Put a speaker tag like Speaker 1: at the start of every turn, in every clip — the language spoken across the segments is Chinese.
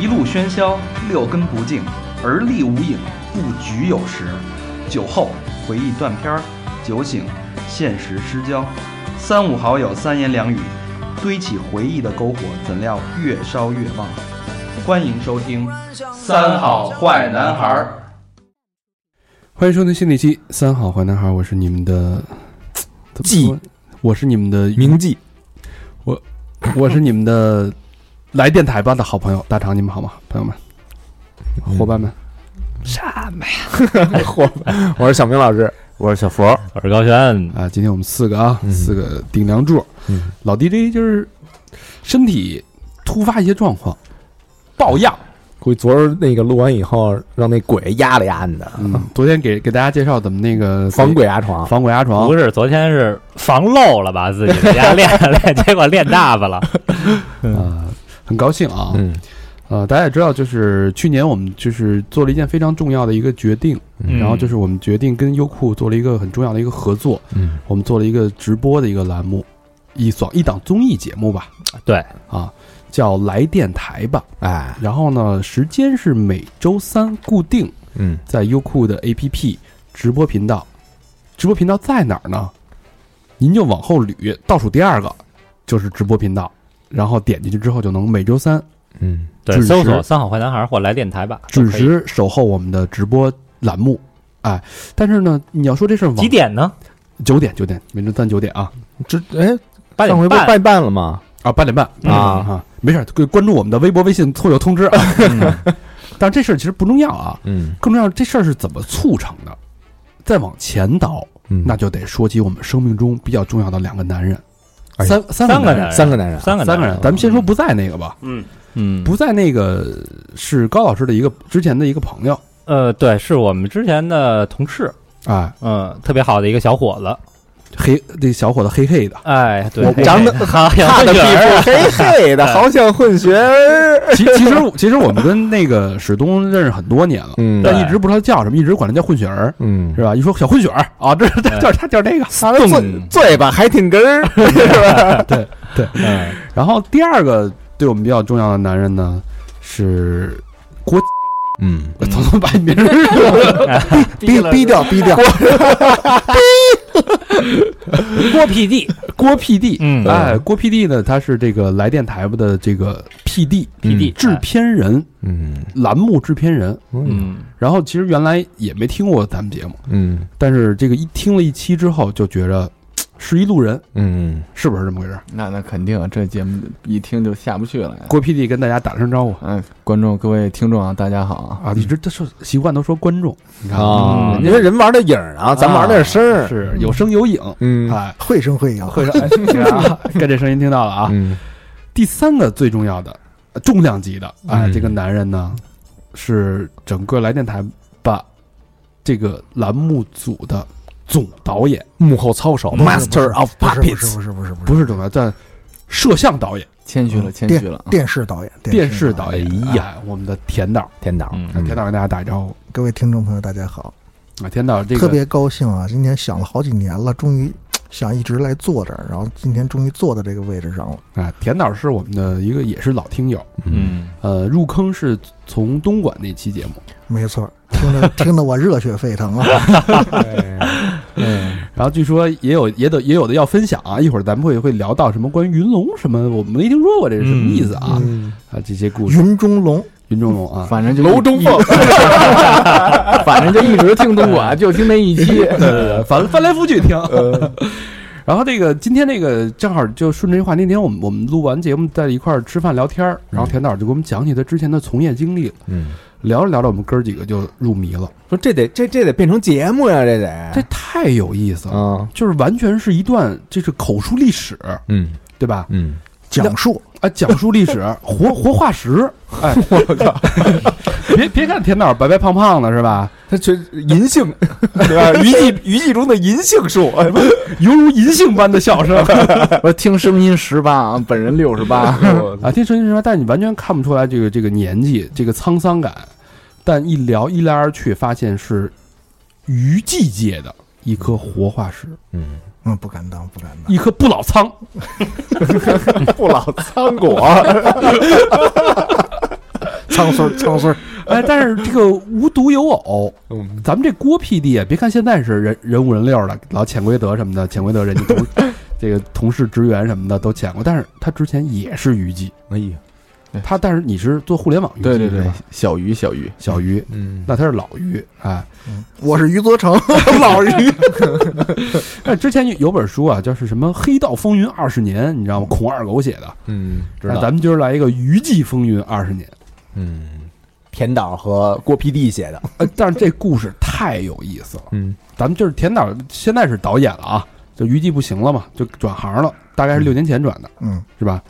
Speaker 1: 一路喧嚣，六根不净，而立无影，不局有时。酒后回忆断片儿，酒醒现实失焦。三五好友三言两语，堆起回忆的篝火，怎料越烧越旺。欢迎收听《三好坏男孩》儿
Speaker 2: 欢迎收听新的一期《三好坏男孩》，我是你们的怎么
Speaker 3: 季
Speaker 2: 说我是你们的
Speaker 3: 铭记，
Speaker 2: 我是你们的 来电台吧的好朋友大肠，你们好吗？朋友们、
Speaker 3: 嗯
Speaker 2: 伙伴们，
Speaker 3: 我是小明老师，
Speaker 4: 我是小佛，
Speaker 5: 我是高轩，
Speaker 2: 啊，今天我们四个啊，
Speaker 3: 嗯
Speaker 2: 四个顶梁柱，
Speaker 3: 嗯
Speaker 2: 老 DJ 就是身体突发一些状况，抱恙。
Speaker 3: 估计昨儿那个录完以后，让那鬼压了压你的，
Speaker 2: 嗯，昨天给给大家介绍怎么那个
Speaker 3: 啊 防鬼压床，
Speaker 2: 防鬼压啊床
Speaker 5: 不，是昨天是防漏 了吧？自己在家练练， 结果练大发了。
Speaker 2: 呃，很高兴啊，
Speaker 3: 嗯
Speaker 2: 呃，大家也知道，就是去年我们就是做了一件非常重要的一个决定，
Speaker 3: 嗯
Speaker 2: 然后就是我们决定跟优酷做了一个很重要的一个合作，
Speaker 3: 嗯，
Speaker 2: 我们做了一个直播的一个栏目，一档一档综艺节目吧，
Speaker 5: 对
Speaker 2: 啊，叫来电台吧。
Speaker 3: 哎，
Speaker 2: 然后呢，时间是每周三固定
Speaker 3: 嗯，
Speaker 2: 在优酷的 APP 直播频道，直播频道在哪儿呢？您就往后捋，倒数第二个就是直播频道，然后点进去之后就能每周三
Speaker 3: 嗯，
Speaker 5: 对，
Speaker 2: 准时
Speaker 5: 搜索“三好坏男孩”或来电台吧，
Speaker 2: 准
Speaker 5: 都可以。
Speaker 2: 时守候我们的直播栏目。哎，但是呢，你要说这事儿往
Speaker 5: 几点呢？
Speaker 2: 九点九点，每周三九点啊
Speaker 3: 这哎，
Speaker 5: 八
Speaker 3: 上回不
Speaker 5: 点半。
Speaker 3: 拜办了吗？
Speaker 2: 啊八点半
Speaker 5: 嗯
Speaker 2: 啊，没事儿，关关注我们的微博、微信会有通知啊。
Speaker 5: 嗯
Speaker 2: 但是这事儿其实不重要啊，
Speaker 3: 嗯
Speaker 2: 更重要的这事儿是怎么促成的。再往前倒，
Speaker 3: 嗯，
Speaker 2: 那就得说起我们生命中比较重要的两个男人，
Speaker 3: 哎
Speaker 2: 三三
Speaker 5: 三
Speaker 2: 个
Speaker 5: 个男人
Speaker 3: 三个男
Speaker 4: 啊
Speaker 3: 人，
Speaker 5: 三个
Speaker 2: 三个
Speaker 5: 男
Speaker 2: 人。咱们先说不在那个吧，
Speaker 5: 嗯，
Speaker 2: 不在那个是高老师的一个之前的一个朋友
Speaker 5: 呃，对，是我们之前的同事，
Speaker 2: 啊，
Speaker 5: 嗯，特别好的一个小伙子，
Speaker 2: 黑这小伙子黑黑的，
Speaker 5: 哎，对，
Speaker 3: 我长得 他
Speaker 5: 好像
Speaker 3: 的
Speaker 5: 女
Speaker 3: 屁
Speaker 5: 儿啊
Speaker 3: 股黑黑的，好想混血儿，
Speaker 2: 其其实其实我们跟那个史东认识很多年了，
Speaker 3: 嗯
Speaker 2: 但一直不知道叫什么，一直管他叫混血儿，
Speaker 3: 嗯
Speaker 2: 是，吧？一说小混血儿啊，这这叫他叫这个。
Speaker 3: 他的嘴
Speaker 5: 动
Speaker 3: 嘴巴还挺根儿，
Speaker 5: 嗯
Speaker 2: 然后第二个对我们比较重要的男人呢是郭，
Speaker 3: 嗯，
Speaker 2: 我怎么 把你名儿
Speaker 5: 哎
Speaker 3: 逼逼掉逼掉，
Speaker 5: 郭 PD，
Speaker 2: 郭 PD？
Speaker 5: 嗯
Speaker 2: 哎，郭 PD 呢，他是这个来电台的这个 PD
Speaker 5: ，PD
Speaker 2: 制，片人，
Speaker 3: 嗯
Speaker 2: 栏目制片人。
Speaker 3: 嗯
Speaker 5: 嗯，
Speaker 2: 然后其实原来也没听过咱们节目，
Speaker 3: 嗯
Speaker 2: 但是这个一听了一期之后，就觉着是一路人，
Speaker 3: 嗯，
Speaker 2: 是不是这么回事儿？
Speaker 4: 那那肯定，啊这节目一听就下不去了呀。
Speaker 2: 郭 PD 跟大家打声招呼。
Speaker 4: 嗯，观众各位听众啊，大家好啊，
Speaker 2: 啊，一直都是习惯都说观众，你看
Speaker 3: 啊，
Speaker 5: 嗯
Speaker 3: 因为人玩的影儿啊，咱玩的是声儿，
Speaker 2: 是有声有影，
Speaker 3: 嗯
Speaker 2: 哎，
Speaker 6: 绘声绘影，
Speaker 2: 会上跟这声音听到了啊。
Speaker 3: 嗯
Speaker 2: 第三个最重要的呃重量级的，哎，
Speaker 3: 嗯
Speaker 2: 这个男人呢是整个来电台把这个栏目组的总导演，
Speaker 3: 幕后操手
Speaker 6: 不是
Speaker 3: ，Master of
Speaker 6: 不是不是
Speaker 3: Puppets，
Speaker 6: 不是不是不是
Speaker 2: 不是总导演，但摄像导演、
Speaker 4: 谦虚了，谦虚了啊。
Speaker 6: 电视导演，
Speaker 2: 电视
Speaker 6: 视
Speaker 2: 导
Speaker 6: 演。
Speaker 2: 演，
Speaker 3: 哎呀
Speaker 2: 哎，我们的田导，
Speaker 3: 天导
Speaker 5: 嗯，
Speaker 2: 田导跟大家打一招呼
Speaker 6: 各位听众朋友，大家好，
Speaker 2: 啊，田导这个
Speaker 6: 特别高兴啊！今天想了好几年了，终于想一直来坐这儿，然后今天终于坐到这个位置上了。
Speaker 2: 啊，田导是我们的一个也是老听友，
Speaker 5: 嗯，
Speaker 2: 呃，入坑是从东莞那期节目。
Speaker 6: 没错，听得 听得我热血沸腾啊！
Speaker 2: 然后据说也有也得也有的要分享啊，一会儿咱们会会聊到什么关于云龙什么，我没听说过这是什么意思啊、
Speaker 3: 嗯
Speaker 2: 啊这些故事，
Speaker 6: 云中龙，
Speaker 2: 云中龙啊，
Speaker 4: 反正就
Speaker 3: 楼中凤，嗯
Speaker 4: 反正就一直听东莞，就听那一 期。
Speaker 2: 对对对，反翻来覆去听。 然后这个今天这个正好就顺着这话题，那天我们我们录完节目在一块儿吃饭聊天儿，然后田导就给我们讲起他之前的从业经历，
Speaker 3: 嗯，
Speaker 2: 聊着聊着我们哥儿几个就入迷了，
Speaker 3: 说这得这这得变成节目呀，这得
Speaker 2: 这太有意思了，
Speaker 3: 啊，
Speaker 2: 就是完全是一段这是口述历史，
Speaker 3: 嗯
Speaker 2: 对吧？
Speaker 3: 嗯，
Speaker 6: 讲述
Speaker 2: 啊，讲述历史，活活化石。哎，我靠！ 别别看田导白白胖胖的是吧？
Speaker 3: 他这银杏， 对啊吧？娱记娱记中的银杏树，哎不
Speaker 2: 犹如银杏般的笑 声
Speaker 4: 我听声音十八啊，本人六十八。
Speaker 2: 啊！听声音什么？但你完全看不出来这个这个年纪，这个沧桑感。但一聊一来二去，发现是娱记界的一颗活化石，
Speaker 3: 嗯，
Speaker 6: 嗯，不敢当，不敢当。
Speaker 2: 一颗不老苍。
Speaker 3: 不老苍 果，
Speaker 6: 苍孙儿苍孙儿，
Speaker 2: 哎，但是这个无独有偶，
Speaker 3: 嗯，
Speaker 2: 咱们这郭 PD 啊，别看现在是人人五人六的，老潜规则什么的，潜规则人家 同这个同事职员什么的都潜过，但是他之前也是娱记，
Speaker 3: 哎呀，
Speaker 2: 他但是你是做互联网娱记
Speaker 4: 对对
Speaker 2: 是
Speaker 4: 对
Speaker 2: 吧，
Speaker 4: 小鱼小鱼，
Speaker 2: 小鱼，
Speaker 3: 嗯，
Speaker 2: 那他是老鱼哎。
Speaker 6: 我是余则成，老于，
Speaker 2: 但之前有本书啊，叫是什么《黑道风云二十年》，你知道吗？孔二狗写的。
Speaker 3: 嗯
Speaker 4: 知
Speaker 2: 那
Speaker 4: 道
Speaker 2: 咱们今儿来一个《娱记风云二十年》
Speaker 3: 嗯
Speaker 4: 田导和
Speaker 3: 郭 PD 写的，
Speaker 2: 呃，但是这故事太有意思了。
Speaker 3: 嗯
Speaker 2: 咱们就是田导现在是导演了啊，就娱记不行了嘛，就转行了，大概是六年前转的，
Speaker 6: 嗯，
Speaker 2: 是吧？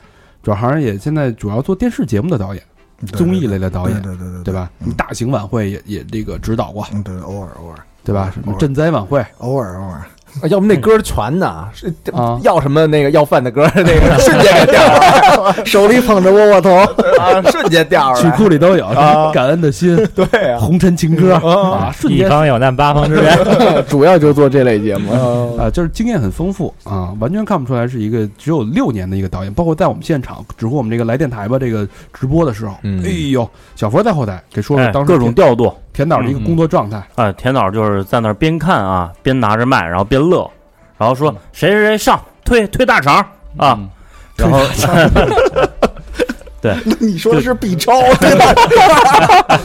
Speaker 2: 转行也现在主要做电视节目的导演，
Speaker 6: 嗯对
Speaker 2: 综艺类的导演，
Speaker 6: 对对对嗯
Speaker 2: 对？吧？你大型晚会也也这个指导过，
Speaker 6: 嗯，对，偶尔偶尔
Speaker 2: 对吧？什么赈灾晚会，
Speaker 6: 偶尔偶尔，
Speaker 3: 啊要不那歌全呢？是
Speaker 2: 啊
Speaker 3: 要什么那个要饭的歌，那 个瞬间给掉了
Speaker 6: 手里捧着 窝窝头，
Speaker 3: 啊，瞬间掉
Speaker 2: 曲
Speaker 3: 了。
Speaker 2: 库里都 有，
Speaker 3: 啊
Speaker 2: 感恩的心，
Speaker 3: 对 啊，
Speaker 2: 红尘情
Speaker 6: 嗯
Speaker 2: 歌啊，瞬
Speaker 5: 一
Speaker 2: 间
Speaker 5: 方有难八方支援。
Speaker 4: 主要就做这类节目，
Speaker 3: 嗯
Speaker 2: 啊，就是经验很丰富啊，完全看不出来是一个只有六年的一个导演。包括在我们现场，只乎我们这个来电台吧，这个直播的时候，
Speaker 3: 嗯
Speaker 2: 哎呦，小佛在后台给说说
Speaker 7: 哎
Speaker 2: 当时
Speaker 7: 各种
Speaker 2: 田
Speaker 7: 调度。
Speaker 2: 田导的一个工作状态。
Speaker 7: 啊、田导就是在那儿边看啊，边拿着麦，然后边乐，然后
Speaker 2: 嗯
Speaker 7: 说谁谁谁上推推 大肠啊，然后
Speaker 6: 你说的是 B 超，对吧？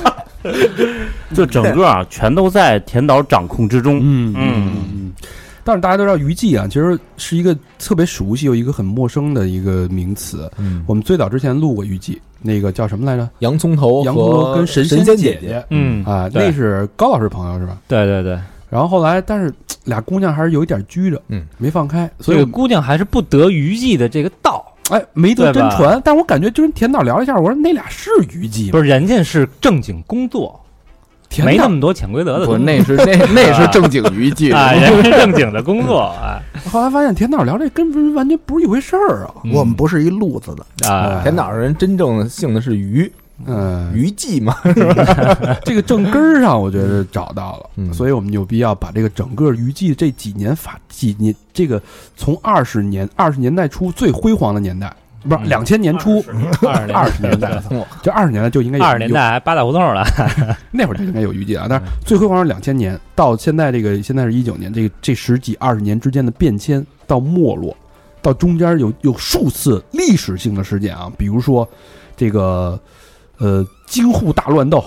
Speaker 7: 就整个啊全都在田导掌控之中。
Speaker 2: 嗯
Speaker 7: 嗯
Speaker 2: 嗯。 但是大家都知道，娱记啊，其实是一个特别熟悉又一个很陌生的一个名词。
Speaker 3: 嗯
Speaker 2: 我们最早之前录过娱记，那个叫什么来着？
Speaker 3: 洋葱头
Speaker 2: 杨过
Speaker 3: 和
Speaker 2: 跟
Speaker 3: 神
Speaker 2: 仙
Speaker 3: 姐
Speaker 2: 姐
Speaker 5: 嗯，
Speaker 2: 啊，
Speaker 5: 对
Speaker 2: 那是高老师朋友是吧？
Speaker 5: 对对对，
Speaker 2: 然后后来，但是嘖俩姑娘还是有一点拘着，
Speaker 3: 嗯，
Speaker 2: 没放开，所
Speaker 5: 这
Speaker 2: 以我
Speaker 5: 个姑娘还是不得娱记的这个道，
Speaker 2: 哎，没得
Speaker 5: 对
Speaker 2: 真
Speaker 5: 吧
Speaker 2: 传，但我感觉就跟田导聊了一下，我说那俩是娱记吗？
Speaker 5: 不是人家是正经工作，
Speaker 2: 田
Speaker 5: 没那
Speaker 2: 导，
Speaker 5: 么多潜规则的
Speaker 4: 不，
Speaker 5: 东西。
Speaker 4: 那是那
Speaker 3: 哎
Speaker 4: 那是正经娱记，
Speaker 5: 啊，人是正经的工作 啊
Speaker 2: 后来发现田导聊这跟人完全不是一回事儿啊。
Speaker 7: 嗯
Speaker 6: 我们不是一路子的，
Speaker 5: 啊，
Speaker 3: 田导人真正姓的是鱼
Speaker 2: 嗯，
Speaker 3: 鱼记嘛，
Speaker 2: 这个正根儿上我觉得找到了，
Speaker 3: 嗯
Speaker 2: 所以我们有必要把这个整个娱记这几年法几年这个从二十年二十年代初最辉煌的年代，不是
Speaker 5: 嗯
Speaker 2: 两千年初
Speaker 5: 二十
Speaker 2: 二十年代，这啊二十年代就应该有
Speaker 5: 二十年代还八大胡同了，
Speaker 2: 那会儿就应该有预计啊，但是最辉煌是两千年到现在这个现在是一九年，这个这十几二十年之间的变迁到没落，到中间有有数次历史性的事件啊，比如说这个呃京沪大乱斗、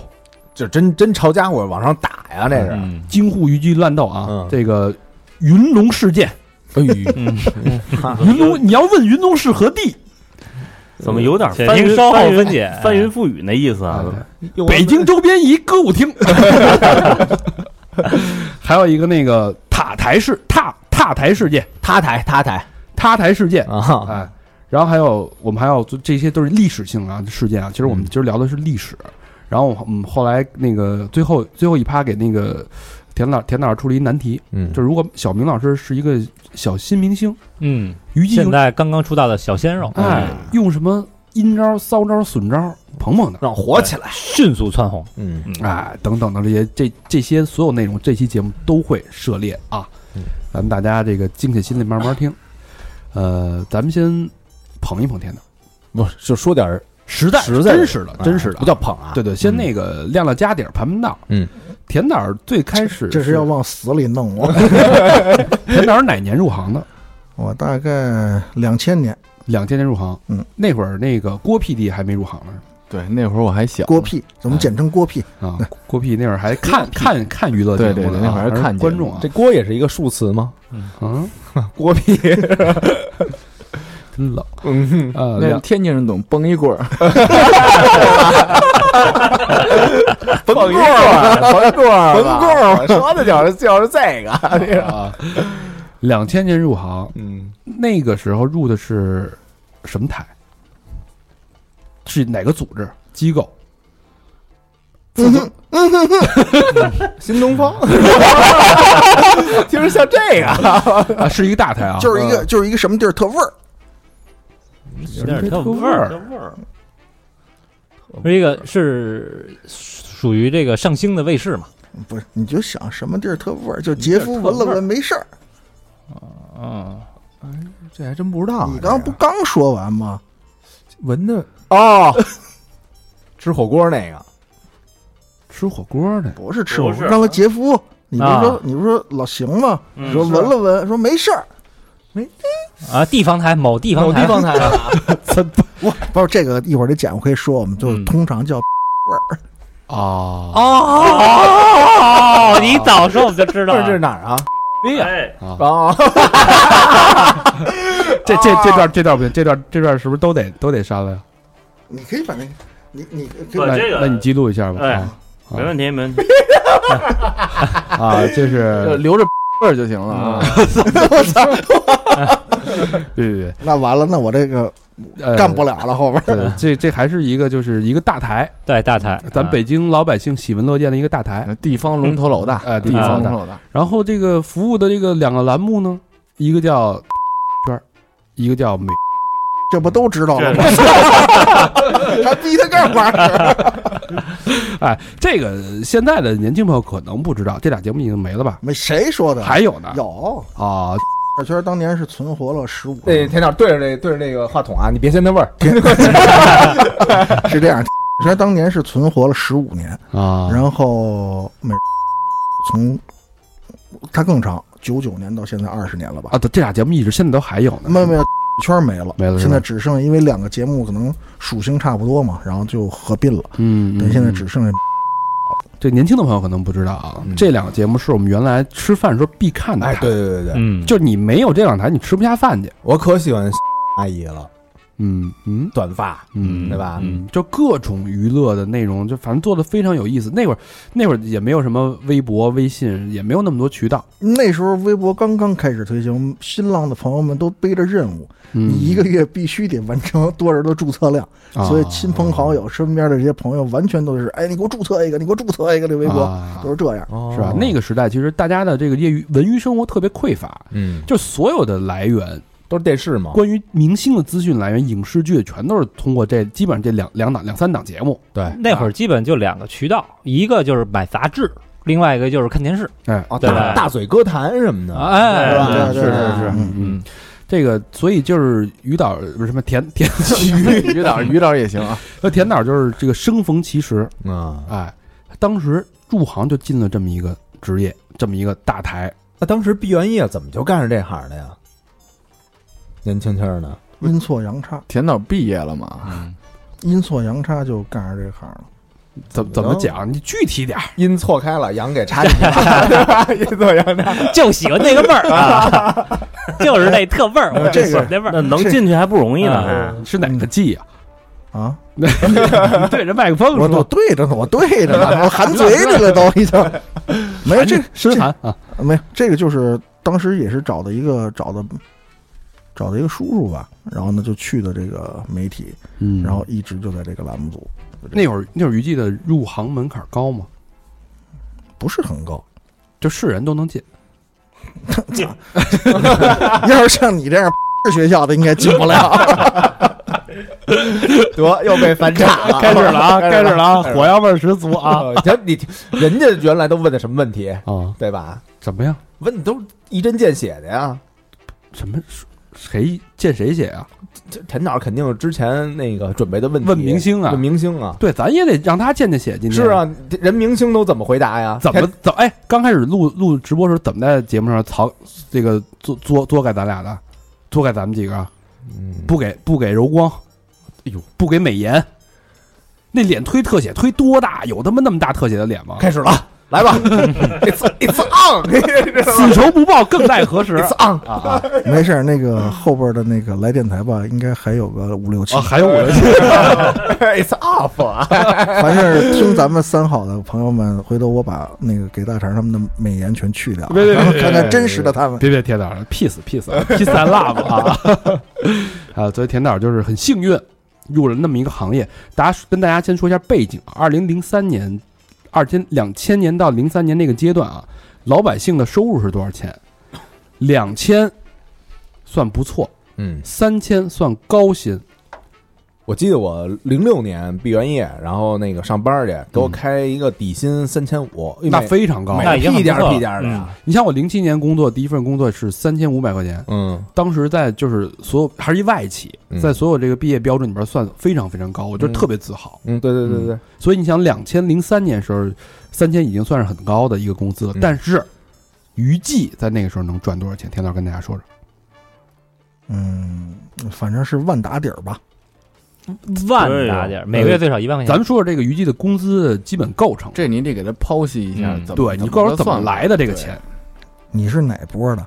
Speaker 3: 就真真抄家伙往上打呀，这
Speaker 2: 啊
Speaker 3: 是。
Speaker 5: 嗯
Speaker 2: 京沪豫剧乱斗啊，
Speaker 3: 嗯
Speaker 2: 这个云龙事件，
Speaker 3: 哎呦，
Speaker 7: 嗯，
Speaker 3: 啊
Speaker 2: 云龙你要问云龙是何地，
Speaker 7: 怎么有点
Speaker 5: 且
Speaker 7: 翻
Speaker 5: 听
Speaker 7: 云
Speaker 5: 稍后
Speaker 7: 翻云
Speaker 5: 分解哎
Speaker 7: 翻云覆雨那意思啊？
Speaker 2: 北京周边一歌舞厅， 还有一个那个塔台事塔塔台事件，
Speaker 3: 他台他台
Speaker 2: 塔台事件
Speaker 3: 啊，
Speaker 2: 哎，然后还有我们还有就这些都是历史性啊事件啊。其实我
Speaker 3: 嗯
Speaker 2: 们今儿聊的是历史，然后我们后来那个最后最后一趴给那个田老田老师出了一难题，
Speaker 3: 嗯
Speaker 2: 就是如果小明老师是一个小新明星，
Speaker 5: 嗯，
Speaker 2: 于记
Speaker 5: 现
Speaker 2: 用
Speaker 5: 在刚刚出道的小鲜肉，
Speaker 2: 哎
Speaker 4: 嗯
Speaker 2: 用什么阴招、骚招、损招捧捧的，
Speaker 3: 让火起
Speaker 7: 哎
Speaker 3: 来，
Speaker 5: 迅速窜红，
Speaker 3: 嗯
Speaker 2: 哎等等的这些这这些所有内容，这期节目都会涉猎啊
Speaker 3: 嗯，
Speaker 2: 咱们大家这个静下心里慢慢听。呃，咱们先捧一捧田导，
Speaker 3: 不是就说点儿
Speaker 2: 实在
Speaker 3: 实在
Speaker 2: 真实的真实的
Speaker 3: 不，叫捧啊，
Speaker 2: 对对，
Speaker 4: 嗯
Speaker 2: 先那个亮亮家底儿盘盘道。
Speaker 3: 嗯，
Speaker 2: 田导儿最开始
Speaker 6: 这是要往死里弄我。
Speaker 2: 田导儿哪年入行的？
Speaker 6: 我大概两千年，
Speaker 2: 两千年入行。
Speaker 6: 嗯，
Speaker 2: 那会儿那个郭 PD 还没入行呢
Speaker 4: 对，那会儿我还小，
Speaker 6: 郭屁，我们简称郭屁，
Speaker 2: 啊，郭 PD 那会儿还 看看看娱乐节
Speaker 4: 对
Speaker 2: 目
Speaker 4: 嗯
Speaker 2: 呢
Speaker 4: 对对那
Speaker 2: 啊
Speaker 4: 会儿还看
Speaker 2: 是观众啊
Speaker 3: 这，锅也是一个数词吗？
Speaker 2: 嗯，
Speaker 3: 锅屁，
Speaker 2: 真冷。
Speaker 3: 嗯，
Speaker 2: 呃，
Speaker 4: 那
Speaker 2: 两
Speaker 4: 天津人懂崩一棍儿，
Speaker 3: 甭棍儿，甭棍儿，甭棍儿， 说的就是就是这个，
Speaker 2: 啊，两千年入行，
Speaker 3: 嗯，
Speaker 2: 那个时候入的是什么台？是哪个组织机 构？
Speaker 3: 新东方，听着像这个，
Speaker 2: 啊，是一个大台啊，
Speaker 6: 就是一个就是一个什么地儿特味儿，
Speaker 5: 有点特
Speaker 2: 味
Speaker 5: 味
Speaker 2: 儿
Speaker 5: 儿，这个是属于这个上星的卫视嘛？
Speaker 6: 不是？你就想什么地儿特味儿，就杰夫闻了闻没事儿，
Speaker 5: 嗯，
Speaker 4: 这还真不知道啊。
Speaker 6: 你刚
Speaker 4: 这
Speaker 6: 不
Speaker 4: 个
Speaker 6: 刚说完吗？
Speaker 4: 闻的哦，吃火锅那个
Speaker 2: 吃火锅呢，
Speaker 6: 不是吃火
Speaker 8: 不
Speaker 6: 锅，
Speaker 8: 是
Speaker 6: 刚才杰夫，你不是
Speaker 7: 啊
Speaker 6: 说你不是说老邢吗？
Speaker 8: 嗯
Speaker 6: 说
Speaker 4: 是
Speaker 6: 闻了闻，说没事儿。
Speaker 7: 啊，地方台某地方
Speaker 9: 某地
Speaker 7: 台
Speaker 9: 方台啊，
Speaker 6: 不是这个，一会儿这剪我可以说，我们就
Speaker 7: 嗯
Speaker 6: 通常叫
Speaker 2: 啊
Speaker 7: 哦，你早说我们就知道
Speaker 4: 这
Speaker 7: 了，
Speaker 4: 是哪儿啊？
Speaker 8: 哎，
Speaker 4: 啊，
Speaker 2: 这这这段这段不行，这段这段是不是都得都得删了呀？
Speaker 6: 你可以把那个，你你
Speaker 8: 不
Speaker 2: 那
Speaker 8: 这个
Speaker 2: 那你记录一下吧。
Speaker 8: 哎
Speaker 2: 啊
Speaker 8: 没问题，没问题。
Speaker 2: 啊，这
Speaker 4: 就是
Speaker 8: 呃
Speaker 4: 留着 味儿就行了啊。
Speaker 2: 对对
Speaker 6: 那完了，那我这个
Speaker 2: 对，呃
Speaker 6: 干不了了， 后边
Speaker 2: 对，
Speaker 8: 嗯
Speaker 2: 这这还是一个就是一个大台，
Speaker 7: 对大台，啊
Speaker 2: 咱北京老百姓喜闻乐见的一个大台。
Speaker 4: 啊地方龙头老大，
Speaker 2: 呃地
Speaker 4: 地方
Speaker 2: 方
Speaker 4: 龙
Speaker 2: 大
Speaker 4: 头老大，
Speaker 2: 然后这个服务的这个两个栏目呢，一个叫 圈儿，一个叫美。
Speaker 6: 这不都知道了
Speaker 8: 这
Speaker 6: 吗？还逼 他干嘛？
Speaker 2: 哎，这个现在的年轻朋友可能不知道，这俩节目已经没了吧？
Speaker 6: 没谁说的，
Speaker 2: 还有呢
Speaker 6: 有
Speaker 2: 啊，
Speaker 6: 二圈当年是存活了十五，
Speaker 4: 那田导对着那对着那个话筒啊，你别嫌那味儿。
Speaker 6: 是这样。二圈当年是存活了十五年，
Speaker 2: 啊，
Speaker 6: 然后美从他更长，九九年到现在二十年了吧？
Speaker 2: 啊，对这俩节目一直现在都还有呢。
Speaker 6: 没有没有，圈没了，
Speaker 2: 啊没了是吧
Speaker 6: 现在只剩因为两个节目可能属性差不多嘛，然后就合并了，
Speaker 2: 嗯，
Speaker 6: 对，
Speaker 2: 嗯
Speaker 6: 现在
Speaker 2: 嗯
Speaker 6: 只剩下
Speaker 2: 这年轻的朋友可能不知道啊
Speaker 4: 嗯，
Speaker 2: 这两个节目是我们原来吃饭时候必看的
Speaker 4: 哎，
Speaker 2: 台
Speaker 4: 对，对对对，
Speaker 7: 嗯，
Speaker 2: 就你没有这两台，你吃不下饭去。
Speaker 4: 我可喜欢阿姨了，
Speaker 2: 嗯嗯
Speaker 4: 短发，
Speaker 2: 嗯，
Speaker 4: 对吧？
Speaker 7: 嗯
Speaker 2: 嗯，就各种娱乐的内容，就反正做的非常有意思。那会儿那会儿也没有什么微博、微信，也没有那么多渠道。
Speaker 6: 那时候微博刚刚开始推行，新浪的朋友们都背着任务，
Speaker 2: 嗯，
Speaker 6: 你一个月必须得完成多少的注册量，
Speaker 2: 啊，
Speaker 6: 所以亲朋好友、身边的这些朋友完全都是，哎，你给我注册一个，你给我注册一个，这微博
Speaker 2: 啊
Speaker 6: 都是这样。
Speaker 4: 哦
Speaker 2: 是吧？那个时代其实大家的这个业余文娱生活特别匮乏，
Speaker 4: 嗯，
Speaker 2: 就所有的来源，
Speaker 4: 都是电视嘛。
Speaker 2: 关于明星的资讯来源，影视剧全都是通过这基本上这两两档两三档节目。
Speaker 4: 对，
Speaker 7: 那会儿基本就两个渠道，一个就是买杂志，另外一个就是看电视。
Speaker 2: 哎，
Speaker 4: 啊，
Speaker 7: 对
Speaker 4: 大
Speaker 7: 吧
Speaker 4: 大嘴歌坛什么的，
Speaker 7: 哎，
Speaker 4: 啊是吧？
Speaker 6: 对对对
Speaker 4: 是
Speaker 6: 对
Speaker 4: 是，
Speaker 6: 嗯
Speaker 2: 嗯，这个所以就是于导不是什么田田
Speaker 4: 于于导于导也行啊。
Speaker 2: 呃田导就是这个生逢其时，
Speaker 4: 啊，
Speaker 2: 哎，当时入行就进了这么一个职业，这么一个大台。
Speaker 4: 那当时毕原业怎么就干上这行的呀？年轻轻儿的，
Speaker 6: 阴错阳差，
Speaker 10: 田导毕业了嘛？
Speaker 6: 阴错阳差就干上这行了。
Speaker 2: 怎怎么讲？你具体点儿
Speaker 4: 阴错开了，阳给插进去 了，对吧？阴错阳差，
Speaker 7: 就喜欢那个味儿啊， 就是那特味儿，我就喜欢那味
Speaker 8: 那
Speaker 7: 儿。
Speaker 8: 能进去还不容易呢，还
Speaker 7: 嗯
Speaker 2: 是哪个季啊？
Speaker 6: 啊！
Speaker 2: 你对着麦克风
Speaker 6: 我我
Speaker 2: 说，
Speaker 6: 对着呢，我对着 呢，我含嘴里了都已经。没有这
Speaker 2: 深寒啊，
Speaker 6: 没有，这个就是当时也是找的一个找的找的一个叔叔吧，然后呢就去的这个媒体，
Speaker 2: 嗯
Speaker 6: 然后一直就在这个栏目组，
Speaker 2: 那会儿那会儿于记的入行门槛高吗？
Speaker 6: 不是很高。
Speaker 2: 就是人都能进，
Speaker 6: 要是像你这样 学校的，应该进 不了。
Speaker 4: 得又 被翻岔了，
Speaker 7: 开始了 啊，
Speaker 4: 开
Speaker 7: 开始了啊，
Speaker 4: 开始
Speaker 7: 火药味儿十足啊！
Speaker 4: 啊！瞧你人家原来都问的什么问题，
Speaker 2: 啊？
Speaker 4: 对吧？
Speaker 2: 怎么样？
Speaker 4: 问的都一针见血的呀。
Speaker 2: 什么谁见谁写啊？
Speaker 4: 这陈导肯定是之前那个准备的问题，
Speaker 2: 问明星啊
Speaker 4: 问明星啊，
Speaker 2: 对，咱也得让他见见写进去。
Speaker 4: 是，啊，这人明星都怎么回答呀？
Speaker 2: 怎么怎么哎？刚开始录录直播的时候，怎么在节目上曹这个作作作改咱俩的，作改咱们几个啊
Speaker 4: 嗯
Speaker 2: 不给不给柔光，哎呦，不给美颜，那脸推特写推多大？有他妈那么大特写的脸吗？
Speaker 4: 开始了？来 吧，It's It's on，It's
Speaker 2: 死仇不报更待何 时
Speaker 4: on 啊！
Speaker 6: 没事儿，那个后边的那个来电台吧，应该还有个五六七
Speaker 2: 啊？。还有我 的天
Speaker 4: It's off 啊！
Speaker 6: 凡是听咱们三好的朋友们，回头我把那个给大肠他们的美颜全 去掉，
Speaker 2: 别别
Speaker 6: 然后看看真实的他们。
Speaker 2: 别别，田导，peace peace peace and love 啊！ 啊，所以田导就是很幸运，入了那么一个行业。大家跟大家先说一下背景：二零零三年，二千两千年到零三年那个阶段啊，老百姓的收入是多少钱？两千算不错，
Speaker 4: 嗯，
Speaker 2: 三千算高薪，
Speaker 4: 我记得我零六年毕完业，然后那个上班去，给我开一个底薪三千五，
Speaker 2: 那非常高。
Speaker 7: 那已经很
Speaker 4: 一
Speaker 7: 不
Speaker 4: 点
Speaker 7: 错了
Speaker 4: 屁点儿的呀，
Speaker 2: 你像我零七年工作第一份工作是三千五百块钱，
Speaker 4: 嗯
Speaker 2: 当时在就是所有还是一外企
Speaker 4: 嗯，
Speaker 2: 在所有这个毕业标准里边算非常非常高，我觉得
Speaker 4: 嗯
Speaker 2: 特别自豪。
Speaker 4: 嗯，对对对对，
Speaker 2: 所以你想，两千零三年时候，三千已经算是很高的一个工资了
Speaker 4: 嗯，
Speaker 2: 但是余记在那个时候能赚多少钱？田导跟大家说说，
Speaker 6: 嗯，反正是万打底儿吧。
Speaker 7: 万大点儿，每个月最少一万块钱。
Speaker 2: 咱们说说这个余记的工资基本构成，
Speaker 10: 这你得给他剖析一下
Speaker 7: 嗯，
Speaker 10: 怎么
Speaker 2: 对你告诉我怎么来的这个钱，
Speaker 6: 你是哪波的？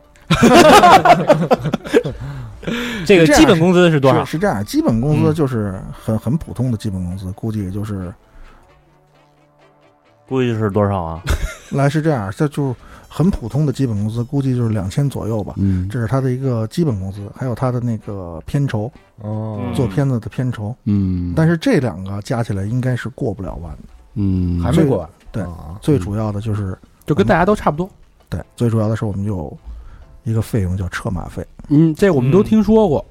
Speaker 7: 这个基本工资是多少嗯
Speaker 6: 是？是这样，基本工资就是很很普通的基本工资，估计也就是
Speaker 1: 估计是多少啊？
Speaker 6: 来是这样，这就是很普通的基本工资，估计就是两千左右吧。
Speaker 2: 嗯
Speaker 6: 这是他的一个基本工资，还有他的那个片酬，
Speaker 4: 哦
Speaker 1: 嗯
Speaker 6: 做片子的片酬。
Speaker 2: 嗯，
Speaker 6: 但是这两个加起来应该是过不了万的。
Speaker 2: 嗯
Speaker 4: 还没过完，
Speaker 6: 对
Speaker 4: 啊
Speaker 6: 最主要的就是
Speaker 2: 就跟大家都差不多。
Speaker 6: 对，最主要的是我们有一个费用叫车马费，
Speaker 2: 嗯，这我们都听说过，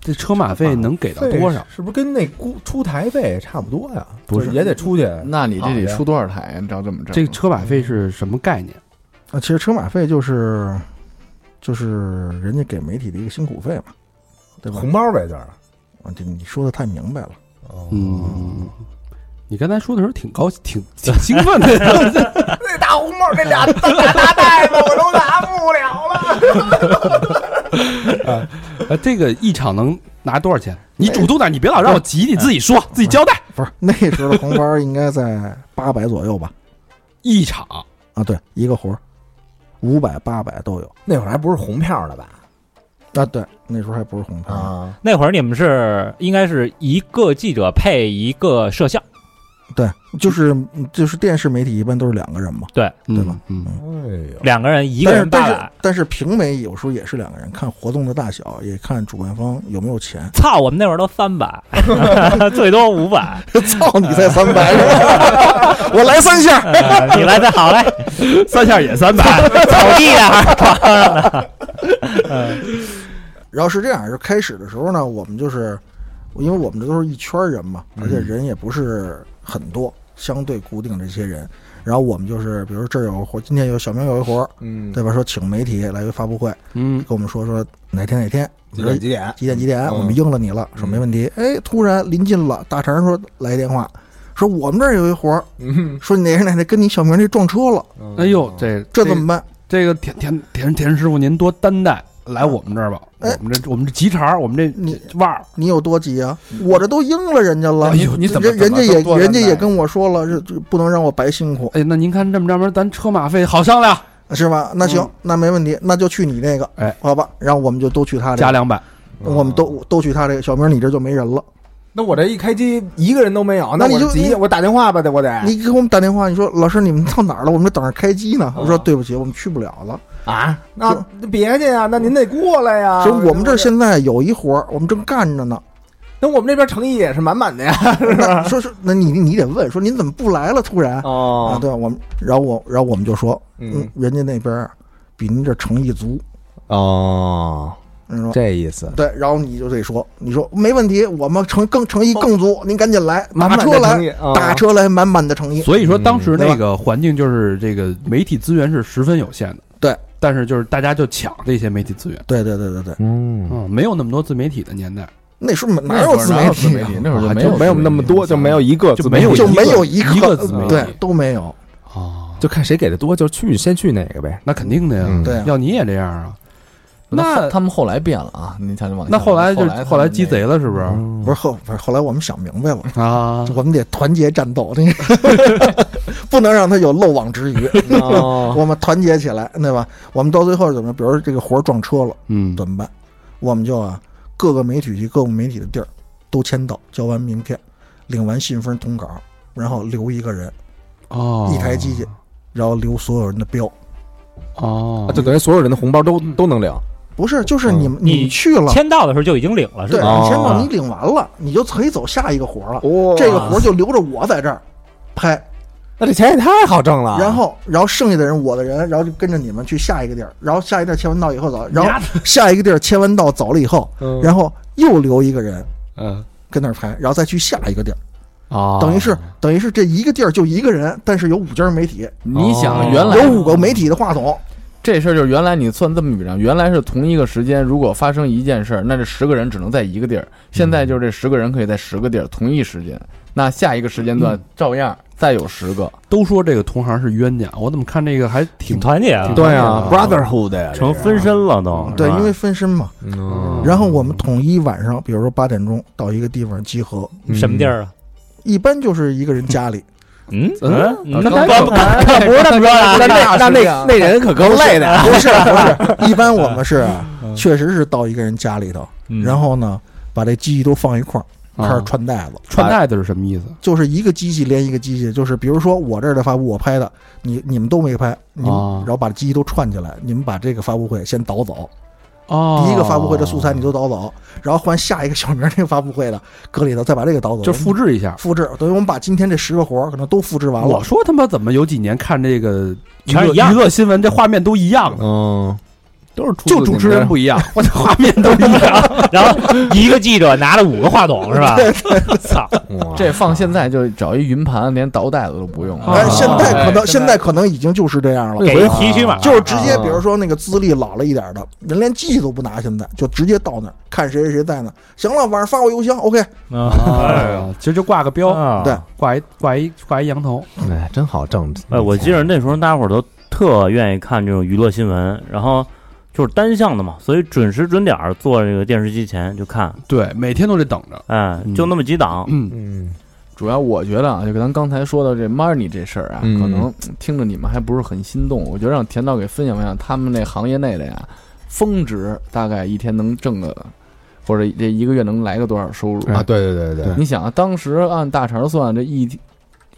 Speaker 2: 这车马费能给到多少？
Speaker 4: 费是不是跟那估出台费差不多呀？
Speaker 2: 不是
Speaker 4: 就也得出去，
Speaker 10: 那你这得出多少台
Speaker 4: 啊
Speaker 10: 呀？你知道怎么整？
Speaker 2: 这个车马费是什么概念？
Speaker 6: 啊，其实车马费就是就是人家给媒体的一个辛苦费嘛，对吧？
Speaker 4: 红包呗，就是。
Speaker 6: 啊，这你说的太明白了。
Speaker 4: 哦，
Speaker 2: 嗯，你刚才说的时候挺高兴，挺挺兴奋的。
Speaker 4: 那大红帽那俩大大袋子我都拿不了了。
Speaker 2: 呃，这个一场能拿多少钱？你
Speaker 6: 哎
Speaker 2: 主动点，你别老让我急，你自己说，自己交代。
Speaker 6: 不是那时候的红包应该在八百左右吧？
Speaker 2: 一场
Speaker 6: 啊，对，一个活儿，五百、八百都有。
Speaker 4: 那会儿还不是红票呢吧？
Speaker 6: 啊，对，那时候还不是红牌，
Speaker 4: 啊，
Speaker 7: 那会儿你们是应该是一个记者配一个摄像，
Speaker 6: 对，就是就是电视媒体一般都是两个人嘛，对吧？
Speaker 2: 嗯，
Speaker 4: 哎呦，
Speaker 7: 两个人一个
Speaker 6: 但是
Speaker 7: 人八
Speaker 6: 但是
Speaker 7: 百。。
Speaker 6: 但是评委有时候也是两个人，看活动的大小，也看主办方有没有钱
Speaker 7: 操，我们那会儿都三 百，最多五百。
Speaker 6: 操，你才三百，啊 我来三下。
Speaker 7: 呃 你来 的好嘞，三下也三百， 草地啊！
Speaker 6: 然后是这样，就开始的时候呢，我们就是因为我们这都是一圈人嘛，而
Speaker 4: 嗯
Speaker 6: 且人也不是很多，相对固定这些人。然后我们就是，比如这儿有活，今天有小明有一活，
Speaker 4: 嗯，
Speaker 6: 对吧？说请媒体来一个发布会，
Speaker 2: 嗯
Speaker 6: 跟我们说说哪天哪天，
Speaker 4: 几点几点？
Speaker 6: 几点几点，
Speaker 4: 嗯
Speaker 6: 我们应了你了，说没问题。哎，突然临近了，大肠说来电话，说我们这儿有一活儿，
Speaker 4: 嗯，
Speaker 6: 说你哪天哪天跟你小明这撞车了，
Speaker 2: 哎呦，这
Speaker 6: 这怎么办？
Speaker 2: 这个田田田田师傅您多担待，来我们这儿吧，
Speaker 6: 哎
Speaker 2: 我们这我们这急茬儿，我们
Speaker 6: 你
Speaker 2: 这腕儿，
Speaker 6: 你有多急啊？我这都应了人家了，
Speaker 10: 哎呦你怎么
Speaker 6: 人人家
Speaker 10: 怎么
Speaker 6: 也
Speaker 10: 多担
Speaker 6: 人家
Speaker 10: 待
Speaker 6: 也跟我说了，这这不能让我白辛苦，
Speaker 2: 哎，那您看这么着吧，咱车马费好商量，
Speaker 6: 是吧？那行
Speaker 2: 嗯，
Speaker 6: 那没问题，那就去你那个，
Speaker 2: 哎，
Speaker 6: 好吧，然后我们就都去他这
Speaker 2: 加
Speaker 6: 个，
Speaker 2: 两百。
Speaker 6: 我们都都去他这个，小明你这就没人了。
Speaker 4: 那我这一开机一个人都没有，那
Speaker 6: 那你
Speaker 4: 我
Speaker 6: 就
Speaker 4: 就急，
Speaker 6: 你
Speaker 4: 我打电话吧，得我
Speaker 10: 哎
Speaker 4: 得
Speaker 6: 你给我们打电话，你说老师你们到哪儿了？我们这等着开机
Speaker 10: 啊
Speaker 6: 呢。我说对不起，我们去不了了。
Speaker 4: 啊，那那别介呀，那您得过来
Speaker 10: 啊
Speaker 4: 呀。
Speaker 6: 说我们这儿现在有一活儿，我们正干 着呢。
Speaker 4: 那我们这边诚意也是满满的呀。
Speaker 6: 那说是，那你你得问说您怎么不来了？突然 啊，
Speaker 4: 哦，
Speaker 6: 对，我们然后我然后我们就说，嗯
Speaker 4: 嗯，，
Speaker 6: 人家那边儿比您这诚意足，
Speaker 4: 哦，
Speaker 6: 你说
Speaker 4: 这意思。
Speaker 6: 对，然后你就得说，你说没问题，我们诚更诚意更足，您赶紧来，打车来，
Speaker 4: 嗯啊
Speaker 6: 打车来，满满的诚意。
Speaker 2: 所以说当时那个环境就是这个媒体资源是十分有限的，
Speaker 6: 对。
Speaker 2: 但是就是大家就抢这些媒体资源，
Speaker 6: 对对对对对，
Speaker 4: 嗯，
Speaker 2: 嗯，没有那么多自媒体的年代，
Speaker 6: 那时候哪
Speaker 10: 那
Speaker 6: 有
Speaker 10: 会儿
Speaker 6: 自
Speaker 10: 哪
Speaker 6: 媒
Speaker 10: 有自
Speaker 6: 体
Speaker 10: 媒
Speaker 6: 啊？
Speaker 10: 体？那会儿
Speaker 2: 啊
Speaker 10: 就没
Speaker 2: 就
Speaker 10: 有
Speaker 4: 没有那么多，就没有一个
Speaker 2: 就
Speaker 4: 自媒
Speaker 2: 没
Speaker 4: 体，
Speaker 2: 有
Speaker 6: 就没有
Speaker 2: 一个
Speaker 6: 个
Speaker 2: 自媒体
Speaker 6: 对都没有，
Speaker 2: 啊，
Speaker 4: 就看谁给的多，就去先去哪个呗。
Speaker 2: 那肯定的呀，
Speaker 4: 嗯
Speaker 6: 对啊，
Speaker 2: 要你也这样啊，
Speaker 10: 那
Speaker 2: 那
Speaker 10: 他们后来变了啊！你才往下
Speaker 2: 那后来就
Speaker 10: 后
Speaker 2: 后来鸡
Speaker 10: 鸡
Speaker 2: 贼了是不是
Speaker 6: 不是后不是后来我们想明白了，
Speaker 2: 啊？
Speaker 6: 我们得团结战斗，那个 不能让他有漏网之鱼。
Speaker 4: 哦，
Speaker 6: 我们团结起来，对吧？我们到最后怎么，比如说这个活儿撞车了，
Speaker 2: 嗯，
Speaker 6: 怎么办？我们就啊，各个媒体去各个媒体的地儿都签到，交完名片，领完信封通稿，然后留一个人，
Speaker 2: 哦，
Speaker 6: 一台机器，然后留所有人的标。啊
Speaker 2: 哦，
Speaker 4: 就等于所有人的红包都都能领。
Speaker 6: 不是，就是你们、
Speaker 7: 哦你
Speaker 6: 你去了，
Speaker 7: 签到的时候就已经领了，是
Speaker 6: 对，
Speaker 7: 吧？
Speaker 6: 你签到，
Speaker 4: 哦
Speaker 6: 你领完了，你就可以走下一个活儿
Speaker 4: 哇
Speaker 6: 了。
Speaker 10: 哦
Speaker 6: 这个活儿就留着我在这儿拍，
Speaker 4: 那这钱也太好挣
Speaker 7: 啊
Speaker 4: 了。
Speaker 6: 然后，然后剩下的人，我的人，然后就跟着你们去下一个地儿，然后下一个地儿签完到以后走，然后下一个地儿签完到走了以后，
Speaker 4: 嗯
Speaker 6: 然后又留一个人，
Speaker 2: 嗯，
Speaker 6: 跟那儿拍，然后再去下一个地儿，
Speaker 2: 哦
Speaker 4: 啊
Speaker 6: 等于是等于是这一个地儿就一个人，但是有五家媒体，
Speaker 10: 你
Speaker 4: 哦
Speaker 10: 想原来
Speaker 6: 有五个媒体的话筒，
Speaker 10: 这事儿就是原来你算这么一笔账，原来是同一个时间，如果发生一件事儿，那这十个人只能在一个地儿。现在就是这十个人可以在十个地儿同一时间，那下一个时间段照样再有十个。
Speaker 2: 都说这个同行是冤家，我怎么看这个还挺
Speaker 5: 挺团结啊
Speaker 2: 挺。
Speaker 3: 对啊
Speaker 2: 嗯
Speaker 3: ，brotherhood 呀，
Speaker 7: 成分身了都。
Speaker 6: 对
Speaker 7: 是，吧
Speaker 6: 因为分身嘛。
Speaker 4: 嗯
Speaker 6: 然后我们统一晚上，比如说八点钟到一个地方集合，
Speaker 2: 嗯
Speaker 5: 什么地儿啊？
Speaker 6: 一般就是一个人家里，
Speaker 7: 嗯
Speaker 2: 嗯
Speaker 7: 嗯，
Speaker 5: 那
Speaker 10: 刚
Speaker 5: 不不不是这么说的，
Speaker 3: 那那那那那人可够累的，
Speaker 6: 不是不是，一般我们是确实是到一个人家里头，
Speaker 7: 嗯
Speaker 6: 然后呢把这机器都放一块儿，开始串带子，
Speaker 2: 串带子是什么意思？
Speaker 6: 就是一个机器连一个机器，就是比如说我这儿的发布我拍的，你你们都没拍，你们、
Speaker 2: 哦
Speaker 6: 然后把机器都串起来，你们把这个发布会先导走，
Speaker 2: 哦
Speaker 6: 第一个发布会的素材你都导走，然后换下一个小明儿那个发布会的搁里头，再把这个导走，
Speaker 2: 就复制一下。
Speaker 6: 复制，等于我们把今天这十个活儿可能都复制完
Speaker 2: 我
Speaker 6: 了。
Speaker 2: 说他妈怎么有几年看这个娱
Speaker 5: 全
Speaker 2: 乐
Speaker 5: 是一样
Speaker 2: 娱乐新闻，这画面都一样的，
Speaker 4: 嗯，
Speaker 2: 都是就主持人不一样，我的画面都一 样。
Speaker 5: 然后一个记者拿了五个话筒是吧？操，
Speaker 10: 这放现在就找一云盘，连倒带子都不用了。
Speaker 6: 哎，
Speaker 4: 啊
Speaker 6: 现在可能
Speaker 10: 哎
Speaker 6: 现在啊可能已经就是这样了，
Speaker 5: 给一提取码，
Speaker 6: 就是直接，比如说那个资历老了一点儿的人，连记忆都不拿，现在就直接到那儿看谁谁谁在那儿。行了，晚上发我邮箱，OK。哎
Speaker 2: 啊，其实就挂个标，
Speaker 5: 啊
Speaker 6: 对
Speaker 2: 挂一挂一挂一羊头，
Speaker 3: 哎，真好挣。
Speaker 7: 哎，我记得那时候大家伙儿都特愿意看这种娱乐新闻，然后就是单向的嘛，所以准时准点儿坐这个电视机前就看，
Speaker 2: 对，每天都得等着。
Speaker 7: 哎，就那么几档，
Speaker 2: 嗯，
Speaker 3: 嗯，
Speaker 10: 主要我觉得啊，就咱刚才说到这 money 这事儿啊，
Speaker 4: 嗯
Speaker 10: 可能听着你们还不是很心动。我觉得让田导给分享分享他们那行业内的呀，峰值大概一天能挣个，或者这一个月能来个多少收入
Speaker 4: 啊，
Speaker 10: 啊？
Speaker 4: 对对对对，
Speaker 10: 你想啊，当时按大肠算，这一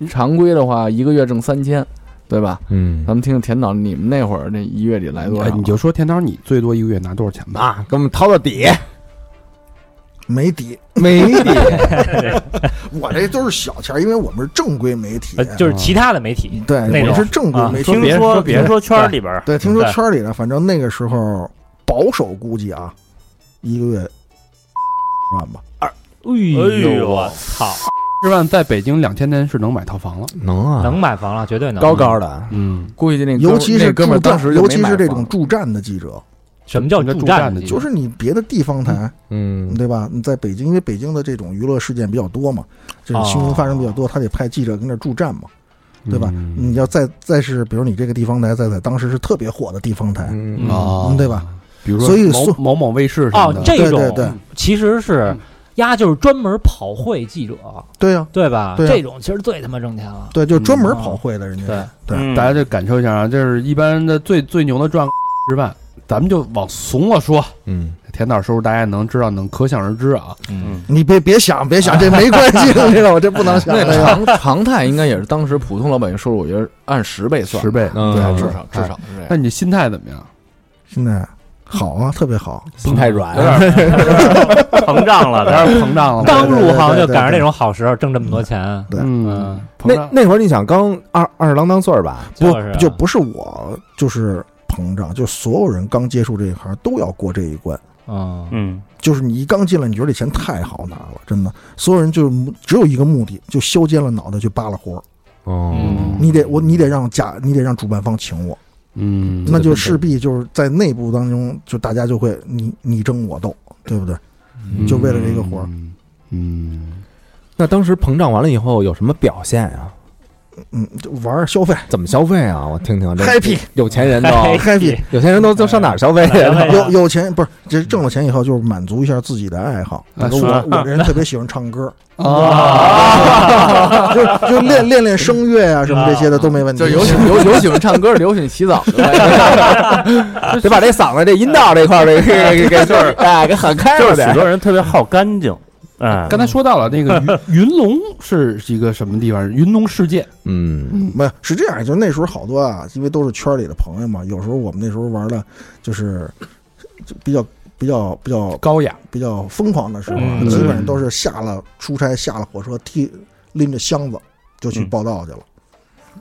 Speaker 10: 常规的话，一个月挣三千，对吧？
Speaker 4: 嗯
Speaker 10: 咱们听听田导，你们那会儿那一月里来多少
Speaker 2: 哎，？你就说田涛，你最多一个月拿多少钱
Speaker 4: 嗯
Speaker 2: 吧？
Speaker 4: 啊
Speaker 3: 那给我们掏到 底，
Speaker 6: 媒体，
Speaker 3: 没底，
Speaker 6: 我这都是小钱儿，因为我们是正规媒体
Speaker 5: 呃，就是其他的媒体，
Speaker 6: 哎对，
Speaker 5: 那
Speaker 6: 我们
Speaker 5: 种
Speaker 6: 是正规
Speaker 5: 啊
Speaker 6: 媒体。
Speaker 7: 听
Speaker 4: 别
Speaker 7: 说
Speaker 4: 说别
Speaker 7: 听说圈儿里边儿
Speaker 6: 对，听说
Speaker 5: 对
Speaker 6: 圈儿里呢，反正那个时候保守估计啊，一个月万吧。
Speaker 5: 哎呦我操，
Speaker 2: 十万在北京两千年是能买套房了。
Speaker 4: 能啊，
Speaker 5: 能买房了，绝对能。
Speaker 3: 高高的，
Speaker 2: 嗯，
Speaker 10: 估计那哥们
Speaker 6: 尤其
Speaker 10: 那
Speaker 6: 是
Speaker 10: 哥们
Speaker 6: 驻
Speaker 10: 儿当时
Speaker 6: 站，
Speaker 10: 就没
Speaker 6: 尤其
Speaker 10: 买
Speaker 6: 是这
Speaker 10: 房
Speaker 6: 种助战的记者，
Speaker 5: 什么叫
Speaker 2: 那
Speaker 5: 助
Speaker 2: 助
Speaker 5: 战
Speaker 2: 战
Speaker 5: 的
Speaker 2: 的
Speaker 5: 记
Speaker 2: 记者
Speaker 6: 就
Speaker 5: 者
Speaker 6: 是你别的地方台，
Speaker 4: 嗯，
Speaker 6: 对吧？你在北京，因为北京的这种娱乐事件比较多嘛，这种新闻发生比较
Speaker 10: 哦
Speaker 6: 多，他得派记者跟那儿助战嘛，
Speaker 10: 嗯
Speaker 6: 嗯对吧？
Speaker 2: 嗯
Speaker 6: 你要再再是，比如你这个地方台，在在当时是特别火的地方台，
Speaker 3: 嗯
Speaker 5: 嗯
Speaker 10: 哦
Speaker 2: 啊
Speaker 6: 嗯，对吧？
Speaker 2: 比如说
Speaker 6: 所以
Speaker 2: 某
Speaker 6: 说
Speaker 2: 某某卫视什么
Speaker 5: 哦
Speaker 2: 的，，
Speaker 5: 这
Speaker 6: 对对对
Speaker 5: 种其实是丫就是专门跑会记者，
Speaker 6: 对呀，
Speaker 5: 对吧？
Speaker 6: 对啊
Speaker 5: 这种其实最他妈挣钱了。
Speaker 6: 对，就专
Speaker 10: 嗯
Speaker 6: 门跑会的人家，
Speaker 5: 对
Speaker 6: 对
Speaker 7: 嗯
Speaker 2: 大家就感受一下啊，就是一般的最最牛的赚十万，咱们就往怂了说，
Speaker 4: 嗯，
Speaker 2: 田导收入大家能知道，能可想而知啊。
Speaker 6: 你别别想，别想，这没关系， 这个我这不能想这
Speaker 10: 嗯那
Speaker 6: 个。
Speaker 10: 常常态应该也是当时普通老百姓收入，我觉得按十倍算，
Speaker 2: 十倍
Speaker 4: 嗯
Speaker 10: 对，
Speaker 4: 嗯
Speaker 10: 至少至
Speaker 2: 哎
Speaker 10: 少是这样。
Speaker 2: 那你心态怎么样？
Speaker 6: 现在好
Speaker 5: 嗯
Speaker 6: 啊，特别好，
Speaker 3: 心太软
Speaker 7: 有点儿膨胀了，但是
Speaker 2: 膨胀了吗？
Speaker 5: 哦刚入行就赶上那种好时候，挣这么多钱，
Speaker 6: 对
Speaker 2: 嗯，膨
Speaker 3: 那
Speaker 2: 胀。
Speaker 3: 那会儿你想刚二二十郎当岁儿吧？
Speaker 6: 不
Speaker 5: 是啊
Speaker 6: 就不是我，就是膨胀，就所有人刚接触这一行都要过这一关。
Speaker 5: 嗯
Speaker 7: 嗯，
Speaker 6: 就是你一刚进来，你觉得这钱太好拿了，真的，所有人就是目只有一个目的，就削尖了脑袋去扒拉活儿。
Speaker 4: 哦，
Speaker 10: 嗯
Speaker 6: 你得我，你得让甲，你得让主办方请我，
Speaker 2: 嗯，
Speaker 6: 那就势必就是在内部当中，就大家就会你你争我斗，对不对？就为了这个活儿
Speaker 2: 嗯。嗯，
Speaker 4: 那当时膨胀完了以后有什么表现啊？
Speaker 6: 嗯，就玩儿消费
Speaker 4: 怎么消费啊？我听听这
Speaker 6: happy
Speaker 4: 有钱人都啊
Speaker 6: happy，
Speaker 4: 有钱人都都上哪儿消费去？
Speaker 6: 啊 有有钱不是，这挣了钱以后就是满足一下自己的爱好。比
Speaker 2: 啊
Speaker 6: 如
Speaker 2: 是
Speaker 6: 我
Speaker 2: 吗
Speaker 6: 我这人特别喜欢唱歌，
Speaker 2: 啊，
Speaker 6: 就就练练练声乐呀什么这些的都没 问题
Speaker 10: 就。有 喜有有喜欢唱歌的，有喜欢洗澡的，
Speaker 4: 得把这嗓子这阴道 这块儿给给给就是哎给喊开
Speaker 7: 就
Speaker 4: 了
Speaker 7: 是许
Speaker 4: 得。
Speaker 7: 多人特别好干净，哎，
Speaker 2: 刚才说到了那个云云龙是一个什么地方？云龙世界，
Speaker 4: 嗯
Speaker 6: 没有，是这样，就那时候好多啊，因为都是圈里的朋友嘛，有时候我们那时候玩的，就是就比较比较比较
Speaker 2: 高雅，
Speaker 6: 比较疯狂的时候啊，
Speaker 7: 嗯
Speaker 6: 基本上都是下了出差，下了火车，提拎着箱子就去报道去了，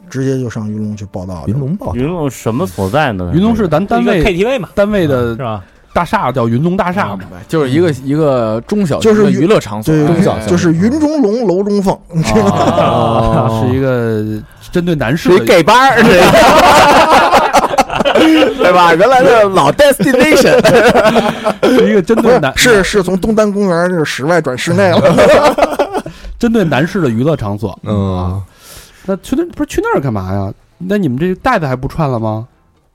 Speaker 6: 直接就上云龙去报道去
Speaker 4: 云
Speaker 6: 了。
Speaker 4: 龙报
Speaker 7: 云龙什么所在呢？
Speaker 2: 云龙是咱单
Speaker 5: 一个
Speaker 2: 位
Speaker 5: KTV 嘛，
Speaker 2: 单位
Speaker 5: 是
Speaker 2: 的
Speaker 5: 吧？
Speaker 2: 大厦叫云中大厦嘛
Speaker 10: 明，白就是一个一个中小
Speaker 6: 就
Speaker 10: 型
Speaker 6: 是
Speaker 10: 的嗯
Speaker 6: 娱
Speaker 10: 娱乐场所，
Speaker 6: 对
Speaker 10: 中小
Speaker 6: 对，就是云中龙，楼中凤，你知道吗？
Speaker 2: 啊，是一个针对男士
Speaker 4: 是一
Speaker 2: 的
Speaker 4: gay 班儿，是一个对吧？原来的老 destination，
Speaker 2: 是一个针
Speaker 6: 不
Speaker 2: 对
Speaker 6: 是
Speaker 2: 男，
Speaker 6: 是是从东单公园这个室外转室内了。
Speaker 2: 针对男士的娱乐场所。
Speaker 4: 嗯，
Speaker 2: 那去那不是去那儿干嘛呀？那你们这带子还不串了吗？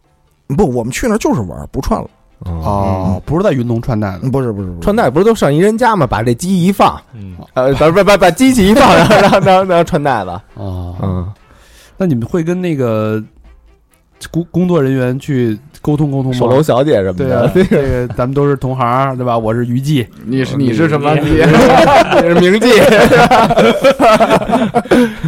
Speaker 6: 不，我们去那儿就是玩，不串了。嗯
Speaker 2: 哦，不是在云龙串带的
Speaker 6: 嗯，不是不是不是，
Speaker 4: 嗯穿戴不是都上一人家吗？把这鸡一放，
Speaker 5: 嗯，
Speaker 4: 呃，不不不，把机器一放，然后然后然后然后穿戴子，
Speaker 2: 哦。
Speaker 4: 嗯，
Speaker 2: 那你们会跟那个工工作人员去沟通沟通吗？
Speaker 4: 售楼小姐什么
Speaker 2: 对啊
Speaker 4: 的，，
Speaker 2: 这个咱们都是同行儿，对吧？我是于记，
Speaker 10: 你是你是什么？
Speaker 5: 你
Speaker 10: 你
Speaker 4: 也是名妓，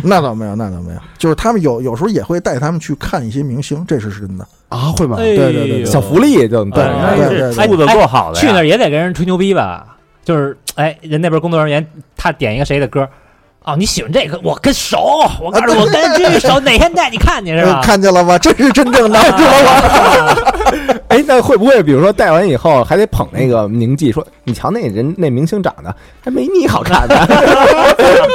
Speaker 6: 那倒没有，那倒没有，就是他们有有时候也会带他们去看一些明星，这是真的。
Speaker 2: 啊，会吗？
Speaker 5: 对
Speaker 6: 对对
Speaker 4: 小福利就
Speaker 6: 对
Speaker 5: 哎
Speaker 6: 对
Speaker 5: 这
Speaker 6: 对
Speaker 5: 哎
Speaker 7: 裤子够好的呀，
Speaker 5: 去那儿也得跟人吹牛逼吧？就是哎，人那边工作人员他点一个谁的歌。哦，你喜欢这个？我跟熟，我告诉你，我跟这熟，哪天带你看去是吧
Speaker 6: 呃？看见了吧？这是真正的，知道吧？
Speaker 4: 哎，那会不会比如说戴完以后还得捧那个名妓说，你瞧那人那明星长得还没你好看呢？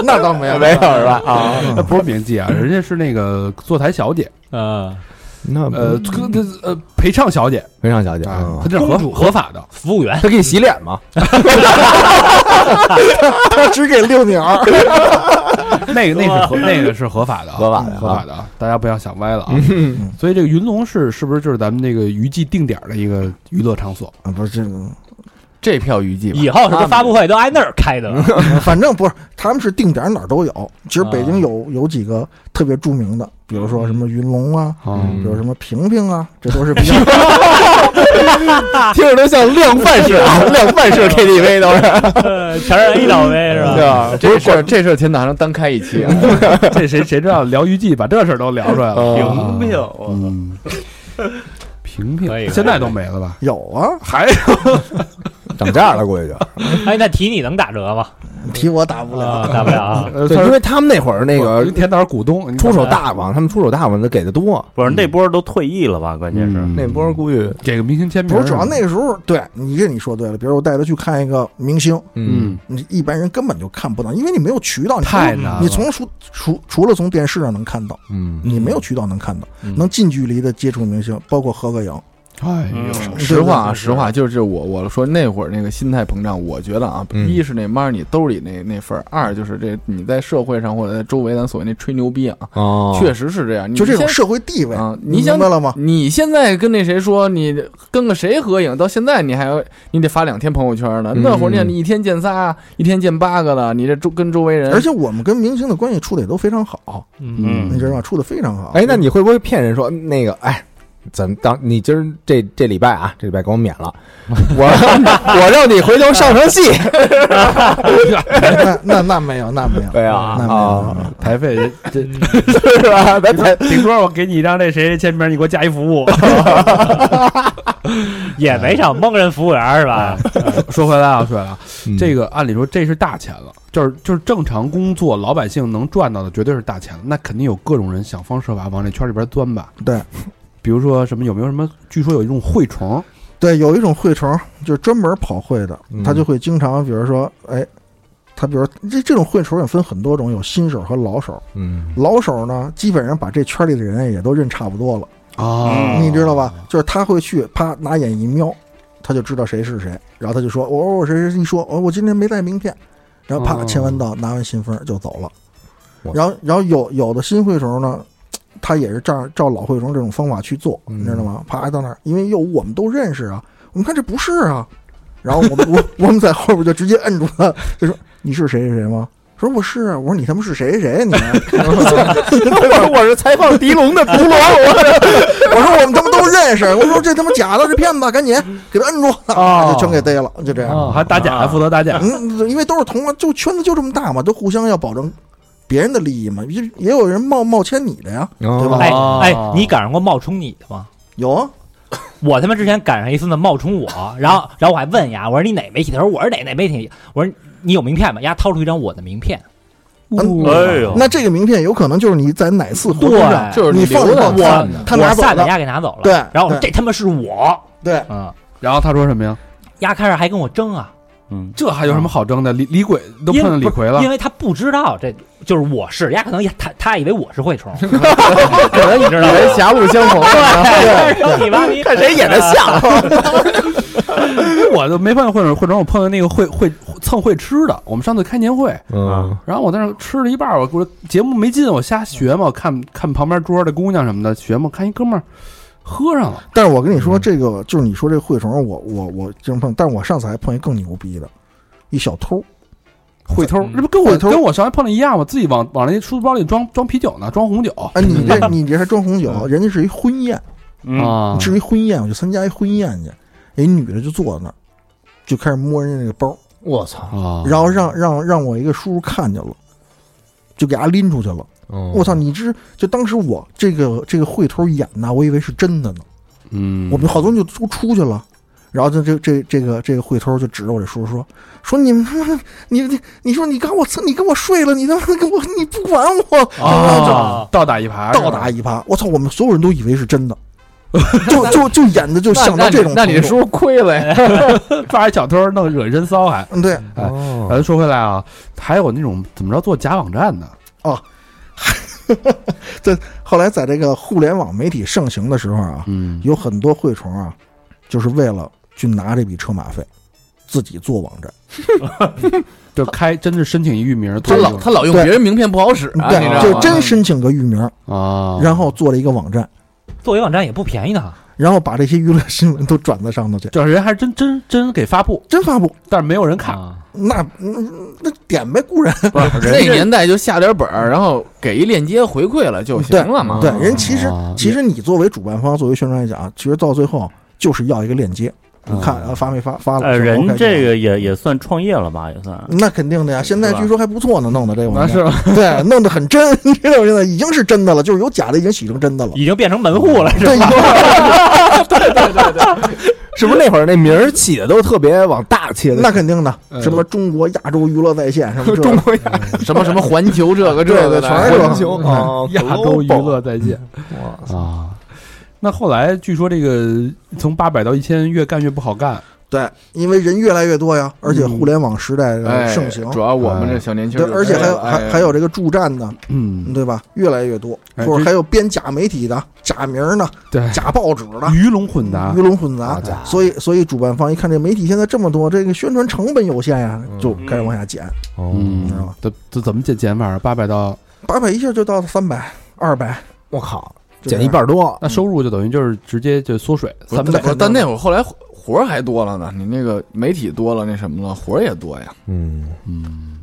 Speaker 6: 那倒没有，
Speaker 4: 没有是吧？啊，
Speaker 2: 那
Speaker 6: 嗯
Speaker 2: 不是名记啊，人家是那个坐台小姐，
Speaker 5: 嗯，
Speaker 4: 那
Speaker 2: 呃，
Speaker 6: 嗯
Speaker 2: 呃，陪唱小姐
Speaker 4: 梅尚小姐，
Speaker 2: 啊，
Speaker 4: 嗯
Speaker 2: 她这是合合法的，
Speaker 5: 服务员，
Speaker 4: 她给你洗脸吗？
Speaker 6: 他只给遛鸟 儿。
Speaker 2: 那个那是合那个是合法的啊，
Speaker 4: 合法的啊嗯
Speaker 2: 合法的啊，大家不要想歪了啊。所以这个云龙是是不是就是咱们那个娱记定点的一个娱乐场所？
Speaker 6: 啊，不是这个，
Speaker 10: 这票预计吧
Speaker 5: 以后什么发布会都挨那儿开的，
Speaker 6: 反正不是，他们是定点哪儿都有。其实北
Speaker 5: 啊
Speaker 6: 京有有几个特别著名的，比如说什么云龙啊，
Speaker 2: 嗯，
Speaker 6: 比如什么平平啊，这都 是比较。
Speaker 2: 啊
Speaker 4: 听着都像量贩式啊，量贩式 KTV 都是，
Speaker 5: 呃全是 A 倒 V 是
Speaker 4: 对
Speaker 5: 吧？
Speaker 4: 吧？
Speaker 10: 这事儿这事儿天堂上单开一期啊，
Speaker 2: 这 谁谁知道聊娱记把这事儿都聊出来
Speaker 7: 啊
Speaker 2: 了？
Speaker 4: 嗯
Speaker 2: 平
Speaker 1: 没 有啊，
Speaker 2: 嗯，平
Speaker 5: 可
Speaker 2: 平
Speaker 5: 以可以
Speaker 2: 现在都没了吧？
Speaker 6: 有啊，还
Speaker 4: 涨价了，估计就。
Speaker 5: 哎，那提你能打折吗？
Speaker 6: 提我打不了。
Speaker 5: 啊，打不 了啊。
Speaker 2: 呃，
Speaker 4: 对，因为他们那会儿那个
Speaker 2: 田导股东你
Speaker 4: 出手大方，他们出手大方的给的多，
Speaker 7: 不是那波都退役了吧？关键是
Speaker 2: 嗯
Speaker 4: 那波估计，
Speaker 2: 给个明星签名
Speaker 6: 不
Speaker 2: 儿
Speaker 6: 是，
Speaker 2: 什
Speaker 6: 主
Speaker 2: 么的，
Speaker 6: 要那个时候，对你这你说对了。比如我带他去看一个明星，
Speaker 2: 嗯，
Speaker 6: 你一般人根本就看不到，因为你没有渠道，你
Speaker 2: 太
Speaker 6: 从
Speaker 2: 难了
Speaker 6: 你从除除除了从电视上能看到，
Speaker 4: 嗯，
Speaker 6: 你没有渠道能看到，
Speaker 4: 嗯
Speaker 6: 能近距离的接触明星，包括何个影。
Speaker 2: 哎
Speaker 5: 嗯
Speaker 2: 呦，
Speaker 10: 实话啊，
Speaker 6: 对
Speaker 10: 实话就是我我说那会儿那个心态膨胀，我觉得啊，
Speaker 4: 嗯
Speaker 10: 一是那 money 兜里那那份儿，二就是这你在社会上或者在周围咱所谓那吹牛逼啊，
Speaker 4: 哦，
Speaker 10: 确实是这样，你
Speaker 6: 就这种
Speaker 10: 先
Speaker 6: 社会地位
Speaker 10: 啊，
Speaker 6: 你
Speaker 10: 你想
Speaker 6: 明白了吗？
Speaker 10: 你现在跟那谁说，你跟个谁合影，到现在你还要你得发两天朋友圈呢。
Speaker 4: 嗯
Speaker 10: 那会儿你想你一天见仨，一天见八个了，你这周跟周围人，
Speaker 6: 而且我们跟明星的关系处的也都非常好，
Speaker 5: 嗯，
Speaker 6: 你知道吗？处的非常好。
Speaker 4: 哎，那你会不会骗人说那个哎？咱们当你今儿这这礼拜啊，这礼拜给我免了，我 我让你回头上上戏。
Speaker 6: 那那那没有，那没 有，
Speaker 4: 对啊，
Speaker 6: 那没有，
Speaker 4: 啊，
Speaker 2: 台费这这
Speaker 4: 是吧？咱咱
Speaker 2: 顶多我给你一张那谁签名，你给我加一服务。
Speaker 6: 啊
Speaker 5: 也没少蒙人服务员是吧？
Speaker 2: 说回来啊，说回来啊，这
Speaker 4: 个
Speaker 2: 个按理说这是大钱了，就是就是正常工作老百姓能赚到的，绝对是大钱了。那肯定有各种人想方设法往这圈里边钻吧？
Speaker 6: 对，
Speaker 2: 比如说什么有没有什么？据说有一种蛔虫，
Speaker 6: 对，有一种蛔虫，就是专门跑会的，
Speaker 4: 嗯
Speaker 6: 他就会经常，比如说，哎，他比如这这种蛔虫也分很多种，有新手和老手。
Speaker 4: 嗯
Speaker 6: 老手呢，基本上把这圈里的人也都认差不多了，
Speaker 2: 啊
Speaker 6: 你知道吧？就是他会去啪拿眼一瞄，他就知道谁是谁，然后他就说，我、我谁谁谁一说，哦，我今天没带名片，然后啪
Speaker 2: 哦
Speaker 6: 签完到，拿完信封就走了。
Speaker 4: 我
Speaker 6: 然后然后有有的新蛔虫呢。他也是照照老蛔虫这种方法去做，你知道吗？啪到那儿，因为有我们都认识啊，我们看这不是啊，然后我们我我们在后边就直接摁住他，就说你是谁谁谁吗？说我是啊，我说你他妈是谁谁谁啊你？
Speaker 4: 我说我是采访狄龙的毒龙，
Speaker 6: 我说我们他妈都认识，我说这他妈假的，这骗子，赶紧给他摁住，
Speaker 2: 哦
Speaker 6: 就全给逮了，就这样。
Speaker 2: 啊，还打假的，负责打假。
Speaker 6: 嗯，因为都是同行，就圈子就这么大嘛，都互相要保证别人的利益嘛，也也有人冒冒签你的呀，对吧？
Speaker 5: 哎哎，你赶上过冒充你的吗？
Speaker 6: 有啊，
Speaker 5: 我他妈之前赶上一孙子冒 充我，然后然后我还问呀，我说你哪媒体？他说我是哪哪媒体？我说你有名片吗？丫掏出一张我的名片，
Speaker 6: 嗯
Speaker 7: 哎
Speaker 2: 哦
Speaker 7: 呦，
Speaker 6: 那这个名片有可能就是你在哪次活
Speaker 5: 对
Speaker 6: 动上，
Speaker 10: 就是
Speaker 6: 你
Speaker 10: 留着
Speaker 6: 放着
Speaker 10: 看
Speaker 6: 我
Speaker 10: 的
Speaker 6: 他拿
Speaker 5: 我
Speaker 6: 走
Speaker 5: 散了，
Speaker 6: 了，
Speaker 5: 丫给拿走了。
Speaker 6: 对
Speaker 5: 然后我说
Speaker 6: 对
Speaker 5: 这他妈是我，
Speaker 6: 对，
Speaker 5: 嗯，
Speaker 2: 然后他说什么呀？
Speaker 5: 丫开始还跟我争啊，
Speaker 7: 嗯，
Speaker 2: 这还有什么好争的？李李鬼都碰见李逵了
Speaker 5: 因，为他不知道这就是我是丫，可能也他他以为我是 蛔虫，可能你知道吗？
Speaker 10: 人狭路相逢，
Speaker 5: 对，然后你妈逼
Speaker 3: 看谁演的像。
Speaker 2: 我就 没碰见混混成，我碰见那个会会蹭会吃的。我们上次开年会，
Speaker 4: 嗯，
Speaker 2: 然后我在那儿吃了一半儿，我我节目没劲，我瞎学嘛，我看看旁边桌的姑娘什么的学嘛，看一哥们儿喝上了，
Speaker 6: 但是我跟你
Speaker 2: 嗯
Speaker 6: 说，这个就是你说这蛔虫，我我我经常碰，但是我上次还碰一更牛逼的，一小偷，
Speaker 2: 会偷，
Speaker 7: 嗯
Speaker 2: 这不跟我跟我上回碰的一样吗？自己往往那书包里装装啤酒呢，装红酒
Speaker 6: 哎，你这你这还装红酒，人家是一婚宴，
Speaker 7: 嗯
Speaker 2: 啊
Speaker 6: 是一婚宴，我就参加一婚宴去，一女的就坐在那儿，就开始摸人家那个包，
Speaker 4: 我操，
Speaker 2: 啊，
Speaker 6: 嗯然后让让让我一个叔叔看见了，就给他拎出去了。我
Speaker 10: 哦
Speaker 4: 我
Speaker 6: 操！你知就当时我这个这个会头演呐，我以为是真的呢。
Speaker 2: 嗯，
Speaker 6: 我们好多人就都出去了，然后就这这这个这个会头就指着我这叔叔说说你们他 妈你你你说你跟我你跟我睡了，你他妈跟我你不管我，
Speaker 2: 啊，倒打一耙，
Speaker 6: 倒打一耙！我操！我们所有人都以为是 真的，就就就演的就
Speaker 10: 那
Speaker 6: 想到这种
Speaker 10: 那你那你
Speaker 6: 程
Speaker 10: 叔
Speaker 6: 度
Speaker 10: 叔亏了呀？
Speaker 2: 抓一小偷，弄惹人骚还。
Speaker 6: 嗯对，
Speaker 2: 咱说回来啊，还有那种怎么着做假网站的，
Speaker 6: 后来在这个互联网媒体盛行的时候啊，
Speaker 2: 嗯
Speaker 6: 有很多蛔虫啊，就是为了去拿这笔车马费，自己做网站。
Speaker 2: 就开真是申请一域名，
Speaker 10: 他老他老用别人名片不好使啊，你知
Speaker 6: 对，
Speaker 10: 道
Speaker 6: 就
Speaker 10: 吗？
Speaker 6: 真申请个域名，
Speaker 2: 啊，
Speaker 6: 然后做了一个网站，
Speaker 5: 作为网站也不便宜呢，
Speaker 6: 然后把这些娱乐新闻都转到上头去，
Speaker 2: 这人还真真真给发布，
Speaker 6: 真发布。
Speaker 2: 但是没有人看，
Speaker 7: 啊，
Speaker 6: 那嗯那点呗，固然
Speaker 10: 那年代就下点本儿，然后给一链接回馈了就行了嘛。
Speaker 6: 对人其实
Speaker 2: 啊
Speaker 6: 其实你作为主办方，作为宣传来讲，其实到最后就是要一个链接，你看啊发没发发了？
Speaker 7: 呃，人
Speaker 6: OK，
Speaker 7: 这个也也算创业了吧，也算。
Speaker 6: 啊那肯定的呀。现在
Speaker 7: 是吧
Speaker 6: 据说还不错呢，弄的这个网
Speaker 2: 那
Speaker 6: 站
Speaker 2: 是
Speaker 6: 对，弄得很真， 你知道吗现在已经是真的了，就是有假的已经洗成真的了。
Speaker 5: 已经变成门户了，是
Speaker 6: 对，已
Speaker 5: 吧？
Speaker 6: 经
Speaker 4: 是不是那会儿那名儿起的都特别往大切的？
Speaker 6: 那肯定的，什么中国亚洲娱乐在线什么这
Speaker 4: 中国
Speaker 10: 什么什么环球这个这
Speaker 6: 对
Speaker 10: 个
Speaker 6: 对，
Speaker 10: 的
Speaker 6: 全是这
Speaker 4: 环
Speaker 6: 个。
Speaker 4: 球
Speaker 6: 哦
Speaker 4: 啊，
Speaker 2: 亚洲娱乐再见
Speaker 4: 哇
Speaker 2: 啊。那后来据说这个从八百到一千越干越不好干，
Speaker 6: 对，因为人越来越多呀，而且互联网时代的
Speaker 10: 哎
Speaker 6: 盛行，
Speaker 10: 主要我们这小年轻
Speaker 6: 对
Speaker 10: 人，，
Speaker 6: 而且还有
Speaker 10: 哎
Speaker 6: 还还有这个助战的，
Speaker 2: 嗯，
Speaker 6: 对吧？越来越多，
Speaker 2: 哎
Speaker 6: 或
Speaker 2: 这
Speaker 6: 者还有编假媒体的、假名儿呢、
Speaker 2: 对，
Speaker 6: 假报纸的。
Speaker 2: 鱼龙混杂
Speaker 6: 鱼，
Speaker 4: 嗯
Speaker 6: 龙混杂
Speaker 4: 好家，伙
Speaker 6: 所以所以主办方一看这媒体现在这么多，这个宣传成本有限呀，
Speaker 4: 嗯
Speaker 6: 就开始往下减，
Speaker 2: 嗯
Speaker 6: 知道吧，
Speaker 2: 这这怎么减减法？八百到
Speaker 6: 八百一下就到三百、二百，
Speaker 4: 我靠，
Speaker 6: 就这
Speaker 4: 减
Speaker 6: 样
Speaker 4: 一半多，
Speaker 2: 那收入就等于就是直接就缩水
Speaker 10: 不是
Speaker 2: 三倍
Speaker 10: 但，但那会儿后来活儿还多了呢，你那个媒体多了，那什么了，活儿也多呀。
Speaker 4: 嗯，
Speaker 2: 嗯，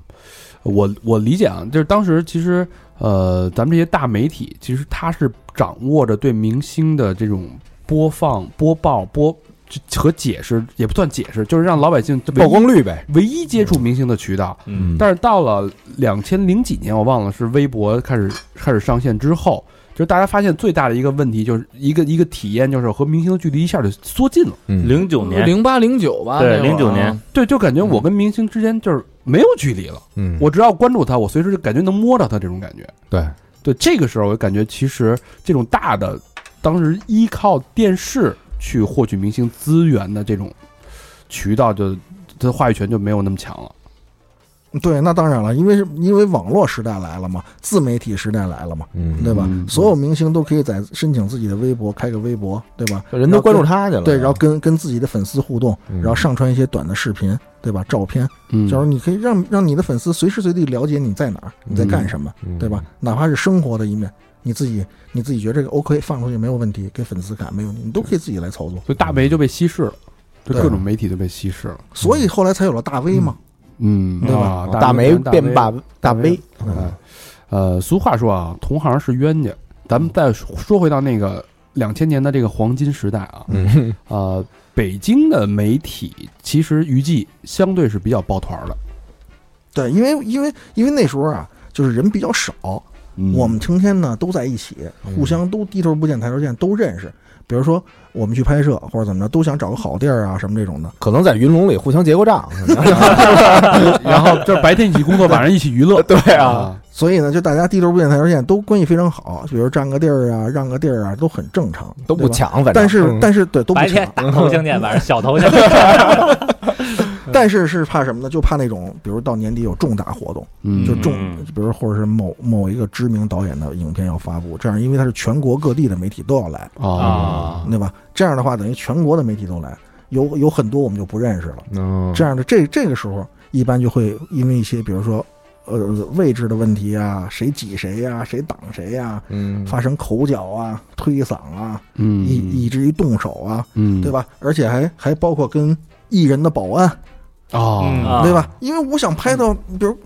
Speaker 2: 我我理解啊，就是当时其实呃，咱们这些大媒体其实它是掌握着对明星的这种播放、播报、播这和解释，也不算解释，就是让老百姓
Speaker 4: 曝光率呗，
Speaker 2: 唯一接触明星的渠道。
Speaker 4: 嗯
Speaker 2: 嗯但是到了两千零几年，我忘了是微博开始开始上线之后，就是大家发现最大的一个问题，就是一个一个体验，就是和明星的距离一下就缩近了。
Speaker 4: 嗯
Speaker 7: 零九年，
Speaker 10: 零八零九吧，
Speaker 7: 对
Speaker 10: 那会儿
Speaker 7: 09
Speaker 10: 啊
Speaker 7: 年，
Speaker 2: 对，就感觉我跟明星之间就是没有距离了。
Speaker 4: 嗯
Speaker 2: 我只要关注他，我随时就感觉能摸到他这种感觉。
Speaker 4: 对
Speaker 2: 对，这个时候我感觉其实这种大的，当时依靠电视去获取明星资源的这种渠道就，它的话语权就没有那么强了。
Speaker 6: 对，那当然了，因为是因为网络时代来了嘛，自媒体时代来了嘛，
Speaker 4: 嗯
Speaker 6: 对吧
Speaker 2: 嗯？
Speaker 6: 所有明星都可以在申请自己的微博，开个微博，对吧？
Speaker 4: 人都关注他去了，
Speaker 6: 对，然后跟跟自己的粉丝互动，
Speaker 4: 嗯
Speaker 6: 然后上传一些短的视频，对吧？照片，
Speaker 2: 嗯
Speaker 6: 就是你可以让让你的粉丝随时随地了解你在哪儿，你在干什么，
Speaker 4: 嗯
Speaker 6: 对吧？哪怕是生活的一面，你自己你自己觉得这个 OK 放出去没有问题，给粉丝看没有问题，你都可以自己来操作。
Speaker 2: 所以大媒就被稀释了，就
Speaker 6: 对
Speaker 2: 各种媒体都被稀释了。
Speaker 6: 所以后来才有了大 V 嘛。
Speaker 2: 嗯，
Speaker 6: 对吧
Speaker 2: 啊
Speaker 4: 大
Speaker 2: 媒
Speaker 4: 梅变
Speaker 2: 大
Speaker 4: 大
Speaker 2: 媒
Speaker 4: 大 V，
Speaker 2: 哎呃，俗话说啊，同行是冤家。咱们再说回到那个两千年的这个黄金时代啊，
Speaker 4: 嗯
Speaker 2: 呃，北京的媒体其实娱记相对是比较抱团儿的。
Speaker 6: 对，因为因为因为那时候啊，就是人比较少，
Speaker 2: 嗯
Speaker 6: 我们成天呢都在一起，互相都低头不见抬头见，都认识。比如说我们去拍摄或者怎么着，都想找个好地儿啊什么这种的。
Speaker 4: 可能在云龙里互相结过账，
Speaker 2: 然后就是白天一起工作，晚上一起娱乐。对啊，
Speaker 6: 所以呢，就大家低头不见抬头见，都关系非常好，比如占个地儿啊，让个地儿啊，都很正常，
Speaker 4: 都
Speaker 6: 对
Speaker 4: 不
Speaker 6: 吧。
Speaker 4: 抢，反正
Speaker 6: 但
Speaker 2: 嗯
Speaker 6: 是但是对都不
Speaker 5: 白
Speaker 6: 抢
Speaker 5: 天，大头相见，晚上小头相见。
Speaker 2: 嗯
Speaker 6: 但是是怕什么呢？就怕那种，比如到年底有重大活动，
Speaker 2: 嗯
Speaker 6: 就重
Speaker 7: 嗯，
Speaker 6: 比如或者是某某一个知名导演的影片要发布，这样因为它是全国各地的媒体都要来，
Speaker 2: 啊，
Speaker 6: 对吧？这样的话，等于全国的媒体都来，有有很多我们就不认识了。
Speaker 4: 嗯
Speaker 6: 这样的这这个时候，一般就会因为一些，比如说，呃，位置的问题啊，谁挤谁呀、谁挡谁呀、
Speaker 4: 嗯
Speaker 6: 发生口角啊、推搡啊，
Speaker 2: 嗯，
Speaker 6: 以以至于动手啊，
Speaker 2: 嗯，
Speaker 6: 对吧？而且还还包括跟艺人的保安，
Speaker 2: 啊，
Speaker 7: 啊
Speaker 6: 对吧？因为我想拍到，比如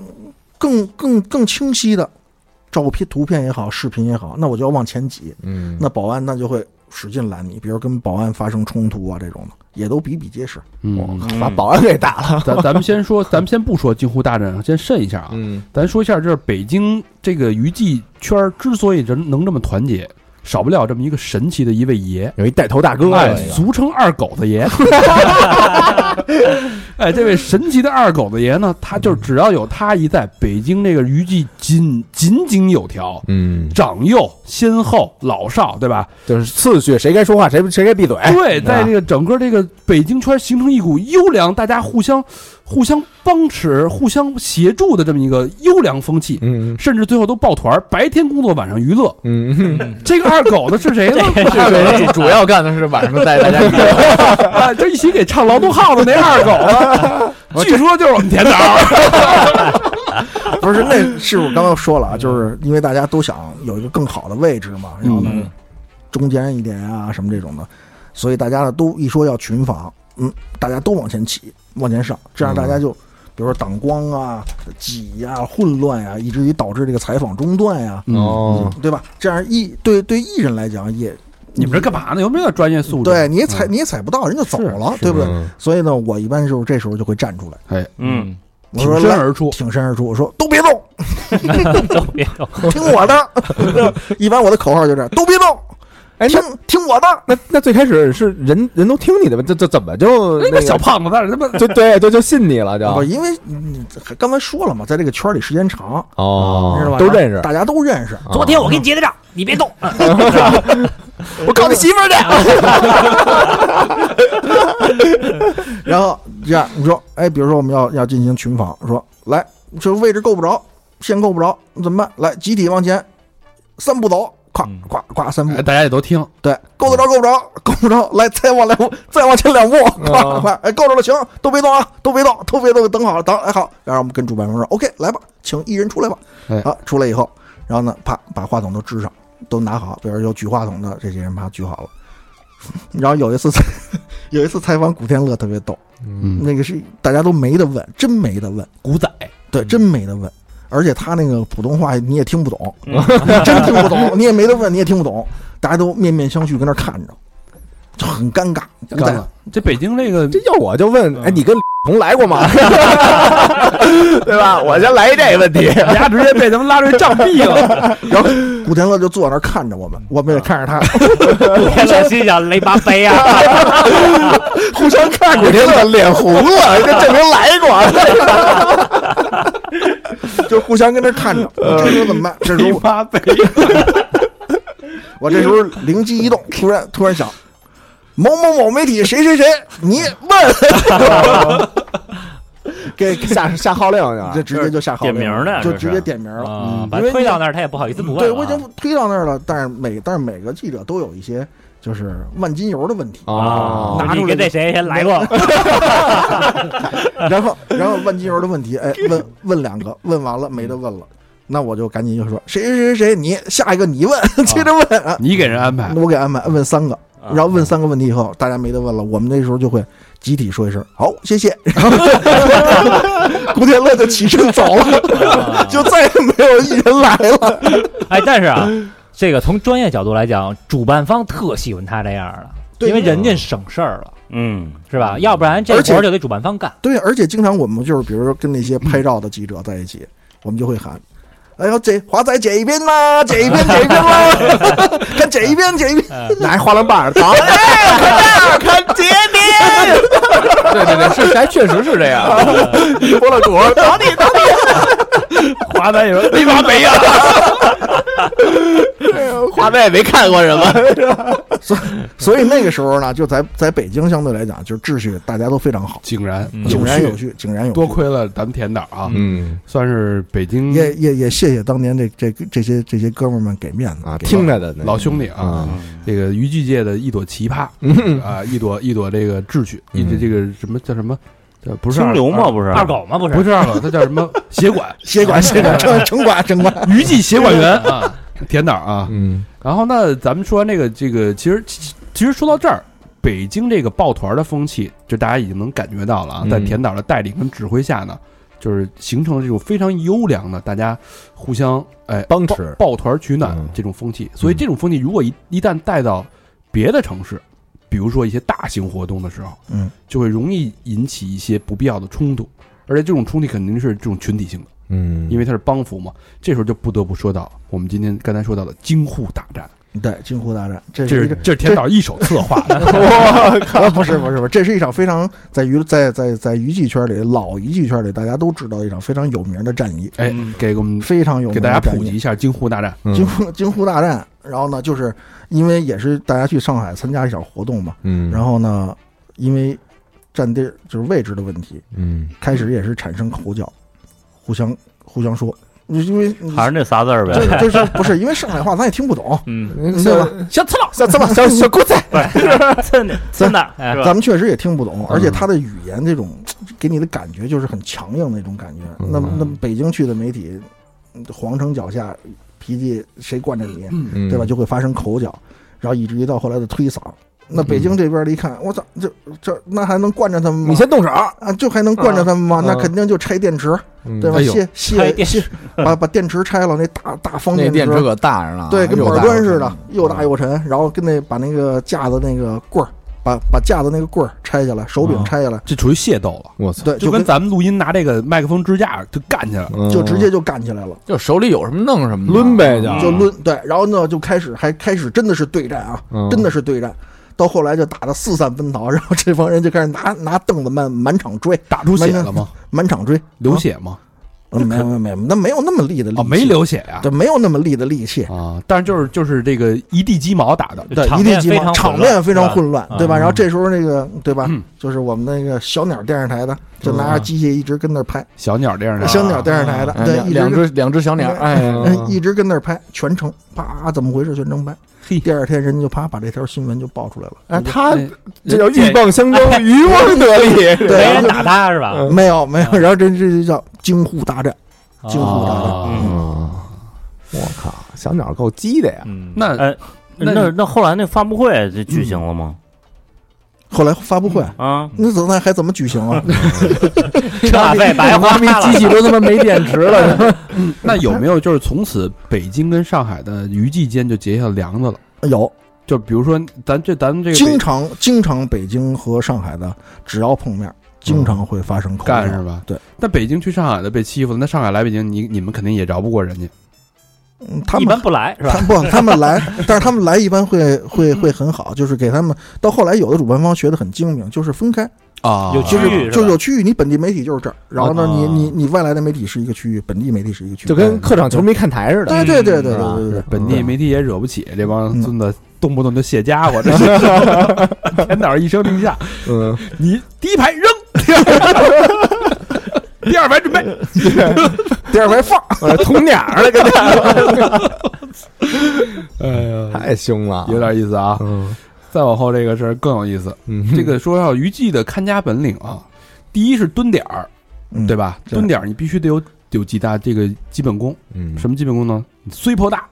Speaker 6: 更更更清晰的照片、图片也好，视频也好，那我就要往前挤，
Speaker 4: 嗯
Speaker 6: 那保安那就会使劲拦你，比如跟保安发生冲突啊这种的，也都比比皆是。
Speaker 2: 嗯，
Speaker 4: 把保安给打了，
Speaker 2: 咱咱们先说，咱们先不说京沪大战，先慎一下啊。
Speaker 4: 嗯
Speaker 2: 咱说一下，就是北京这个娱记圈儿之所以人能这么团结，少不了这么一个神奇的一位爷，
Speaker 4: 有一带头大哥，
Speaker 2: 哎，俗称二狗子 爷。哎，这位神奇的二狗子爷呢，他就是只要有他一在，北京这个娱记井井井有条，
Speaker 4: 嗯，
Speaker 2: 长幼先后老少，对吧？
Speaker 4: 就是次序，谁该说话谁谁该闭嘴，
Speaker 2: 对，在这个整个这个北京圈形成一股优良，大家互相互相帮持、互相协助的这么一个优良风气。
Speaker 4: 嗯
Speaker 2: 甚至最后都抱团儿，白天工作，晚上娱乐。
Speaker 4: 嗯，
Speaker 2: 这个二狗子是谁 呢？
Speaker 10: 二狗主主要干的是晚上带大家一起
Speaker 2: 啊，这一起给唱《劳动号》的那二狗子，据说就是 我们田导。
Speaker 6: 不是，那是我刚刚说了啊，就是因为大家都想有一个更好的位置嘛，然后呢，
Speaker 2: 嗯
Speaker 6: 中间一点啊什么这种的，所以大家呢都一说要群防，嗯，大家都往前起，往前上，这样大
Speaker 2: 嗯
Speaker 6: 家就。比如说挡光啊、挤呀、混乱呀、以至于导致这个采访中断
Speaker 2: 嗯
Speaker 6: 呀、
Speaker 4: 哦，
Speaker 6: 对吧？这样艺对对艺人来讲也，
Speaker 2: 你们这干嘛呢？有没有专业素质？
Speaker 6: 对，你也
Speaker 2: 嗯
Speaker 6: 踩你也踩不到，人就走了，对不对？
Speaker 4: 嗯
Speaker 6: 所以呢，我一般就是这时候就会站出来，
Speaker 7: 嗯，
Speaker 6: 我
Speaker 2: 挺
Speaker 6: 说
Speaker 2: 身
Speaker 6: 来
Speaker 2: 而出。
Speaker 6: 挺身而出，我说都别动，
Speaker 5: 都别动，
Speaker 6: 听我 的。一般我的口号就这样，都别动，
Speaker 4: 哎，
Speaker 6: 听
Speaker 4: 那
Speaker 6: 听我的。
Speaker 4: 那那最开始是人人都听你的吧？这这怎么就
Speaker 2: 哎那
Speaker 4: 那个
Speaker 2: 个小胖子在那他妈
Speaker 4: 就对就就信你了就
Speaker 6: 不，因为你刚才说了嘛，在这个圈里时间长，
Speaker 4: 哦
Speaker 6: 知道吧？
Speaker 4: 都认识，
Speaker 6: 大家都认识。
Speaker 5: 昨天我给你结的账，你别动。
Speaker 6: 啊
Speaker 4: 我告你媳妇儿去，
Speaker 6: 然后这样你说，哎，比如说我们要要进行群访，说来这个位置够不着，线够不着，怎么办？来，集体往前三步走，咵
Speaker 4: 嗯
Speaker 6: 咵咵三步
Speaker 2: 哎，大家也都听，
Speaker 6: 对，够得着，
Speaker 2: 嗯
Speaker 6: 够不着，够不着，来，再往来，再往前两步，快快，哎，够着了，行，都别动啊，都别动，都别动，等好，等，哎，好，然后我们跟主办方说，OK，来吧，请一人出来吧
Speaker 2: 哎，
Speaker 6: 啊，出来以后，然后呢，啪，把话筒都支上，都拿好，比如有举话筒的这些人，啪，举好了。 然后有一次采， 有一次采访古天乐特别逗，
Speaker 2: 嗯，
Speaker 6: 那个是大家都没得问，真没得问，
Speaker 2: 古仔
Speaker 6: 对，真没得问，而且他那个普通话你也听不懂， 真听不懂，你也没得问，你也听不懂，大家都面面相觑，跟那儿看着，就很尴尬。古
Speaker 2: 干
Speaker 6: 仔
Speaker 2: 了。这北京这个
Speaker 4: 这要我就
Speaker 2: 嗯
Speaker 4: 问，哎，你跟李 彤来 过吗？对吧？我先来一这个问题，
Speaker 2: 人家直接被他们拉出去杖毙了。
Speaker 6: 古天乐就坐那儿看着我们，我们也看 着他，
Speaker 5: 天乐心想雷巴杯 啊，
Speaker 4: 互相看，古天乐脸红 了，这证明来过。
Speaker 6: 就互相跟那儿看着。
Speaker 4: 嗯
Speaker 6: 我这时候怎么办？这时候
Speaker 2: 八倍，
Speaker 6: 我这时候灵机 一动，突然突然想，某某某媒体谁谁谁，你 问，给给
Speaker 4: 下下号令啊
Speaker 6: 这
Speaker 4: 去，
Speaker 6: 直接就下好
Speaker 7: 点名儿的
Speaker 6: 就
Speaker 7: 这是
Speaker 6: 直接点名儿了。
Speaker 7: 啊，把
Speaker 6: 嗯因为
Speaker 7: 推
Speaker 6: 你
Speaker 7: 到那儿，他也不好意思不问了啊。
Speaker 6: 对，我已经推到那儿了，但是每但是每个记者都有一些就是万金油的问题，
Speaker 4: 哦
Speaker 6: 拿出
Speaker 5: 啊，
Speaker 6: 来
Speaker 5: 你跟那谁谁来过？
Speaker 7: 哦
Speaker 6: 然后然后万金油的 问题，哎，问问两个，问完了没得问了，那我就赶紧就说谁谁谁谁，你下一个你问，
Speaker 7: 哦
Speaker 6: 接着问啊，
Speaker 2: 你给人安排，
Speaker 6: 我给安排问三个，
Speaker 7: 啊
Speaker 6: 然后问三个问题以后，大家没得问了，我们那时候就会集体说一声好，谢谢，然后古天乐就起身走了，就再也没有一人来了，
Speaker 5: 哎，但是啊，这个从专业角度来讲，主办方特喜欢他这样的，
Speaker 6: 对
Speaker 5: 因为人家省事儿了，
Speaker 7: 嗯，
Speaker 5: 是吧？要不然这
Speaker 6: 而且
Speaker 5: 活儿就得主办方干。
Speaker 6: 对，而且经常我们就是比如说跟那些拍照的记者在一起，我们就会喊。哎呦，这华仔剪一边啦，剪一边，剪一边啦，看剪一边，剪一边。
Speaker 4: 拿一花篮棒砸，哎，看看姐姐，嗯
Speaker 10: 对对对，是还确实是这样。
Speaker 4: 拨了主，
Speaker 5: 华
Speaker 2: 华南也说你妈没呀，
Speaker 10: 华北没看过什么，
Speaker 6: 所以那个时候呢，就在在北京相对来讲，就是秩序大家都非常好，
Speaker 2: 井然
Speaker 7: 嗯
Speaker 6: 井
Speaker 2: 有
Speaker 6: 然有
Speaker 2: 序，
Speaker 6: 序，井然有序。
Speaker 2: 多亏了咱们田导啊，
Speaker 4: 嗯
Speaker 2: 算是北京
Speaker 6: 也也也谢谢当年这这这些这些哥们儿们给面子
Speaker 4: 啊，听着的那
Speaker 2: 老兄弟啊，
Speaker 4: 啊，
Speaker 2: 这个渔具界的一朵奇葩啊，一朵一朵这个秩序，一这这个什么叫什么？叫不是
Speaker 7: 清流嘛，
Speaker 2: 不
Speaker 7: 不
Speaker 6: 啊
Speaker 7: 是
Speaker 5: 二狗吗？不是，
Speaker 2: 不是二狗，它叫什么？ 协管
Speaker 6: 协管协管 城城管城管，
Speaker 2: 渔具协管员啊，田导啊。
Speaker 4: 嗯
Speaker 2: 然后那咱们说完这个这个，其实其其实说到这儿，北京这个抱团的风气，就大家已经能感觉到了啊，在
Speaker 4: 嗯
Speaker 2: 田导的带领跟指挥下呢，就是形成了这种非常优良的大家互相哎
Speaker 4: 帮持
Speaker 2: 抱抱团取暖
Speaker 4: 嗯
Speaker 2: 这种风气。所以这种风气如果一一旦带到别的城市，比如说一些大型活动的时候，
Speaker 6: 嗯，
Speaker 2: 就会容易引起一些不必要的冲突，而且这种冲突肯定是这种群体性的，
Speaker 4: 嗯，
Speaker 2: 因为它是帮扶嘛。这时候就不得不说到我们今天刚才说到的京沪大战，
Speaker 6: 对，京沪大战，这
Speaker 2: 这
Speaker 6: 是一
Speaker 2: 是
Speaker 6: 个
Speaker 2: 这是田导一手策划的，
Speaker 6: 啊 不是不是不是，这是一场非常在娱在在在娱记圈里老娱记圈里大家都知道一场非常有名的战役，
Speaker 2: 哎，给我们
Speaker 6: 非常有
Speaker 2: 给
Speaker 6: 名
Speaker 2: 大
Speaker 6: 的
Speaker 2: 家
Speaker 6: 战
Speaker 2: 普及
Speaker 6: 役。
Speaker 2: 一下京沪大战。
Speaker 4: 嗯
Speaker 6: 京沪京沪大战，然后呢，就是因为也是大家去上海参加一场活动嘛，
Speaker 4: 嗯，
Speaker 6: 然后呢，因为占地儿就是位置的问题，
Speaker 4: 嗯
Speaker 6: 开始也是产生口角，互相互相说，因为
Speaker 7: 还是那仨字儿呗。
Speaker 6: 这就是不是因为上海话咱也听不懂，
Speaker 7: 嗯，
Speaker 6: 对吧？
Speaker 5: 小刺佬，
Speaker 4: 小怎么小小姑仔，
Speaker 7: 蹭的蹭的，是吧
Speaker 6: 哎咱们确实也听不懂，而且他的语言这种给你的感觉就是很强硬那种感觉。
Speaker 4: 嗯
Speaker 6: 那么那么北京去的媒体，嗯皇城脚下脾气谁惯着你，
Speaker 4: 嗯
Speaker 6: 对吧？？就会发生口角，然后以至于到后来的推搡。那北京这边的一看，我操，这这那还能惯着他们吗？
Speaker 4: 你先动手，
Speaker 6: 啊，就还能惯着他们吗？
Speaker 4: 嗯
Speaker 6: 那肯定就拆电池，对吧？
Speaker 2: 哎呦
Speaker 6: 卸
Speaker 5: 拆
Speaker 6: 卸
Speaker 5: 电
Speaker 6: 卸，把把电池拆了，那大大方
Speaker 10: 那
Speaker 6: 电
Speaker 10: 电池可大着呢，
Speaker 6: 对，跟
Speaker 10: 啊又
Speaker 6: 板
Speaker 10: 大
Speaker 6: 砖
Speaker 10: 又
Speaker 6: 似
Speaker 10: 沉
Speaker 6: 的，又大又沉。然后跟那把那个架子那个棍儿，把把架子那个棍儿拆下来，手
Speaker 10: 啊
Speaker 6: 柄拆下来，
Speaker 2: 这属于械斗了，
Speaker 4: 我操，
Speaker 6: 对，
Speaker 2: 就
Speaker 6: 就
Speaker 2: 跟咱们录音拿这个麦克风支架就干起来了。
Speaker 10: 哦
Speaker 6: 就直接就干起来了，
Speaker 10: 就手里有什么弄什
Speaker 4: 嗯
Speaker 10: 么，
Speaker 4: 抡。呗，
Speaker 7: 啊
Speaker 4: 就啊
Speaker 6: 就抡。对，然后呢就开始还开始真的是对战啊，
Speaker 4: 嗯
Speaker 6: 真的是对战。到后来就打得四散奔逃，然后这帮人就开始拿拿凳子满满场追，
Speaker 2: 打出血了吗？
Speaker 6: 满场追，
Speaker 2: 流血吗？
Speaker 6: 嗯。没有没有没有，那没有那么利的力
Speaker 7: 哦
Speaker 2: 啊，
Speaker 6: 气，
Speaker 2: 没，流血呀。
Speaker 6: 对，没有那么利的力气，
Speaker 2: 啊，但是就是就是这个一地鸡毛打的，
Speaker 6: 对，
Speaker 7: 场
Speaker 6: 一地
Speaker 7: 面
Speaker 6: 鸡
Speaker 7: 非
Speaker 6: 毛，
Speaker 7: 常
Speaker 6: 场
Speaker 7: 混乱
Speaker 6: 面非常
Speaker 7: 是吧
Speaker 6: 混乱，对吧？
Speaker 2: 嗯
Speaker 6: 然后这时候那个，对吧
Speaker 2: 嗯？
Speaker 6: 就是我们那个小鸟电视台的，就拿
Speaker 10: 嗯
Speaker 6: 着机械一直跟那儿拍，
Speaker 2: 小鸟这样的啊
Speaker 6: 小鸟电视台的，
Speaker 10: 哎
Speaker 6: 对，
Speaker 10: 两
Speaker 6: 一
Speaker 10: 两
Speaker 6: 直
Speaker 10: 只两只小鸟，哎，
Speaker 6: 嗯一直跟那儿拍，全程啪，怎么回事？全程拍。
Speaker 2: 嘿
Speaker 6: 第二天人家就啪把这条新闻就爆出来了。嗯
Speaker 4: 哎，他
Speaker 2: 哎
Speaker 4: 这叫鹬蚌相争，渔翁得利。
Speaker 6: 哎
Speaker 4: 啊
Speaker 6: 对
Speaker 5: 没
Speaker 6: 然
Speaker 5: 人
Speaker 6: 后
Speaker 5: 打他是吧？
Speaker 6: 就没有没有，然后这这就叫京沪大战，京沪大战。
Speaker 2: 啊，
Speaker 6: 嗯
Speaker 4: 啊，我靠，小鸟够鸡的呀！
Speaker 7: 嗯，
Speaker 2: 那
Speaker 7: 哎，
Speaker 2: 那
Speaker 7: 那那后来那发布会这举行了吗？
Speaker 6: 后来发布会，
Speaker 7: 啊，
Speaker 6: 那怎么还怎么举行啊？
Speaker 5: 车马费白花了，
Speaker 10: 机器都他妈没电池了，
Speaker 2: 那有没有就是从此北京跟上海的娱记间就结下梁子了？
Speaker 6: 有，
Speaker 2: 就比如说咱这咱们这个
Speaker 6: 经常经常北京和上海的只要碰面，经常会发生口
Speaker 2: 北干
Speaker 6: 角
Speaker 2: 是吧？
Speaker 6: 对，
Speaker 2: 那北京去上海的被欺负了，那上海来北京，你你们肯定也饶不过人家。
Speaker 6: 嗯，他
Speaker 5: 一
Speaker 6: 们
Speaker 5: 般不来是吧？
Speaker 6: 他不，他们来，但是他们来一般会会会很好，就是给他们到后来有的主办方学的很精明，就是分开，
Speaker 2: 啊
Speaker 5: 有
Speaker 6: 就
Speaker 5: 区域
Speaker 6: 是
Speaker 5: 是
Speaker 6: 就
Speaker 5: 吧
Speaker 6: 有区域，你本地媒体就是这儿，然后呢，
Speaker 2: 啊
Speaker 6: 你你你外来的媒体是一个区域，本地媒体是一个区域，
Speaker 4: 就跟客场球迷看台似的，
Speaker 6: 对对对对对
Speaker 4: 是
Speaker 2: 嗯
Speaker 4: 吧
Speaker 6: 对对嗯对，
Speaker 2: 本地媒体也惹不起这帮
Speaker 6: 嗯
Speaker 2: 孙子，动不动就卸家伙，这是 天哪！一声令下，
Speaker 4: 嗯，
Speaker 2: 你第一排扔，第二排准备，
Speaker 6: 第二排放，
Speaker 4: 呃捅鸟儿了，跟他
Speaker 2: 哎呀，
Speaker 4: 太凶了，
Speaker 2: 有点意思啊！
Speaker 4: 嗯
Speaker 2: 再往后这个事儿更有意思。
Speaker 4: 嗯，
Speaker 2: 这个说要娱记的看家本领啊，第一是蹲点儿，
Speaker 6: 嗯
Speaker 2: 对？吧？
Speaker 6: 对
Speaker 2: 蹲点儿你必须得有有几大这个基本功，
Speaker 4: 嗯
Speaker 2: 什么基本功呢？你虽破大，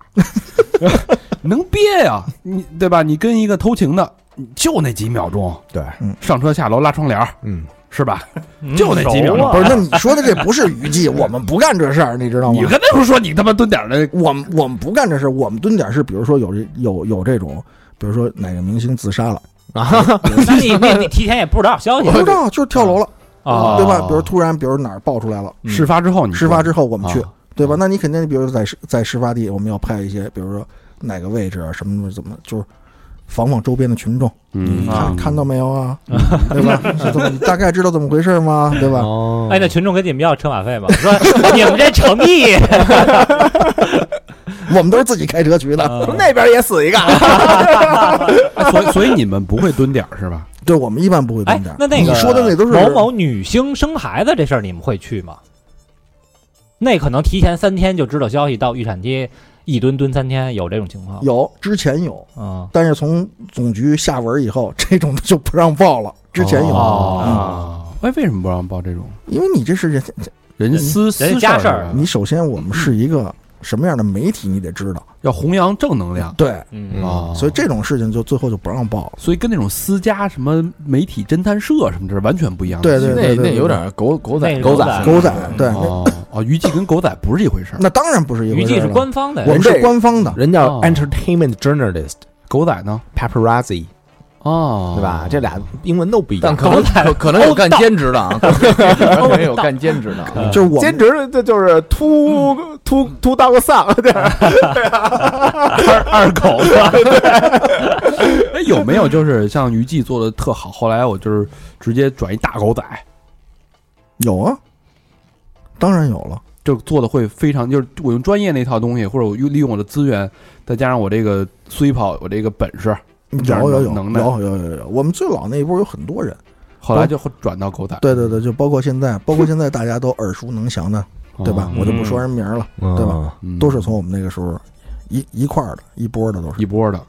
Speaker 2: 能憋呀、你对吧？你跟一个偷情的，你就那几秒钟，
Speaker 4: 对，
Speaker 2: 上车下楼拉窗帘儿
Speaker 4: 嗯，
Speaker 2: 是吧？
Speaker 5: 嗯
Speaker 2: 就那几秒
Speaker 7: 熟啊
Speaker 6: 不是，那你说的这不是 娱记，我们不干这事儿，你知道吗
Speaker 2: 你？跟他们说你他妈蹲点儿的，
Speaker 6: 我们我们不干这事儿，我们蹲点是，比如说有这有有这种，比如说哪个明星自杀了，
Speaker 5: 那你你你提前也不知道消息
Speaker 6: 不知道就是跳楼了，
Speaker 2: 哎啊
Speaker 6: 对吧？比如突然比如哪儿爆出来了，
Speaker 2: 事发之后你
Speaker 6: 嗯事发之后我们去，
Speaker 2: 啊
Speaker 6: 对吧？那你肯定，比如在事在事发地，我们要派一些，比如说哪个位置啊，什么怎么，就是防防周边的群众，
Speaker 2: 嗯
Speaker 7: 啊
Speaker 6: 看看到没有啊，对吧？是这么你大概知道怎么回事吗？对吧？
Speaker 4: 哦
Speaker 5: 哎，那群众给你们要车马费吗？ 我说你们这诚意，
Speaker 7: 哎
Speaker 6: 我们都是自己开车去的，
Speaker 4: 那边也死一个，
Speaker 2: 哎所以所以你们不会蹲点儿是吧？
Speaker 6: 对，我们一般不会
Speaker 5: 哎
Speaker 6: 蹲点，。
Speaker 5: 那那个
Speaker 6: 你说的那都是
Speaker 5: 某某女星生孩子这事儿，你们会去吗？那可能提前三天就知道消息，到预产期一蹲蹲三天，有这种情况？
Speaker 6: 有之前有，
Speaker 5: 嗯，
Speaker 6: 但是从总局下文以后，这种就不让报了。之前有，
Speaker 2: 哦，哎，为什么不让报这种
Speaker 6: 因为你这是人，
Speaker 2: 人私私
Speaker 5: 人家
Speaker 2: 事
Speaker 5: 事
Speaker 2: 儿啊是
Speaker 5: 儿
Speaker 2: 吧？
Speaker 6: 你首先我们是一个什么样的媒体，你得知道。
Speaker 2: 要弘扬正能量
Speaker 6: 对，哦
Speaker 5: 嗯
Speaker 2: 啊，
Speaker 6: 所以这种事情就最后就不让报了。
Speaker 2: 所以跟那种私家什么媒体侦探社什么这完全不一样的
Speaker 6: 对
Speaker 2: 性
Speaker 6: 对
Speaker 2: 质。
Speaker 10: 那
Speaker 6: 对对，
Speaker 10: 那
Speaker 6: 对
Speaker 10: 有点狗狗仔
Speaker 5: 那是
Speaker 10: 狗
Speaker 5: 狗
Speaker 10: 仔
Speaker 5: 仔
Speaker 6: 狗仔，对，那
Speaker 2: 哦哦，娱记跟狗仔不是一回事儿。
Speaker 6: 那当然不是一
Speaker 5: 预
Speaker 6: 回
Speaker 5: 计
Speaker 6: 事
Speaker 5: 是
Speaker 6: 了。
Speaker 5: 官方的
Speaker 6: 我，们是官方的，
Speaker 4: 人叫
Speaker 2: 哦
Speaker 4: entertainment journalist
Speaker 2: 狗仔呢？
Speaker 4: paparazzi，
Speaker 2: 哦，
Speaker 4: 对吧？这俩英文都不一
Speaker 10: 但
Speaker 4: 样。哦
Speaker 10: 可能可可能有干兼职的啊，可能有干兼职的啊。
Speaker 6: 就是我
Speaker 3: 兼
Speaker 6: 们
Speaker 3: 职的这就是秃
Speaker 4: 嗯
Speaker 3: 秃秃当个丧，对，
Speaker 5: 二狗子，
Speaker 2: 哎，有没有就是像娱记做的特好，后来我就是直接转一大狗仔，
Speaker 6: 有啊，当然有了。
Speaker 2: 就做的会非常，就是我用专业那套东西，或者我用利用我的资源，再加上我这个虽跑，我这个本事，
Speaker 6: 有有有有
Speaker 2: 能耐
Speaker 6: 有有有有，我们最老那一波有很多人，
Speaker 2: 后来就会转到狗仔。
Speaker 6: 对对对，就包括现在，包括现在大家都耳熟能详的，对吧？我就不说人名了，
Speaker 4: 啊
Speaker 6: 对吧？
Speaker 4: 吧？
Speaker 2: 嗯
Speaker 6: 都是从我们那个时候一一块儿的，一波的都是。
Speaker 2: 一波的。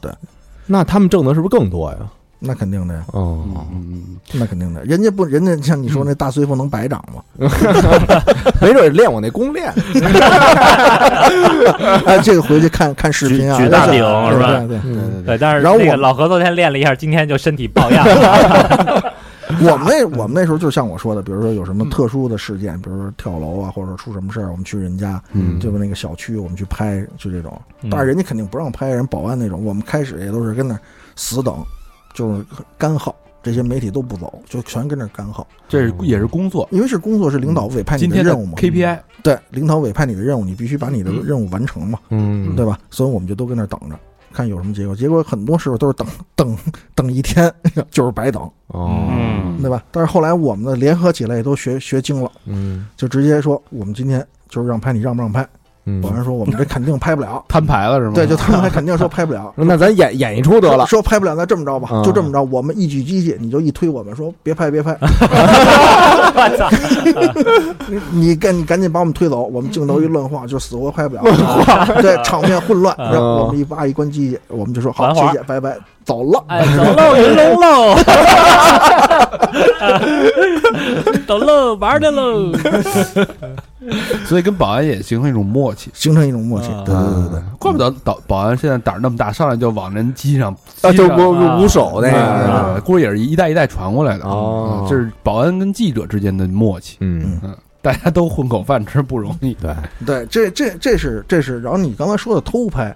Speaker 4: 那他们挣的是不是更多呀？
Speaker 6: 那肯定的呀，
Speaker 4: 哦，
Speaker 2: 嗯，
Speaker 6: 那肯定的。人家不，人家像你说那大随风能白长吗？
Speaker 4: 没准练我那公练，
Speaker 6: 哎，这个回去看看视频啊，
Speaker 7: 举举大
Speaker 6: 而且
Speaker 7: 饼是吧
Speaker 6: 对对
Speaker 2: 对对对，
Speaker 5: 对，但是
Speaker 6: 然后
Speaker 5: 那
Speaker 6: 我
Speaker 5: 个老何昨天练了一下，今天就身体 抱恙了。
Speaker 6: 对，我们那我们那时候就像我说的，比如说有什么特殊的事件，比如说跳楼啊，或者出什么事儿，我们去人家，
Speaker 2: 嗯
Speaker 6: 对吧？那个小区我们去拍，就这种。
Speaker 5: 嗯
Speaker 6: 但是 人家肯定不让拍，人保安那种。我们开始也都是跟那儿死等，就是干耗。这些媒体都不走，就全跟那儿干耗，
Speaker 2: 这是也是工作。
Speaker 6: 因为是工作，是领导委派你
Speaker 2: 今
Speaker 6: 的
Speaker 2: 天的
Speaker 6: 任务嘛。
Speaker 2: KPI，
Speaker 6: 对，领导委派你的任务，你必须把你的任务完成嘛，
Speaker 4: 嗯
Speaker 6: 对吧？所以我们就都跟那儿等着，看有什么结果。结果很多时候都是等等等一天， 就是白等，
Speaker 4: 哦，
Speaker 7: 嗯
Speaker 6: 对吧？但是后来我们呢联合起来也都学学精了，
Speaker 4: 嗯
Speaker 6: 就直接说我们今天就是让拍，你让不让拍？保
Speaker 4: 嗯，。
Speaker 6: 安说我们这肯定拍不了
Speaker 2: 摊牌了是吗？
Speaker 6: 对，就他们还肯定说拍不了
Speaker 4: 那咱演演一出得了，
Speaker 6: 说拍不了，那这么着吧，
Speaker 4: 嗯
Speaker 6: 就这么着，我们一举机器，你就一推我们，说别拍 别拍，你你赶你赶紧把我们推走，我们镜头一乱晃，就死活拍不了，啊 对，场面混乱，
Speaker 4: 嗯
Speaker 6: 然后我们一扒一关机器，我们就说好，
Speaker 5: 缓会儿
Speaker 6: 谢谢，拜拜，走了。
Speaker 5: 哎，走喽，云龙喽，走喽，玩儿去喽。
Speaker 2: 所以跟保安也形成一种默契。
Speaker 6: 形成一种默契，
Speaker 4: 嗯
Speaker 5: 啊
Speaker 6: 对对对对，
Speaker 2: 怪不得导保安现在胆儿那么大，上来就往人机上，
Speaker 4: 啊，就
Speaker 2: 我
Speaker 4: 我
Speaker 5: 啊
Speaker 4: 捂手那
Speaker 2: 对
Speaker 4: 个，
Speaker 2: 对对哎啊估计也是一代一代传过来的。
Speaker 4: 哦
Speaker 2: 嗯这是保安跟记者之间的默契，
Speaker 4: 嗯，
Speaker 2: 大家都混口饭吃不容易。
Speaker 4: 对，
Speaker 6: 对，这这这是这是，然后你刚才说的偷拍，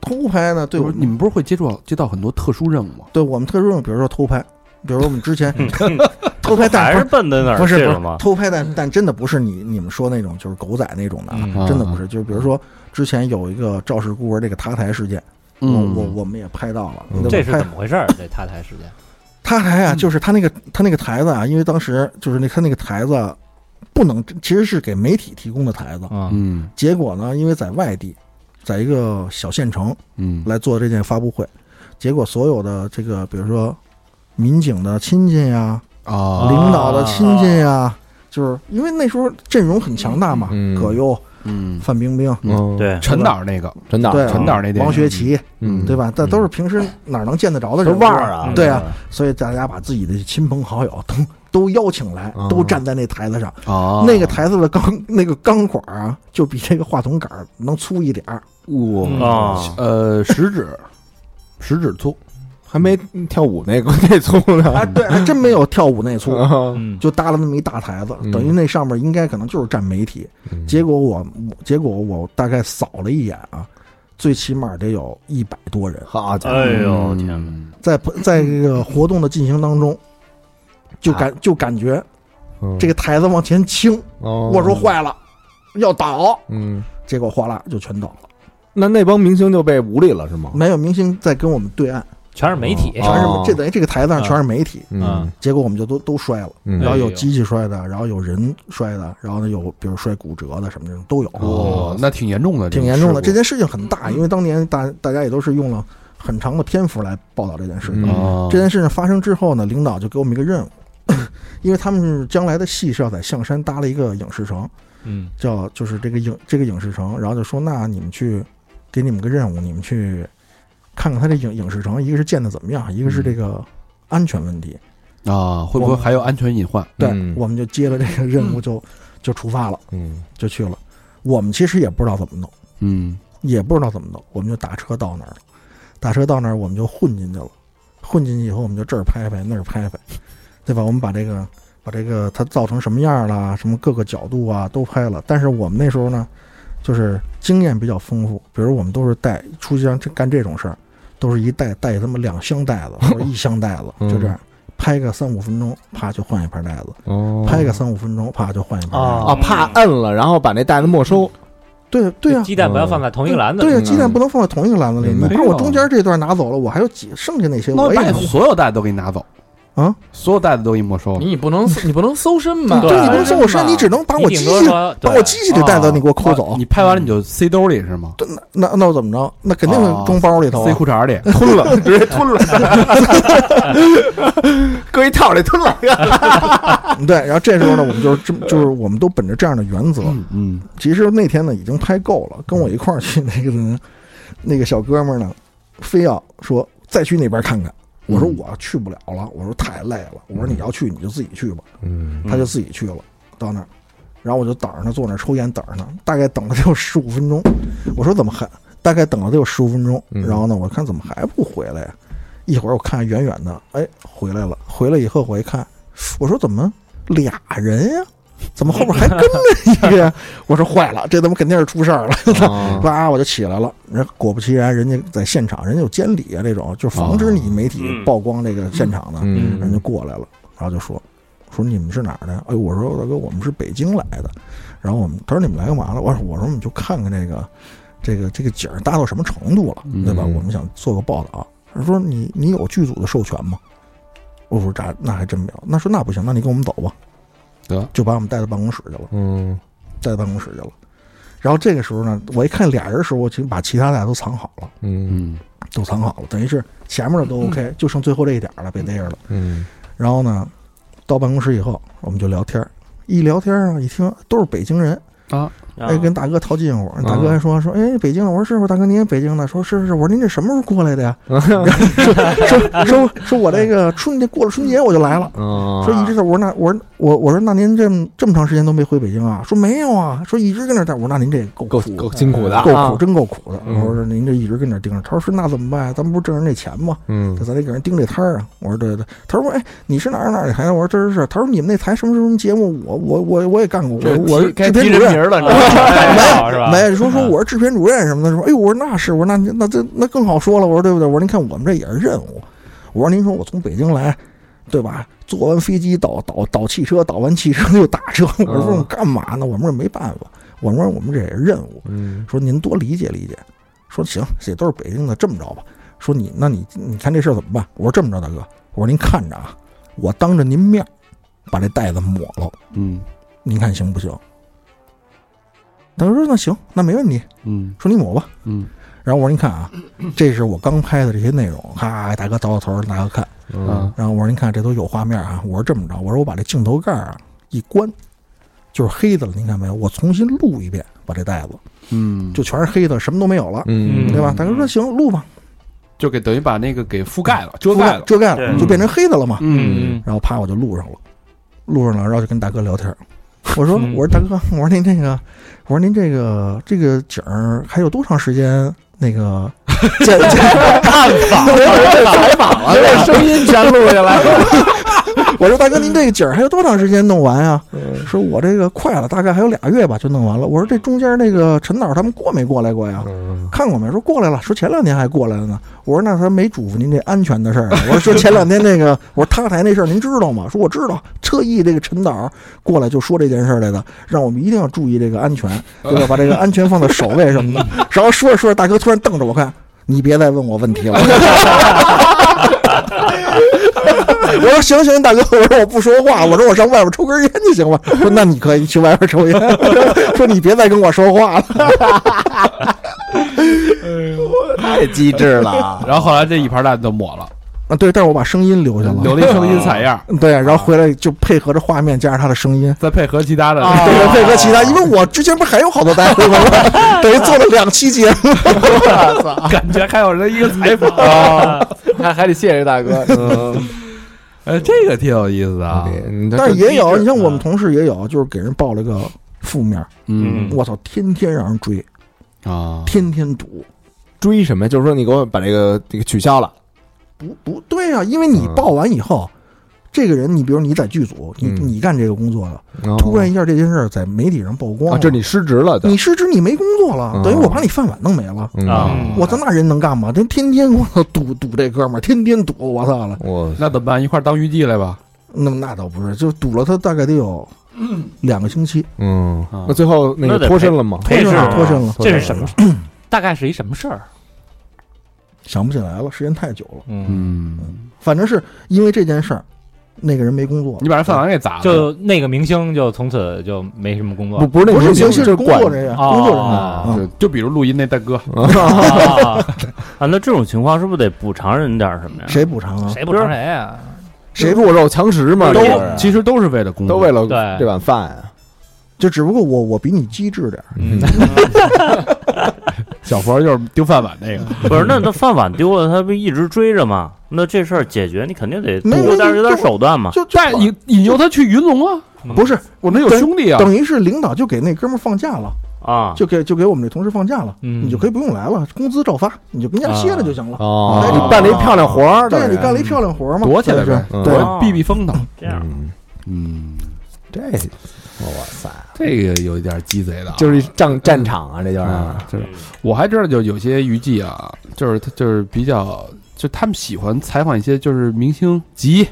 Speaker 6: 偷拍呢，对
Speaker 2: 就
Speaker 6: 我
Speaker 2: 是你们不是会接触到接到很多特殊任务吗？
Speaker 6: 对我们特殊任务，比如说偷拍，比如说我们之前
Speaker 2: 嗯
Speaker 6: 偷拍，但
Speaker 7: 还
Speaker 6: 不
Speaker 7: 是
Speaker 6: 是
Speaker 7: 奔着那
Speaker 6: 不
Speaker 7: 儿去
Speaker 6: 是
Speaker 7: 了
Speaker 6: 不是
Speaker 7: 吗？
Speaker 6: 偷拍，
Speaker 5: 嗯
Speaker 6: 但但真的不是你你们说那种就是狗仔那种的啊，
Speaker 2: 啊
Speaker 6: 真的不是。就是比如说之前有一个肇事孤儿这个塌台事件，
Speaker 2: 嗯，
Speaker 6: 我我我们也拍到了，
Speaker 4: 嗯
Speaker 6: 对吧
Speaker 5: 这是
Speaker 6: 拍
Speaker 5: 怎么回事儿？这塌台事件，
Speaker 6: 他还啊，
Speaker 2: 嗯
Speaker 6: 就是他那个他那个台子啊，因为当时就是那他那个台子不能，其实是给媒体提供的台子。
Speaker 5: 嗯
Speaker 2: 嗯
Speaker 6: 结果呢，因为在外地，在一个小县城
Speaker 2: 嗯
Speaker 6: 来做这件发布会，结果所有的这个，比如说民警的亲戚呀、
Speaker 2: 啊
Speaker 5: 啊
Speaker 6: 领导的亲戚呀、就是因为那时候阵容很强大嘛，
Speaker 4: 嗯
Speaker 6: 葛优、
Speaker 2: 嗯，
Speaker 6: 范冰冰，
Speaker 4: 嗯，
Speaker 7: 对，
Speaker 2: 陈导那个，
Speaker 4: 陈导，
Speaker 6: 对，
Speaker 2: 陈导那电影
Speaker 6: 王学圻，
Speaker 4: 嗯，
Speaker 6: 对吧？但都是平时哪能见得着的人物
Speaker 3: 腕儿啊
Speaker 6: 对啊，所以大家把自己的亲朋好友都都邀请来
Speaker 4: 啊，
Speaker 6: 都站在那台子上。
Speaker 2: 哦
Speaker 6: 那个台子的钢 那个钢管儿啊，就比这个话筒杆儿能粗一点儿。
Speaker 2: 我
Speaker 7: 啊，
Speaker 2: 呃食指，食指粗，
Speaker 4: 还没跳舞那个 那粗呢，
Speaker 6: 啊，对，还真没有跳舞那粗。
Speaker 4: 啊
Speaker 5: 嗯，
Speaker 6: 就搭了那么一大台子
Speaker 4: 嗯，
Speaker 6: 等于那上面应该可能就是站媒体。
Speaker 4: 嗯
Speaker 6: 结果我，我结果我大概扫了一眼啊，最起码得有一百多人
Speaker 4: 好家伙，
Speaker 7: 哎
Speaker 6: 嗯
Speaker 7: 呦天哪！
Speaker 2: 哪，
Speaker 6: 在在这个活动的进行当中，就感就感觉
Speaker 4: 嗯
Speaker 6: 这个台子往前倾，
Speaker 4: 哦
Speaker 6: 我说，坏了，要倒，
Speaker 4: 嗯，
Speaker 6: 结果哗啦就全倒了。
Speaker 4: 那那帮明星就被无力了是吗？
Speaker 6: 没有明星在跟我们对岸，
Speaker 5: 全是媒体，
Speaker 6: 全是
Speaker 4: 哦
Speaker 6: 这等于这个台子上全是媒体，
Speaker 4: 嗯
Speaker 6: 结果我们就都都摔了，
Speaker 4: 嗯
Speaker 6: 然后有
Speaker 5: 哎呦
Speaker 6: 机器摔的，然后有人摔的，然后呢有比如摔骨折的什么这种都有，
Speaker 2: 哦，那挺严重的，
Speaker 6: 挺严重的。这
Speaker 2: 个事
Speaker 6: 件事情很大，因为当年大大家也都是用了很长的篇幅来报道这件事情。
Speaker 2: 故
Speaker 4: 嗯
Speaker 2: 哦
Speaker 6: 这件事情发生之后呢，领导就给我们一个任务， 因为他们是将来的戏是要在象山搭了一个影视城，
Speaker 5: 嗯，
Speaker 6: 叫就是这个影这个影视城，然后就说那你们去给你们个任务，你们去看看他这影影视城，一个是建的怎么样，一个是这个安全问题。
Speaker 2: 啊，会不会还有安全隐患？
Speaker 6: 对，
Speaker 4: 嗯
Speaker 6: 我们就接了这个任务就，就出发了，
Speaker 4: 嗯
Speaker 6: 就去了。我们其实也不知道怎么弄，
Speaker 2: 嗯，
Speaker 6: 也不知道怎么弄，我们就打车到那儿了。打车到那儿，我们就混进去了。混进去以后，我们就这儿拍拍那儿拍拍，对吧？我们把这个把这个它造成什么样了，什么各个角度啊都拍了。但是我们那时候呢，就是经验比较丰富，比如我们都是带出去让这干这种事儿，都是一带带他妈两箱袋子或者一箱袋子，就这样拍个三五分钟，啪就换一盘袋子。
Speaker 4: 哦
Speaker 6: 拍个三五分钟，啪就换一盘。
Speaker 5: 哦
Speaker 4: 啊，怕摁了，然后把那袋子没收，
Speaker 6: 对对呀、
Speaker 5: 鸡蛋不要放在同一个篮子
Speaker 6: 对
Speaker 5: 里，
Speaker 6: 呀、鸡蛋不能放在同一个篮子里。
Speaker 4: 明
Speaker 6: 你
Speaker 4: 白
Speaker 6: 把我中间这段拿走了，我还有几剩下那些
Speaker 2: 那
Speaker 6: 我
Speaker 2: 我
Speaker 6: 也
Speaker 2: 把你所有袋子都给你拿走
Speaker 6: 啊，
Speaker 2: 所有袋子都给你没收了
Speaker 10: 你不能你不能搜身吧？
Speaker 6: 对
Speaker 5: 对
Speaker 6: 你不能说我身，
Speaker 10: 吧
Speaker 6: 你只能啊把我
Speaker 5: 你
Speaker 6: 机
Speaker 5: 顶多
Speaker 6: 器
Speaker 5: 说
Speaker 6: 把
Speaker 5: 对
Speaker 6: 我机器这袋子你给我抠走。
Speaker 2: 啊你拍完了你就塞兜里是吗？
Speaker 6: 对那那那我怎么着？那肯定
Speaker 2: 哦
Speaker 6: 是装包里头
Speaker 2: 塞
Speaker 6: 啊。
Speaker 2: 裤衩 里，
Speaker 4: 吞了，直接吞了，搁一套里吞了。
Speaker 6: 对，然后这时候呢，我们就是这么，就是我们都本着这样的原则。
Speaker 2: 嗯
Speaker 6: 其实那天呢已经拍够了，跟我一块儿去那个人，那个小哥们儿呢，非要说再去那边看看。我
Speaker 4: 嗯
Speaker 6: 说我去不了了，我说太累了。我说你要去你就自己去吧。
Speaker 4: 嗯
Speaker 6: 他就自己去了，到那儿，然后我就等着他坐那儿抽烟，等着他，大概等了得有十五分钟。我说怎么还？大概等了得有十五分钟，
Speaker 4: 嗯
Speaker 6: 然后呢，我看怎么还不回来呀？一会儿我看远远的，哎，回来了。回来以后我一看，我说怎么俩人呀、怎么后边还跟着一个呀？ 我说坏了，这他妈肯定是出事儿了。
Speaker 4: 哦
Speaker 6: 哇，我就起来了。人果不其然，人家在现场，人家有监理啊，这种就防止你媒体曝光这个现场的。人
Speaker 4: 哦嗯
Speaker 6: 就过来了，然后就说说你们是哪儿的？哎，我说大哥，我们是北京来的。然后我们他说你们来干嘛了？我说我说我们就看看这个这个这个景儿搭到什么程度了，对吧？
Speaker 4: 嗯
Speaker 6: 我们想做个报道。他说你你有剧组的授权吗？我说这那还真没有。那说那不行，那你跟我们走吧。
Speaker 2: 得
Speaker 6: 就把我们带到办公室去了，
Speaker 4: 嗯
Speaker 6: 带到办公室去了。然后这个时候呢，我一看俩人的时候，我其实把其他的都藏好了，
Speaker 4: 嗯
Speaker 2: 嗯
Speaker 6: 都藏好了，等于是前面的都 OK，、就剩最后这一点儿了，被逮着了。
Speaker 4: 嗯
Speaker 6: 然后呢，到办公室以后，我们就聊天儿。一聊天儿啊，一听都是北京人，
Speaker 2: 啊，
Speaker 6: 哎，跟大哥套近乎。大哥还说说，哎，北京的。我说是，我大哥您也北京的。说是是是，我说您这什么时候过来的呀？ 说说说我这个春节过了春节我就来了。
Speaker 4: 哦
Speaker 6: 说一直在我说那我说我我说那您这么这么长时间都没回北京啊？说没有啊，说一直跟那儿待。我说那您这够
Speaker 4: 够
Speaker 6: 苦
Speaker 4: 够辛苦的，
Speaker 6: 够苦，，真够苦的。
Speaker 4: 嗯
Speaker 6: 我说您这一直跟那儿盯着。他说是那怎么办呀？咱们不是挣人这钱吗？
Speaker 4: 嗯
Speaker 6: 这咱得给人盯这摊儿啊！我说对对，他说哎，你是哪儿哪儿的台的？我说这是是。他说你们那台什么什么节目？我我我我也干过，我我是
Speaker 10: 该
Speaker 6: 制
Speaker 10: 提
Speaker 6: 片
Speaker 10: 人
Speaker 6: 主
Speaker 10: 名
Speaker 6: 任。
Speaker 10: 儿了，
Speaker 5: 没是吧？
Speaker 6: 没说说我是制片主任什么的，说哎呦，我说那是，我说那那这那更好说了，我说对不对？我说您看我们这也是任务，我说您说我从北京来，对吧？坐完飞机倒倒倒汽车，倒完汽车又打车，我说我们干嘛呢？我们这没办法，我说我们这也是任务，
Speaker 4: 嗯
Speaker 6: 说您多理解理解。说行，这都是北京的，这么着吧。说你，那你你看这事儿怎么办？我说这么着，大哥，我说您看着啊，我当着您面儿把这袋子抹了，
Speaker 2: 嗯
Speaker 6: 您看行不行？大哥说那行，那没问题。
Speaker 2: 嗯
Speaker 6: 说你抹吧。
Speaker 2: 嗯
Speaker 6: 然后我说您看啊，这是我刚拍的这些内容，哈，大哥倒倒头，大哥看。
Speaker 2: 嗯
Speaker 4: 啊
Speaker 6: 然后我说您看这都有画面啊。我说这么着，我说我把这镜头盖儿啊一关，就是黑的了，您看没有？我重新录一遍，把这袋子
Speaker 2: 嗯，
Speaker 6: 就全是黑的，什么都没有了。
Speaker 4: 嗯
Speaker 6: 对吧？大哥说行，录吧，
Speaker 2: 就给等于把那个给覆盖了，遮
Speaker 6: 覆盖
Speaker 2: 盖了，
Speaker 6: 遮盖了，
Speaker 5: 嗯对
Speaker 6: 就变成黑的了嘛。
Speaker 2: 嗯
Speaker 6: 然后啪，我就录上了，录上了，然后就跟大哥聊天 儿。我说，
Speaker 5: 嗯
Speaker 6: 我说大哥，我说您这个，我说您这个这个景儿还有多长时间那个见见
Speaker 10: 把这声音全录下来了。
Speaker 6: 我说大哥，您这个景儿还有多长时间弄完啊？说我这个快了，大概还有俩月吧就弄完了。我说这中间那个陈导他们过没过来过呀？看过没？说过来了，说前两天还过来了呢。我说那他没嘱咐您这安全的事儿啊。我说说前两天那个，我说塌台那事儿您知道吗？说我知道，特意这个陈导过来就说这件事儿来的，让我们一定要注意这个安全，对吧？把这个安全放在首位什么的。然后说着说着，大哥突然瞪着我看，你别再问我问题了。 我说行行，大哥，我说我不说话，我说我上外边抽根烟就行了。说那你可以去外边抽烟， 说你别再跟我说话了。
Speaker 4: 太机智 了。
Speaker 2: 然后后来这一盘蛋都抹了，
Speaker 6: 啊，对，但是我把声音留下了，
Speaker 2: 留了一声音采样，
Speaker 6: 对，然后回来就配合着画面加上他的声音，
Speaker 2: 再配合其他的。
Speaker 6: 对，配合其他，因为我之前不是还有好多单位吗？等于做了两期节目，
Speaker 2: 感觉还有人一个采访。
Speaker 10: 还还得谢谢大哥，
Speaker 4: 嗯
Speaker 2: 哎，这个挺有意思的啊。
Speaker 6: 但是也有，你像我们同事也有，就是给人报了个负面，
Speaker 2: 嗯
Speaker 6: 我操，天天让人追，
Speaker 2: 啊，
Speaker 6: 天天堵，
Speaker 4: 追什么呀？就是说你给我把这个这个取消了，
Speaker 6: 不不对啊，因为你报完以后，这个人，你比如你在剧组，你
Speaker 4: 嗯
Speaker 6: 你干这个工作的，
Speaker 4: 哦
Speaker 6: 突然一下这件事儿在媒体上曝光
Speaker 4: 啊，
Speaker 6: 了，
Speaker 4: 这是你失职了的
Speaker 6: 你失职，你没工作了
Speaker 4: 嗯，
Speaker 6: 等于我把你饭碗弄没了。
Speaker 4: 嗯
Speaker 7: 啊
Speaker 6: 我操，那人能干嘛？这天天我操赌赌这哥们儿，天天赌，我操了。
Speaker 4: 我
Speaker 2: 那怎么办？一块儿当娱记来吧。
Speaker 6: 那那倒不是，就赌了他大概得有两个星期，
Speaker 4: 嗯
Speaker 2: 啊，
Speaker 4: 那最后那
Speaker 7: 那
Speaker 4: 个
Speaker 7: 得
Speaker 4: 脱身了吗？
Speaker 6: 脱身了，
Speaker 7: 是
Speaker 6: 脱身了，
Speaker 7: 这是什么？大概是一什么事儿？
Speaker 6: 想不起来了，时间太久了。
Speaker 7: 嗯，
Speaker 2: 嗯，
Speaker 6: 反正是因为这件事儿，那个人没工作
Speaker 2: 你，把人饭碗给砸了。
Speaker 7: 就那个明星就从此就没什么工作
Speaker 4: 不，不是那
Speaker 6: 不
Speaker 4: 个
Speaker 6: 是
Speaker 4: 明星，
Speaker 6: 明星，
Speaker 4: 这是
Speaker 6: 是工
Speaker 4: 管
Speaker 6: 作人员，
Speaker 7: 哦
Speaker 6: 工作人员
Speaker 7: 哦
Speaker 6: 啊。
Speaker 2: 就就比如录音那大哥，
Speaker 7: 啊啊，那这种情况是不是得补偿人点儿什么呀？
Speaker 6: 谁补偿啊？
Speaker 5: 谁不成谁呀？
Speaker 4: 谁弱肉强食嘛，
Speaker 2: 都
Speaker 4: 这是
Speaker 2: 其实都是为了工作，
Speaker 4: 都为了
Speaker 7: 对
Speaker 4: 这碗饭啊。
Speaker 6: 就只不过我我比你机智点儿，
Speaker 7: 嗯，
Speaker 2: 小佛就是丢饭碗那个。
Speaker 7: 不是，那他饭碗丢了，他不一直追着吗？那这事儿解决，你肯定得
Speaker 6: 没
Speaker 7: 多
Speaker 6: 没
Speaker 7: 点儿有点
Speaker 6: 就
Speaker 7: 手
Speaker 4: 啊
Speaker 7: 段嘛。
Speaker 6: 就就
Speaker 2: 但哎你引诱他去云龙啊，
Speaker 6: 不是
Speaker 2: 我那有兄弟啊。
Speaker 6: 等于是领导就给那哥们儿放假了，
Speaker 7: 啊，
Speaker 6: 就给就给我们这同事放假了，
Speaker 7: 嗯
Speaker 6: 你就可以不用来了，工资照发，你就跟家
Speaker 2: 啊
Speaker 6: 歇着就行了。
Speaker 4: 哦
Speaker 6: 哎
Speaker 4: 你办了一漂亮活儿，
Speaker 6: 对你干了
Speaker 4: 一
Speaker 6: 一漂亮活儿嘛，
Speaker 2: 躲起来
Speaker 6: 对
Speaker 2: 呗，
Speaker 4: 嗯
Speaker 6: 对
Speaker 7: 哦
Speaker 2: 避避风头。
Speaker 7: 这样，
Speaker 2: 嗯，
Speaker 4: 这，哇塞，
Speaker 2: 这个有一点鸡贼的啊，
Speaker 4: 就是一战战场啊，这就是
Speaker 2: 啊，
Speaker 7: 嗯
Speaker 2: 就是我还知道，就有些娱记啊，就是他就是比较，就他们喜欢采访一些就是明星急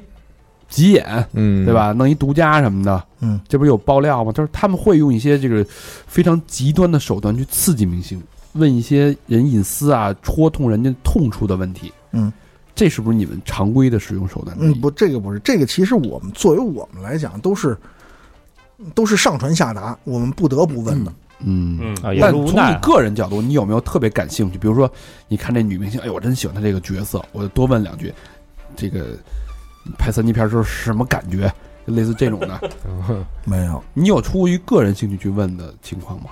Speaker 2: 急眼，
Speaker 4: 嗯
Speaker 2: 对？吧？弄一独家什么的，
Speaker 6: 嗯，
Speaker 2: 这不是有爆料吗？就是他们会用一些这个非常极端的手段去刺激明星，问一些人隐私啊，戳痛人家痛处的问题，
Speaker 6: 嗯，
Speaker 2: 这是不是你们常规的使用手段之一？
Speaker 6: 嗯，不，这个不是，这个其实我们作为我们来讲，都是都是上传下达，我们不得不问的。
Speaker 2: 嗯
Speaker 7: 嗯啊，也
Speaker 2: 但
Speaker 7: 是无
Speaker 2: 从
Speaker 7: 奈
Speaker 2: 你
Speaker 7: 啊。
Speaker 2: 个人角度，你有没有特别感兴趣？比如说，你看这女明星，哎呦，我真喜欢她这个角色，我就多问两句。这个拍三级片的时候是什么感觉？就类似这种 的，
Speaker 6: 没有，
Speaker 2: 你有出于个人兴趣去问的情况吗？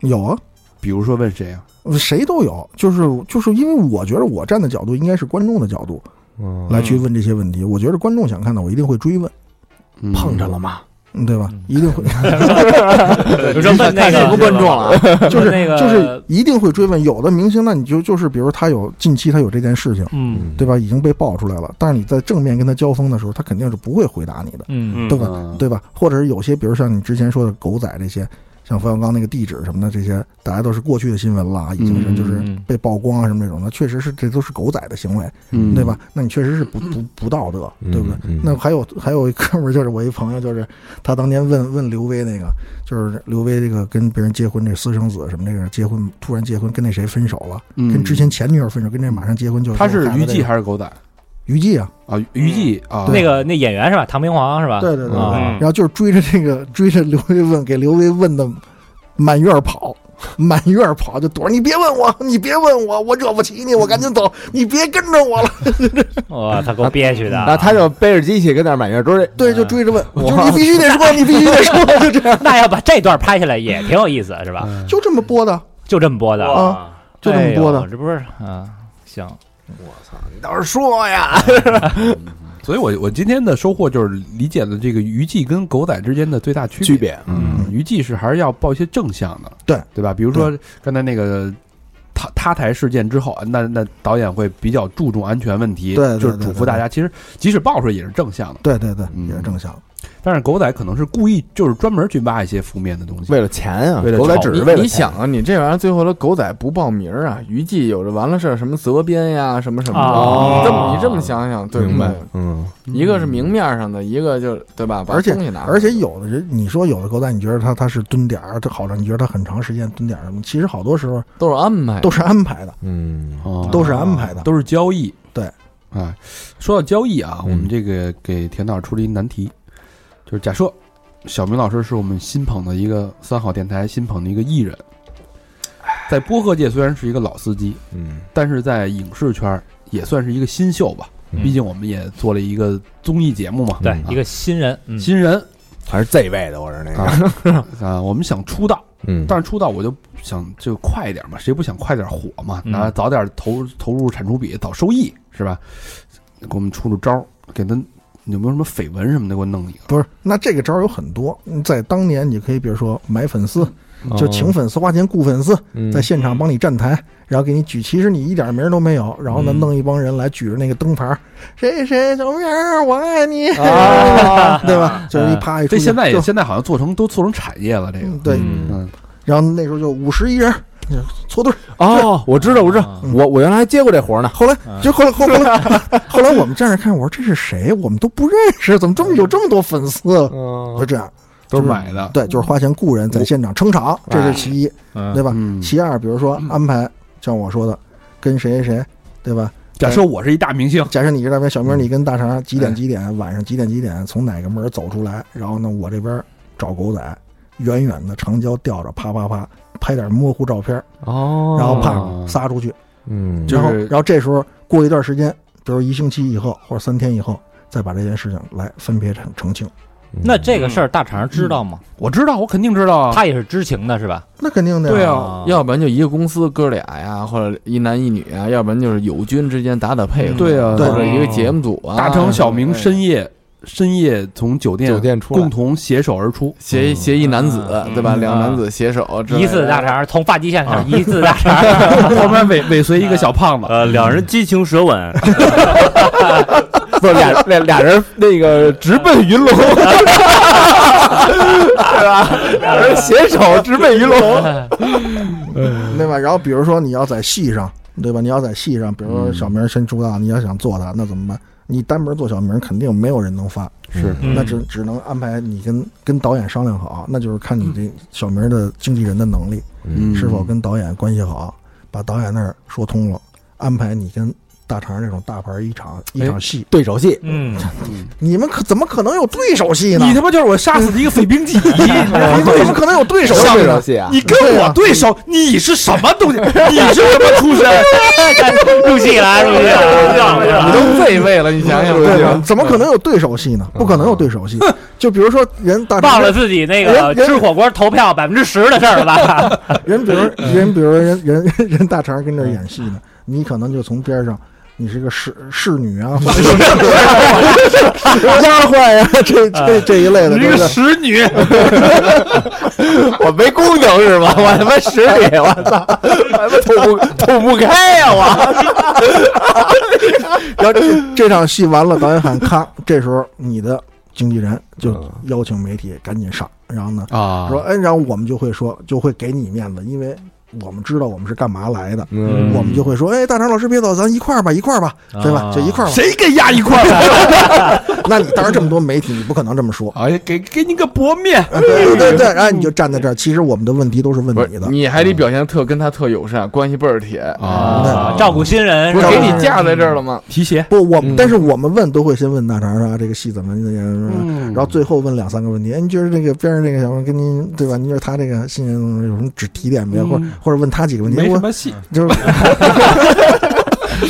Speaker 6: 有啊，呃
Speaker 2: 比如说问谁啊？
Speaker 6: 谁都有，就是就是因为我觉得我站的角度应该是观众的角度
Speaker 4: 嗯
Speaker 6: 来去问这些问题，我觉得观众想看到，我一定会追问，
Speaker 2: 嗯
Speaker 4: 碰着了吗？
Speaker 6: 嗯对吧
Speaker 7: 嗯？
Speaker 6: 一定 会，
Speaker 7: 有这么那个观众了，
Speaker 6: 就是
Speaker 7: 那个
Speaker 6: 就是一定会追问。有的明星，那你就就是比如他有近期他有这件事情，
Speaker 7: 嗯
Speaker 6: 对吧？已经被爆出来了，但是你在正面跟他交锋的时候，他肯定是不会回答你的。
Speaker 5: 啊
Speaker 7: 嗯
Speaker 6: 对吧？
Speaker 2: 嗯
Speaker 6: 对吧？或者是有些，比如像你之前说的狗仔这些，像冯小刚那个地址什么的，这些大家都是过去的新闻了啊，已经是
Speaker 2: 嗯
Speaker 6: 就是被曝光啊什么这种的，确实是这都是狗仔的行为，
Speaker 2: 嗯，
Speaker 6: 对吧？那你确实是不不不道德，对不对？
Speaker 4: 嗯嗯
Speaker 6: 那还有还有一哥们儿，就是我一朋友，就是他当年问问刘威那个，就是刘威这个跟别人结婚这私生子什么这个结婚，突然结婚跟那谁分手了，
Speaker 2: 嗯？
Speaker 6: 跟之前前女友分手，跟这马上结婚就是
Speaker 2: 他是啊
Speaker 6: 孩子
Speaker 2: 娱
Speaker 6: 这
Speaker 2: 记
Speaker 6: 个
Speaker 2: 还是狗仔
Speaker 6: 娱记啊，
Speaker 2: 啊？娱记啊，
Speaker 7: 那个那演员是吧？唐明皇是吧？
Speaker 6: 对对对对
Speaker 7: 啊
Speaker 6: 然，后就是追着这个追着刘威问，给刘威问的满院跑，满院跑就躲着你别问我，你别问我，我惹不起你，我赶紧走，你别跟着我了。
Speaker 7: 哇，他够憋屈的啊。
Speaker 4: 那他就背着机器跟那儿满月追，
Speaker 6: 对，就追着问，
Speaker 4: 哇
Speaker 6: 就是你必须得说，你必须得说，就这样，
Speaker 7: 那要把这段拍下来也挺有意思，是吧？
Speaker 6: 就这么播的。
Speaker 7: 就这么播的
Speaker 6: 啊，就这么播的
Speaker 7: 哎呦这不是啊？行，
Speaker 4: 你倒是说呀，
Speaker 2: 所以我我今天的收获就是理解了这个娱记跟狗仔之间的最大区别。
Speaker 4: 区别，
Speaker 2: 嗯，娱记是还是要报一些正向的，
Speaker 6: 对
Speaker 2: 对吧？比如说刚才那个塌塌台事件之后，那那导演会比较注重安全问题，
Speaker 6: 对对
Speaker 2: 就是
Speaker 6: 对
Speaker 2: 嘱咐
Speaker 6: 对
Speaker 2: 大家，其实即使爆出来也是正向的。
Speaker 6: 对对对，
Speaker 2: 嗯
Speaker 6: 也是正向。
Speaker 2: 但是狗仔可能是故意就是专门去挖一些负面的东西，
Speaker 4: 为了钱啊，
Speaker 2: 为了
Speaker 4: 狗仔
Speaker 2: 炒
Speaker 4: 只
Speaker 2: 作
Speaker 4: 是
Speaker 10: 你
Speaker 4: 为了
Speaker 10: 你
Speaker 4: 钱
Speaker 10: 想啊，你这玩意儿最后的狗仔不报名儿啊，娱记有着完了事儿，什么责编呀，什么什么的。
Speaker 2: 啊
Speaker 7: 哦
Speaker 10: 你这么你这么想想，对
Speaker 4: 明
Speaker 10: 不对
Speaker 4: 白？，嗯，
Speaker 10: 一个是明面上的，一个就是对吧？把
Speaker 6: 而且
Speaker 10: 东西拿出来
Speaker 6: 而且有的人，你说有的狗仔，你觉得他他是蹲点儿，他好像你觉得他很长时间蹲点儿什么，其实好多时候
Speaker 10: 都是安排，
Speaker 6: 都是安排的，
Speaker 4: 嗯，
Speaker 2: 哦
Speaker 6: 都是安排的。
Speaker 2: 都是交易，
Speaker 6: 对，
Speaker 2: 哎，说到交易啊，
Speaker 4: 嗯
Speaker 2: 我们这个给田导出了一难题，就是假设小明老师是我们新捧的一个三好电台新捧的一个艺人，在播客界虽然是一个老司机，
Speaker 4: 嗯
Speaker 2: 但是在影视圈儿也算是一个新秀吧。
Speaker 4: 嗯
Speaker 2: 毕竟我们也做了一个综艺节目嘛，
Speaker 5: 对
Speaker 2: 啊
Speaker 5: 一个新人，嗯，
Speaker 2: 新人
Speaker 4: 还是 Z 位的，我是那
Speaker 2: 啊
Speaker 4: 个，
Speaker 2: 啊，我们想出道，
Speaker 4: 嗯，
Speaker 2: 但是出道我就想就快一点嘛，谁不想快点火嘛？
Speaker 5: 嗯
Speaker 2: 那早点投投入产出比，早收益是吧？给我们出出招儿，给他有没有什么绯闻什么的，给我弄一个。
Speaker 6: 不是，那这个招儿有很多。嗯在当年，你可以比如说买粉丝，
Speaker 2: 哦
Speaker 6: 就请粉丝花钱雇粉丝，
Speaker 4: 嗯
Speaker 6: 在现场帮你站台，然后给你举，其实你一点名儿都没有，然后呢，
Speaker 5: 嗯
Speaker 6: 弄一帮人来举着那个灯牌儿，谁谁小明儿，我爱你，
Speaker 4: 啊
Speaker 6: 对吧？就是一啪一哎出
Speaker 2: 哎这
Speaker 6: 去，
Speaker 2: 现在也
Speaker 6: 就
Speaker 2: 现在好像做成都做成产业了，这个
Speaker 6: 嗯对，
Speaker 4: 嗯
Speaker 2: 嗯
Speaker 6: 然后那时候就五十一人嗯搓对儿，
Speaker 4: 哦，我知道，我知
Speaker 2: 啊
Speaker 4: 道，我我原来还接过这活呢，
Speaker 6: 后来就后来后来后来后来我们站着看，我说这是谁？我们都不认识，怎么这么有这么多粉丝？
Speaker 4: 嗯
Speaker 6: 就这样，
Speaker 2: 都是
Speaker 6: 就是
Speaker 2: 买的，
Speaker 6: 对，就是花钱雇人在现场撑场，这是其一，对吧？
Speaker 2: 嗯
Speaker 6: 其二，比如说安排，像我说的，跟谁谁谁，对吧？
Speaker 2: 假设我是一大明星，
Speaker 6: 假设你这边小明，你跟大肠几点几点晚上几点几点从哪个门走出来，然后呢，我这边找狗仔，远远的长焦吊着，啪啪啪拍点模糊照片，
Speaker 4: 哦
Speaker 6: 然后
Speaker 2: 哦
Speaker 6: 啪撒出去，
Speaker 4: 嗯
Speaker 2: 就
Speaker 6: 然后
Speaker 2: 是
Speaker 6: 然后这时候过一段时间，比如一星期以后或者三天以后，再把这件事情来分别澄澄清，
Speaker 5: 那这个事
Speaker 6: 嗯
Speaker 5: 儿大肠知道吗？
Speaker 2: 我知道，我肯定知道啊。
Speaker 5: 他也是知情的，是吧？
Speaker 6: 那肯定的呀。
Speaker 2: 对啊
Speaker 5: 啊，
Speaker 10: 要不然就一个公司哥俩呀，或者一男一女啊，要不然就是友军之间打打配合，
Speaker 2: 对啊
Speaker 10: 或
Speaker 6: 对
Speaker 10: 者一个节目组啊，
Speaker 2: 大成小明
Speaker 10: 对
Speaker 2: 深夜深夜从酒店
Speaker 4: 酒店出
Speaker 2: 共
Speaker 4: 来，
Speaker 2: 同携手而出，
Speaker 10: 携携一男子
Speaker 5: 嗯，
Speaker 10: 对吧？
Speaker 5: 嗯
Speaker 10: 两男子携手之类的，
Speaker 5: 一字大肠从发际线
Speaker 6: 啊
Speaker 5: 上一字大肠，
Speaker 2: 后面尾尾随一个小胖子，
Speaker 7: 呃，两人激情舌吻，
Speaker 4: 不是俩俩俩人那个直奔云龙，对吧？俩人携手直奔云龙，
Speaker 6: 对吧？然后比如说你要在戏上，对吧？你要在戏上，比如
Speaker 2: 嗯
Speaker 6: 说小明先出道，你要想做他，那怎么办？你单门做小明，肯定没有人能发，
Speaker 4: 是
Speaker 5: 嗯
Speaker 6: 那只只能安排你跟跟导演商量好，那就是看你这小明的经纪人的能力
Speaker 2: 嗯
Speaker 6: 是否跟导演关系好，把导演那儿说通了，安排你跟大肠这种大牌一场
Speaker 2: 哎
Speaker 6: 一场戏，
Speaker 4: 对手戏，
Speaker 5: 嗯，
Speaker 6: 你们可怎么可能有对手戏呢？哎
Speaker 2: 你他妈就是我杀死的一个匪兵记忆，
Speaker 6: 你们怎么可能有对手
Speaker 4: 什么
Speaker 6: 戏
Speaker 4: 对
Speaker 6: 呢
Speaker 4: 手？戏啊？
Speaker 2: 你跟我对手，你是什么东西？你是什么出身？
Speaker 5: 入戏了，入戏了，
Speaker 10: 你都这位了，你想想，
Speaker 4: 啊
Speaker 6: 对吧？怎么可能有对手戏呢？不可能有对手戏。就比如说人大
Speaker 5: 忘
Speaker 6: 肠
Speaker 5: 了自己那个吃火锅投票百分之十的事儿了 吧？
Speaker 6: 人比如人，比如人人 人大肠跟这儿演戏呢，你可能就从边上，你是个侍侍女啊，或者是丫鬟呀，啊 这这这一类的，对不对？
Speaker 5: 使女，
Speaker 4: 我没功能是吧？我他妈使你，我 操，我他妈捅不捅不开呀、我
Speaker 6: 然后这这场戏完了，导演喊咔，这时候你的经纪人就邀请媒体赶紧上，然后呢
Speaker 2: 啊
Speaker 6: 说，哎，然后我们就会说，就会给你面子，因为我们知道我们是干嘛来的。
Speaker 4: 嗯
Speaker 6: 我们就会说，哎，大肠老师别走，咱一块儿吧，一块儿吧，对吧？
Speaker 2: 啊
Speaker 6: 就一块儿吧。
Speaker 2: 谁跟压一块儿？
Speaker 6: 那你当时这么多媒体，你不可能这 么说。
Speaker 2: 哎，给给你个薄面，
Speaker 6: 啊对对对，然后你就站在这儿，其实我们的问题都是问
Speaker 10: 不
Speaker 6: 你
Speaker 10: 是
Speaker 6: 的，
Speaker 10: 你还得表现特跟他特友善，关系倍儿铁
Speaker 5: 啊，照顾新人，
Speaker 10: 不是给你
Speaker 5: 是吧
Speaker 10: 架在这儿了吗？
Speaker 2: 提鞋。
Speaker 6: 不，我
Speaker 4: 嗯
Speaker 6: 们但是我们问都会先问大肠啊，这个戏怎么样？
Speaker 2: 嗯
Speaker 6: 然后最后问两三个问题，哎，你觉得这个边上这个小朋友跟您对吧？您觉得他这个新人有什么指提点没有？或者或者问他几个问题？
Speaker 2: 嗯没什
Speaker 6: 我
Speaker 2: 么戏，
Speaker 6: 就是，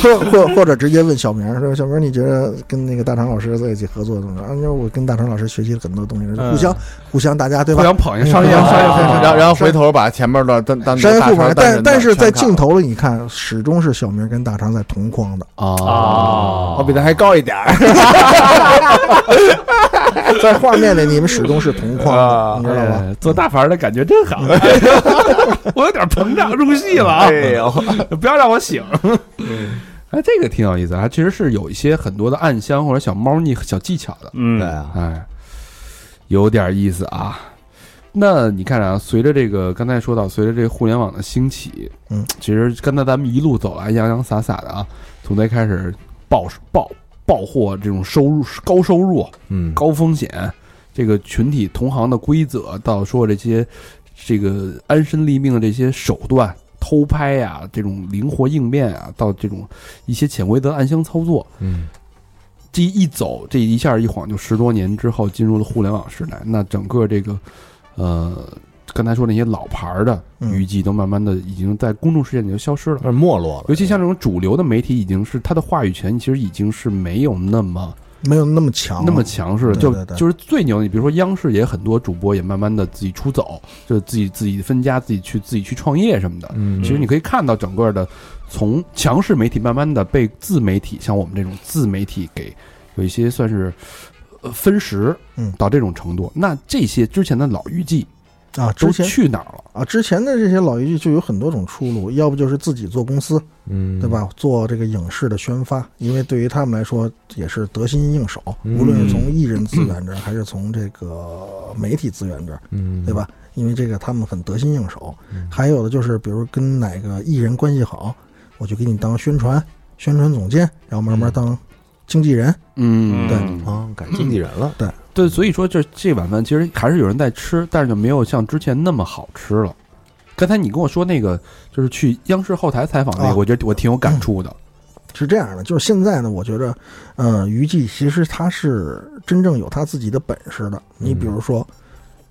Speaker 6: 或或或者直接问小明儿说：“小明儿，你觉得跟那个大肠老师在一起合作怎么着？”啊，因为我跟大肠老师学习了很多东西，互相互相大家对
Speaker 2: 嗯互
Speaker 6: 吧？
Speaker 2: 相捧一
Speaker 6: 嗯
Speaker 2: 商业商业
Speaker 6: 啊
Speaker 2: 分
Speaker 6: 啊
Speaker 2: 成
Speaker 10: 然后然后回头把前面的单单独
Speaker 6: 商业
Speaker 10: 大
Speaker 6: 互
Speaker 10: 肠
Speaker 6: 捧，
Speaker 10: 单人
Speaker 6: 但
Speaker 10: 的
Speaker 6: 但是
Speaker 10: 全
Speaker 6: 在
Speaker 10: 砍
Speaker 6: 镜头里，你看始终是小明跟大肠在同框 的。
Speaker 5: 啊
Speaker 4: 我哦比他还高一点儿，
Speaker 6: 在画面里，你们始终是同框
Speaker 4: 啊
Speaker 6: 的，你知道吧？
Speaker 2: 哎做大牌的感觉真好，我有点膨胀入戏了啊！
Speaker 4: 哎呦，
Speaker 2: 不要让我 醒。哎，这个挺有意思啊，确实是有一些很多的暗箱或者小猫腻、小技巧的。
Speaker 7: 嗯
Speaker 4: 对，啊，
Speaker 2: 哎，有点意思啊。那你看啊，随着这个刚才说到，随着这个互联网的兴起，
Speaker 6: 嗯，
Speaker 2: 其实刚才咱们一路走来，洋洋洒洒的啊，从最开始爆爆爆货这种收入高收入、啊
Speaker 4: 嗯，
Speaker 2: 高风险，这个群体同行的规则，到说这些这个安身立命的这些手段、偷拍呀、这种灵活应变啊，到这种一些潜规则暗箱操作，
Speaker 4: 嗯，
Speaker 2: 这一走，这一下一晃就十多年之后进入了互联网时代，那整个这个，呃，刚才说那些老牌儿的
Speaker 6: 嗯
Speaker 2: 娱记都慢没慢的已经在公众视野里就消失了
Speaker 4: 有，点没落了。
Speaker 2: 尤其像这种主流的媒体，已经是它的话语权其实已经是没有那么
Speaker 6: 没有那么强，
Speaker 2: 那么强势了，
Speaker 6: 哦对
Speaker 2: 就
Speaker 6: 对对
Speaker 2: 就是最牛的，你比如说央视也很多主播也慢慢的自己出走，就是自己自己分家，自己去自己去创业什么的。
Speaker 4: 嗯，
Speaker 2: 其实你可以看到整个的从强势媒体慢慢的被自媒体，像我们这种自媒体给有一些算是呃分食，
Speaker 6: 嗯
Speaker 2: 到这种程度。那这些之前的老娱记
Speaker 6: 啊。之
Speaker 2: 都
Speaker 6: 前
Speaker 2: 去哪儿了？
Speaker 6: 啊，之前的这些老一句就有很多种出路，要不就是自己做公司，
Speaker 4: 嗯，
Speaker 6: 对？吧？做这个影视的宣发，因为对于他们来说也是得心应手，
Speaker 4: 嗯
Speaker 6: 无论是从艺人资源这儿，还是从这个媒体资源这儿，
Speaker 4: 嗯，
Speaker 6: 对？吧？因为这个他们很得心应手。还有的就是，比如跟哪个艺人关系好，我就给你当宣传宣传总监，然后慢
Speaker 4: 嗯
Speaker 6: 慢当经纪人。
Speaker 2: 嗯
Speaker 6: 对
Speaker 4: 啊，改经纪人了。
Speaker 2: 对，所以说这这碗饭其实还是有人在吃，但是就没有像之前那么好吃了。刚才你跟我说那个，就是去央视后台采访那个，
Speaker 6: 啊
Speaker 2: 我觉得我挺有感触的。
Speaker 6: 是这样的，就是现在呢，我觉着，呃，娱记其实他是真正有他自己的本事的。你比如说，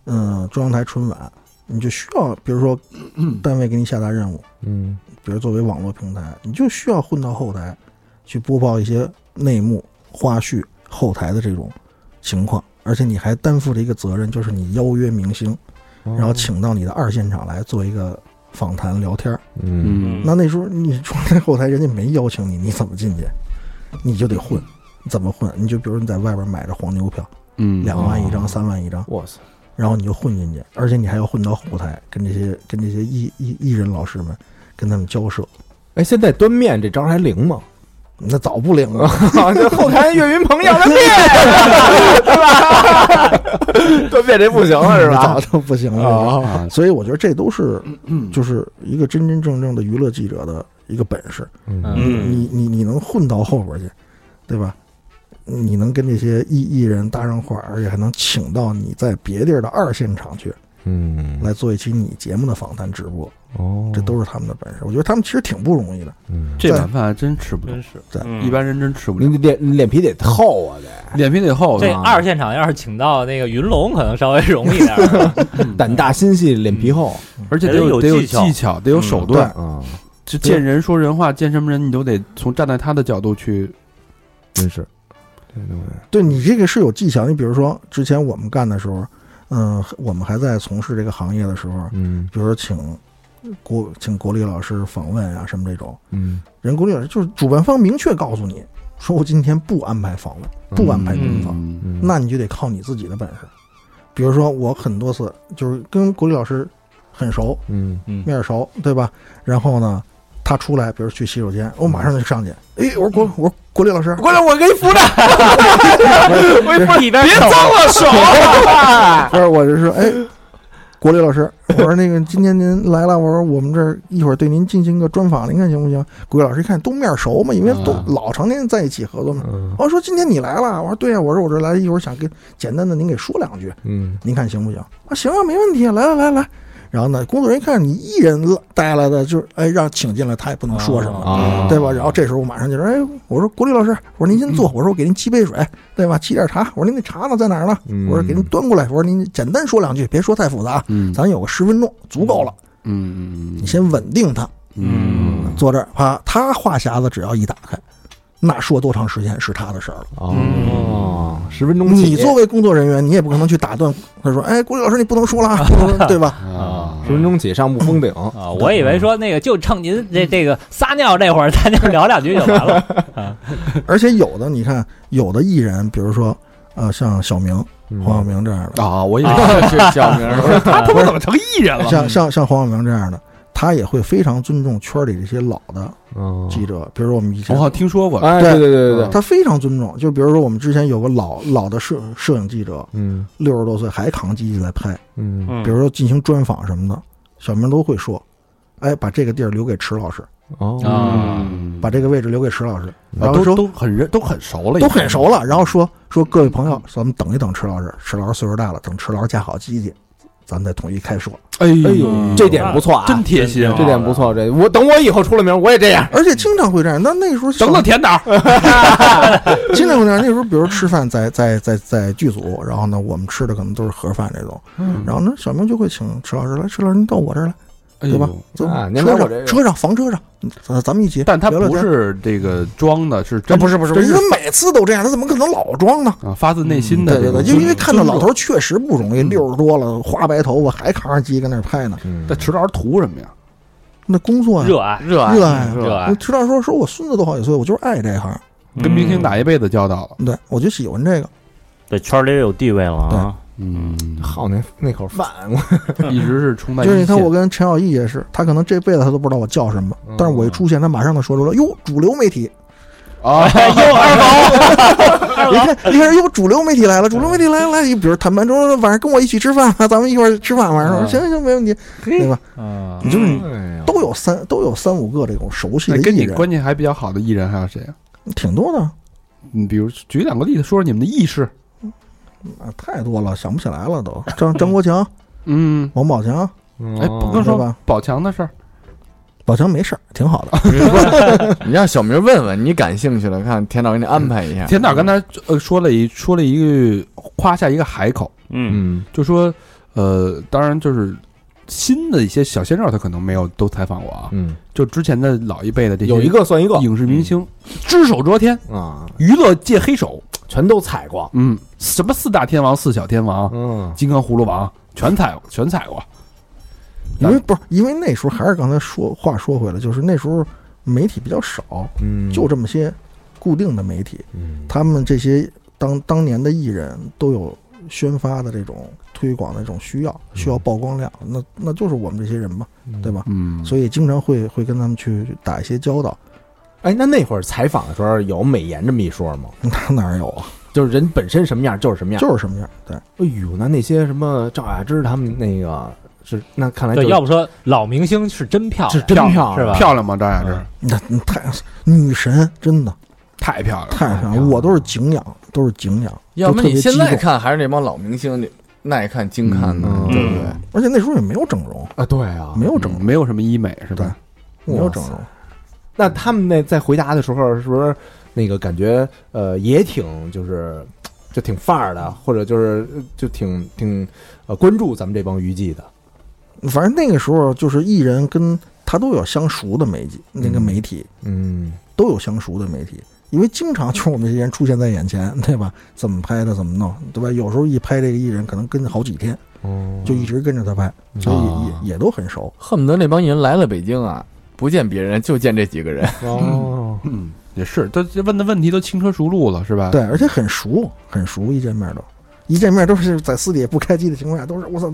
Speaker 6: 嗯、中央台春晚，你就需要，比如说，单位给你下达任务，
Speaker 4: 嗯
Speaker 6: 比如作为网络平台，你就需要混到后台，去播报一些内幕、花絮、后台的这种情况，而且你还担负着一个责任，就是你邀约明星，
Speaker 4: 嗯
Speaker 6: 然后请到你的二现场来做一个访谈聊天儿。
Speaker 4: 嗯，
Speaker 6: 那那时候你坐在后台，人家没邀请你，你怎么进去？你就得混，怎么混？你就比如你在外边买着黄牛票，
Speaker 2: 嗯
Speaker 6: 两万一张、三万一张，
Speaker 4: 我操，
Speaker 6: 然后你就混进去，而且你还要混到后台，跟这些跟这些艺艺艺人老师们跟他们交涉，
Speaker 4: 哎，现在端面这招还灵吗？
Speaker 6: 那早不啊灵了。
Speaker 4: 这后台岳云鹏要的面，是吧？ 端面这不行了， 是吧嗯
Speaker 6: 早？就不行了。
Speaker 4: 哦
Speaker 2: 啊，
Speaker 6: 所以我觉得这都是，就是一个真真正正的娱乐记者的一个本事。
Speaker 4: 嗯
Speaker 1: 嗯
Speaker 7: 嗯
Speaker 6: 你你你能混到后边去，对吧？你能跟这些艺艺人搭上话，而且还能请到你在别地儿的二现场去
Speaker 4: 嗯，
Speaker 6: 来做一期你节目的访谈直播，
Speaker 4: 哦
Speaker 6: 这都是他们的本事。我觉得他们其实挺不容易的。
Speaker 4: 嗯
Speaker 2: 这碗饭还真吃不了
Speaker 7: 真，
Speaker 5: 嗯
Speaker 7: 是
Speaker 6: 对
Speaker 2: 一般人真吃不了，
Speaker 4: 你脸你脸皮得厚啊，得
Speaker 2: 脸皮得厚。啊
Speaker 5: 这
Speaker 2: 是吧
Speaker 5: 二现场要是请到那个云龙，可能稍微容易点儿。
Speaker 4: 胆大心细，脸皮厚
Speaker 2: 而且得
Speaker 7: 人有
Speaker 2: 得有
Speaker 7: 技巧
Speaker 2: 技巧，得有
Speaker 6: 嗯
Speaker 2: 手段，
Speaker 4: 啊，
Speaker 2: 就见人说人话，见什么人你都得从站在他的角度去。
Speaker 4: 真是。
Speaker 6: 对你这个是有技巧，你比如说之前我们干的时候，嗯，我们还在从事这个行业的时候，
Speaker 4: 嗯
Speaker 6: 比如说请国请国立老师访问啊什么这种，
Speaker 4: 嗯，
Speaker 6: 人国立老师就是主办方明确告诉你说我今天不安排访问，不安排专访。
Speaker 2: 嗯
Speaker 4: 嗯
Speaker 6: 那你就得靠你自己的本事。比如说，我很多次就是跟国立老师很熟，
Speaker 4: 嗯
Speaker 6: 面儿熟，对吧？然后呢，他出来，比如去洗手间，我马上就上去，哎，我说国，我说国立老师，
Speaker 4: 过来，我给你扶着，
Speaker 5: 一边
Speaker 4: 别
Speaker 5: 走
Speaker 4: 脏了手。
Speaker 6: 不是，我就说，哎，国立老师，我说那个今天您来了，我说我们这儿一会儿对您进行个专访，您看行不行？国立老师一看都面熟嘛，因为都
Speaker 2: 啊
Speaker 6: 老常年在一起合作嘛。
Speaker 4: 嗯
Speaker 6: 我说今天你来了，我说对呀、我说我这来一会儿想跟简单的您给说两句，
Speaker 4: 嗯
Speaker 6: 您看行不行？啊，行啊，没问题啊，来来来来。然后呢，工作人员一看你一人带来的，就是哎让请进来，他也不能说什么，
Speaker 4: 啊
Speaker 6: 对吧？然后这时候我马上就说，哎，我说国立老师，我说您先坐，
Speaker 2: 嗯
Speaker 6: 我说我给您沏杯水，对吧？沏点茶，我说您那茶呢在哪儿呢？
Speaker 4: 嗯
Speaker 6: 我说给您端过来，我说您简单说两句，别说太复杂，啊
Speaker 2: 嗯
Speaker 6: 咱有个十分钟足够了，
Speaker 2: 嗯
Speaker 6: 你先稳定他，
Speaker 2: 嗯
Speaker 6: 坐这儿，啪，他话匣子只要一打开，那说多长时间是他的事儿了。
Speaker 4: 哦，十分钟起，
Speaker 6: 你作为工作人员，你也不可能去打断他说：“哎，郭丽老师，你不能说了啊，不 能说对吧
Speaker 2: 啊，
Speaker 4: 十分钟起上不封顶。
Speaker 5: 啊！我以为说那个就趁您这这个撒尿那会儿，咱就聊两句就完了。？”
Speaker 6: 而且有的你看，有的艺人，比如说呃，像小明、黄晓
Speaker 4: 嗯
Speaker 6: 明这样的，
Speaker 2: 啊！我以为
Speaker 10: 是小名儿，
Speaker 2: 他他妈怎么成艺人
Speaker 4: 嗯
Speaker 2: 了？
Speaker 6: 像像像黄晓明这样的，他也会非常尊重圈里这些老的
Speaker 4: 哦
Speaker 6: 记者，比如说我们以
Speaker 2: 我
Speaker 6: 前
Speaker 2: 好。像听说过，
Speaker 4: 哎，对对对对对，
Speaker 6: 他非常尊重，就比如说我们之前有个老老的摄摄影记者，
Speaker 4: 嗯
Speaker 6: 六十多岁还扛机器在拍，
Speaker 4: 嗯，
Speaker 6: 比如说进行专访什么的，小明都会说：“哎，把这个地儿留给池老师，
Speaker 4: 哦，
Speaker 2: 啊，
Speaker 6: 把这个位置留给池老师。”
Speaker 4: 嗯
Speaker 6: 然
Speaker 4: 啊
Speaker 6: 后
Speaker 2: 都
Speaker 6: 说
Speaker 2: 都很认，都很熟了，
Speaker 6: 都很熟了，然后说说各位朋友，咱们等一等池老师，池老师岁数大了，等池老师架好机器，咱再统一开说。
Speaker 2: 哎
Speaker 4: 哎呦，这点不错啊，
Speaker 2: 真贴心啊，
Speaker 4: 这点不错。这我等我以后出了名，我也这样。
Speaker 6: 而且经常会这样。那那时候小
Speaker 2: 整整甜点儿，
Speaker 6: 经常会这样。那时候比如吃饭在在在在剧组，然后呢我们吃的可能都是盒饭这种，
Speaker 4: 嗯
Speaker 6: 然后呢小明就会请池老师来，池老师您到我这儿来，
Speaker 2: 哎
Speaker 6: 对吧
Speaker 2: 呦？
Speaker 6: 走，
Speaker 4: 啊您来
Speaker 6: 车
Speaker 4: 我
Speaker 6: 上
Speaker 4: 这个
Speaker 6: 车上房车上，咱咱们一起。
Speaker 2: 但他不
Speaker 6: 聊聊天。
Speaker 2: 是这个装的，是
Speaker 6: 这
Speaker 2: 真
Speaker 6: 不是不是，
Speaker 2: 真
Speaker 6: 因为每次都这样，他怎么可能老装呢？
Speaker 2: 啊，发自内心的
Speaker 6: 对
Speaker 2: 这
Speaker 6: 对
Speaker 2: 个
Speaker 6: 对，
Speaker 2: 尊重，
Speaker 6: 因为因为看到老头儿确实不容易，六十多了，花白头发还扛着机跟那儿拍呢，
Speaker 4: 嗯
Speaker 2: 那迟老师图什么呀？
Speaker 6: 那工作呀，
Speaker 5: 热爱，
Speaker 10: 热爱
Speaker 6: 热爱啊
Speaker 5: 热爱
Speaker 6: 我，知道说说我孙子都好几岁，我就是爱这行，
Speaker 7: 嗯
Speaker 2: 跟明
Speaker 6: 嗯
Speaker 2: 星打一辈子交道了，
Speaker 6: 对我就喜欢这个。
Speaker 7: 在圈里有地位了啊，
Speaker 2: 嗯，
Speaker 4: 好那那口饭，我
Speaker 2: 一直是冲在
Speaker 6: 就是你
Speaker 2: 一
Speaker 6: 看我
Speaker 2: 线。
Speaker 6: 跟陈小艺也是，他可能这辈子他都不知道我叫什么，但是我一出现，他马上就说出来，哟，主流媒体，
Speaker 2: 啊，
Speaker 6: 你看你看，哟，主流媒体来了，主流媒体来了来，你比如谈判说晚上跟我一起吃饭吧，咱们一块儿吃饭，晚上我说行行没问题，对吧？
Speaker 10: 啊，
Speaker 6: 你就是
Speaker 4: 哎呀
Speaker 6: 都有三都有三五个这种熟悉
Speaker 2: 那
Speaker 6: 的
Speaker 2: 跟
Speaker 6: 艺
Speaker 2: 你
Speaker 6: 人，
Speaker 2: 关系还比较好的艺人还有谁啊？
Speaker 6: 挺多的。
Speaker 2: 你比如举两个例子，说说你们的意识。
Speaker 6: 啊，太多了，想不起来了都。张张国强、
Speaker 2: 嗯，
Speaker 6: 王宝强，
Speaker 4: 哦
Speaker 2: 哎，不跟
Speaker 6: 哦对
Speaker 2: 说
Speaker 6: 吧
Speaker 2: 宝强的事儿，
Speaker 6: 宝强没事儿，挺好的。
Speaker 10: 你让小明问问，你感兴趣了，看田导给你安排
Speaker 6: 哎
Speaker 10: 一下。
Speaker 2: 田导刚才呃说了一说了一个呃夸下一个海口，
Speaker 7: 嗯，
Speaker 4: 嗯
Speaker 2: 就说呃，当然就是新的一些小鲜肉，他可能没有都采访过啊，
Speaker 4: 嗯，
Speaker 2: 就之前的老一辈的这些
Speaker 4: 有一个算一个
Speaker 2: 影视明星，只手遮天，
Speaker 4: 啊，
Speaker 2: 娱乐界黑手，
Speaker 4: 全都踩过。
Speaker 2: 嗯，什么四大天王、四小天王、
Speaker 4: 嗯
Speaker 2: 金刚葫芦娃，全踩全踩过，
Speaker 6: 因为不是因为那时候还是刚才说话说回来，就是那时候媒体比较少，
Speaker 4: 嗯
Speaker 6: 就这么些固定的媒体，
Speaker 4: 嗯
Speaker 6: 他们这些当当年的艺人都有宣发的这种推广的这种需要，需
Speaker 10: 嗯
Speaker 6: 要曝光量，那那就是我们这些人嘛，对吧？
Speaker 2: 嗯，
Speaker 6: 所以经常会会跟他们去去打一些交道，
Speaker 4: 哎，那那会儿采访的时候有美颜这么一说吗？
Speaker 6: 哪哪有啊？
Speaker 4: 就是人本身什么样就是什么样。
Speaker 6: 就是什么样，对，
Speaker 4: 哎呦，那那些什么赵雅芝他们那个是那看来就
Speaker 5: 对，
Speaker 4: 是
Speaker 5: 要不说老明星是真漂
Speaker 4: 是
Speaker 5: 亮，
Speaker 4: 真漂亮
Speaker 5: 是吧？
Speaker 2: 漂亮吗？张雅芝
Speaker 7: 嗯
Speaker 6: 那那太女神真的。
Speaker 10: 啊
Speaker 2: 太漂亮了，哎
Speaker 6: 太漂亮，我都是景仰，都是景仰。
Speaker 10: 要
Speaker 6: 就
Speaker 10: 么
Speaker 6: 特
Speaker 10: 你
Speaker 6: 别
Speaker 10: 现
Speaker 6: 激
Speaker 10: 在
Speaker 6: 动
Speaker 10: 看还是那帮老明星的耐看精看呢，
Speaker 4: 嗯
Speaker 10: 对不对？
Speaker 6: 而且那时候也没有整容，
Speaker 4: 啊，对啊，
Speaker 6: 没有整
Speaker 10: 嗯
Speaker 2: 整，嗯没有什么医美是吧？
Speaker 6: 容，没有整容。
Speaker 4: 那他们那在回答的时候，是不是那个感觉呃也挺就是就挺范儿的，或者就是呃就挺挺呃关注咱们这帮娱记的？
Speaker 6: 反正那个时候就是艺人跟他都有相熟的媒体，那个媒体
Speaker 4: 嗯
Speaker 6: 都有相熟的媒体，因为经常就是我们这些人出现在眼前，对吧？怎么拍的，怎么弄，对吧？有时候一拍这个艺人，可能跟好几天，
Speaker 4: 哦嗯
Speaker 6: 就一直跟着他拍，所以
Speaker 10: 啊
Speaker 6: 也也也都很熟。
Speaker 10: 恨不得那帮人来了北京啊，不见别人就见这几个人。
Speaker 4: 哦，
Speaker 2: 嗯，也是，都问的问题都轻车熟路了是
Speaker 4: 啊
Speaker 2: 吧？
Speaker 6: 对，而且很熟，很熟，一见面都，一见面都是在私底下不开机的情况下，都是我操，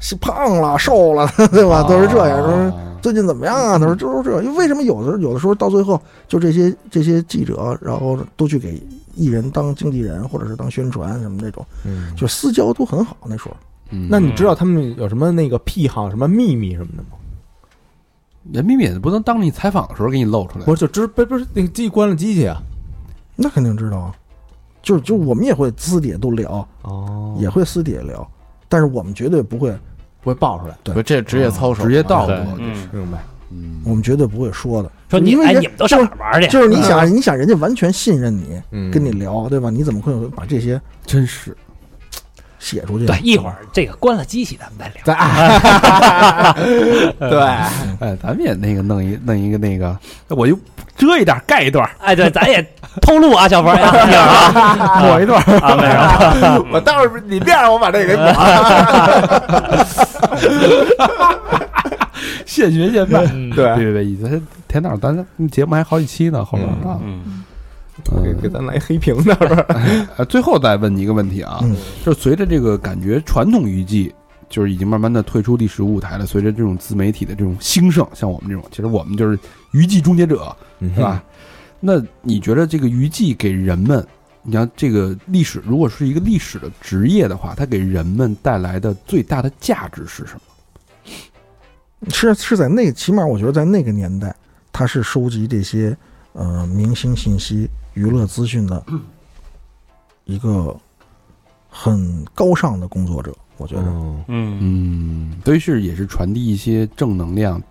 Speaker 6: 是胖了、瘦了， 对吧？啊都是这样，都是
Speaker 2: 啊，
Speaker 6: 最近怎么样啊？都
Speaker 5: 嗯
Speaker 6: 是就是这，因为为什么有的时候有的时候到最后，就这些这些记者，然后都去给艺人当经纪人或者是当宣传什么这种，
Speaker 4: 嗯，
Speaker 6: 就私交都很好那时候。
Speaker 2: 嗯
Speaker 4: 那你知道他们有什么那个癖好、什么秘密什么的吗？
Speaker 2: 人民也不能当你采访的时候给你露出来，
Speaker 4: 不是，就知不不是那个机关了机器啊？
Speaker 6: 那肯定知道啊，就就我们也会私底下都聊，
Speaker 4: 哦
Speaker 6: 也会私底下聊，但是我们绝对不会，
Speaker 4: 不会爆出来，
Speaker 6: 对
Speaker 10: 不，这职业操守，
Speaker 2: 啊职业道德
Speaker 5: 对，嗯，
Speaker 4: 明白？
Speaker 2: 嗯，
Speaker 6: 我们绝对不会说的。
Speaker 5: 说你
Speaker 6: 因为
Speaker 5: 哎，
Speaker 6: 人
Speaker 5: 你们都上哪儿玩去？啊
Speaker 6: 就是你想，你想人家完全信任你，
Speaker 4: 嗯
Speaker 6: 跟你聊，对吧？你怎么会把这些
Speaker 2: 真是
Speaker 6: 写出去？
Speaker 5: 对，一会儿这个关了机器，咱们再聊。
Speaker 4: 对，
Speaker 2: 哎，咱们也那个弄一弄一个那个，我就遮一点儿盖一段儿，
Speaker 5: 哎，对，咱也透露啊，小冯呀，一会儿啊，抹一段啊，没有，
Speaker 4: 我待会儿你别让我把这个给抹 了。
Speaker 2: 现学现卖。
Speaker 5: 嗯
Speaker 2: 别
Speaker 4: 对，
Speaker 2: 别别，咱田导，咱节目还好几期呢，后边儿啊，
Speaker 7: 嗯，
Speaker 4: 给给
Speaker 2: 嗯，
Speaker 4: 咱来黑屏的，是吧？
Speaker 2: 呃最后再问你一个问题啊，
Speaker 6: 嗯
Speaker 2: 就是随着这个感觉传统娱记就是已经慢慢的退出历史舞台了，随着这种自媒体的这种兴盛，像我们这种，其实我们就是娱记终结者，
Speaker 4: 嗯
Speaker 2: 是吧？那你觉得这个娱记给人们，你像这个历史，如果是一个历史的职业的话，它给人们带来的最大的价值是什么？
Speaker 6: 是是在那，起码我觉得在那个年代，他是收集这些呃明星信息、娱乐
Speaker 2: 嗯
Speaker 6: 资讯的一个很高尚的工作者。我觉得，
Speaker 4: 嗯，
Speaker 7: 嗯，
Speaker 2: 嗯，所以是也是传递一些正能量，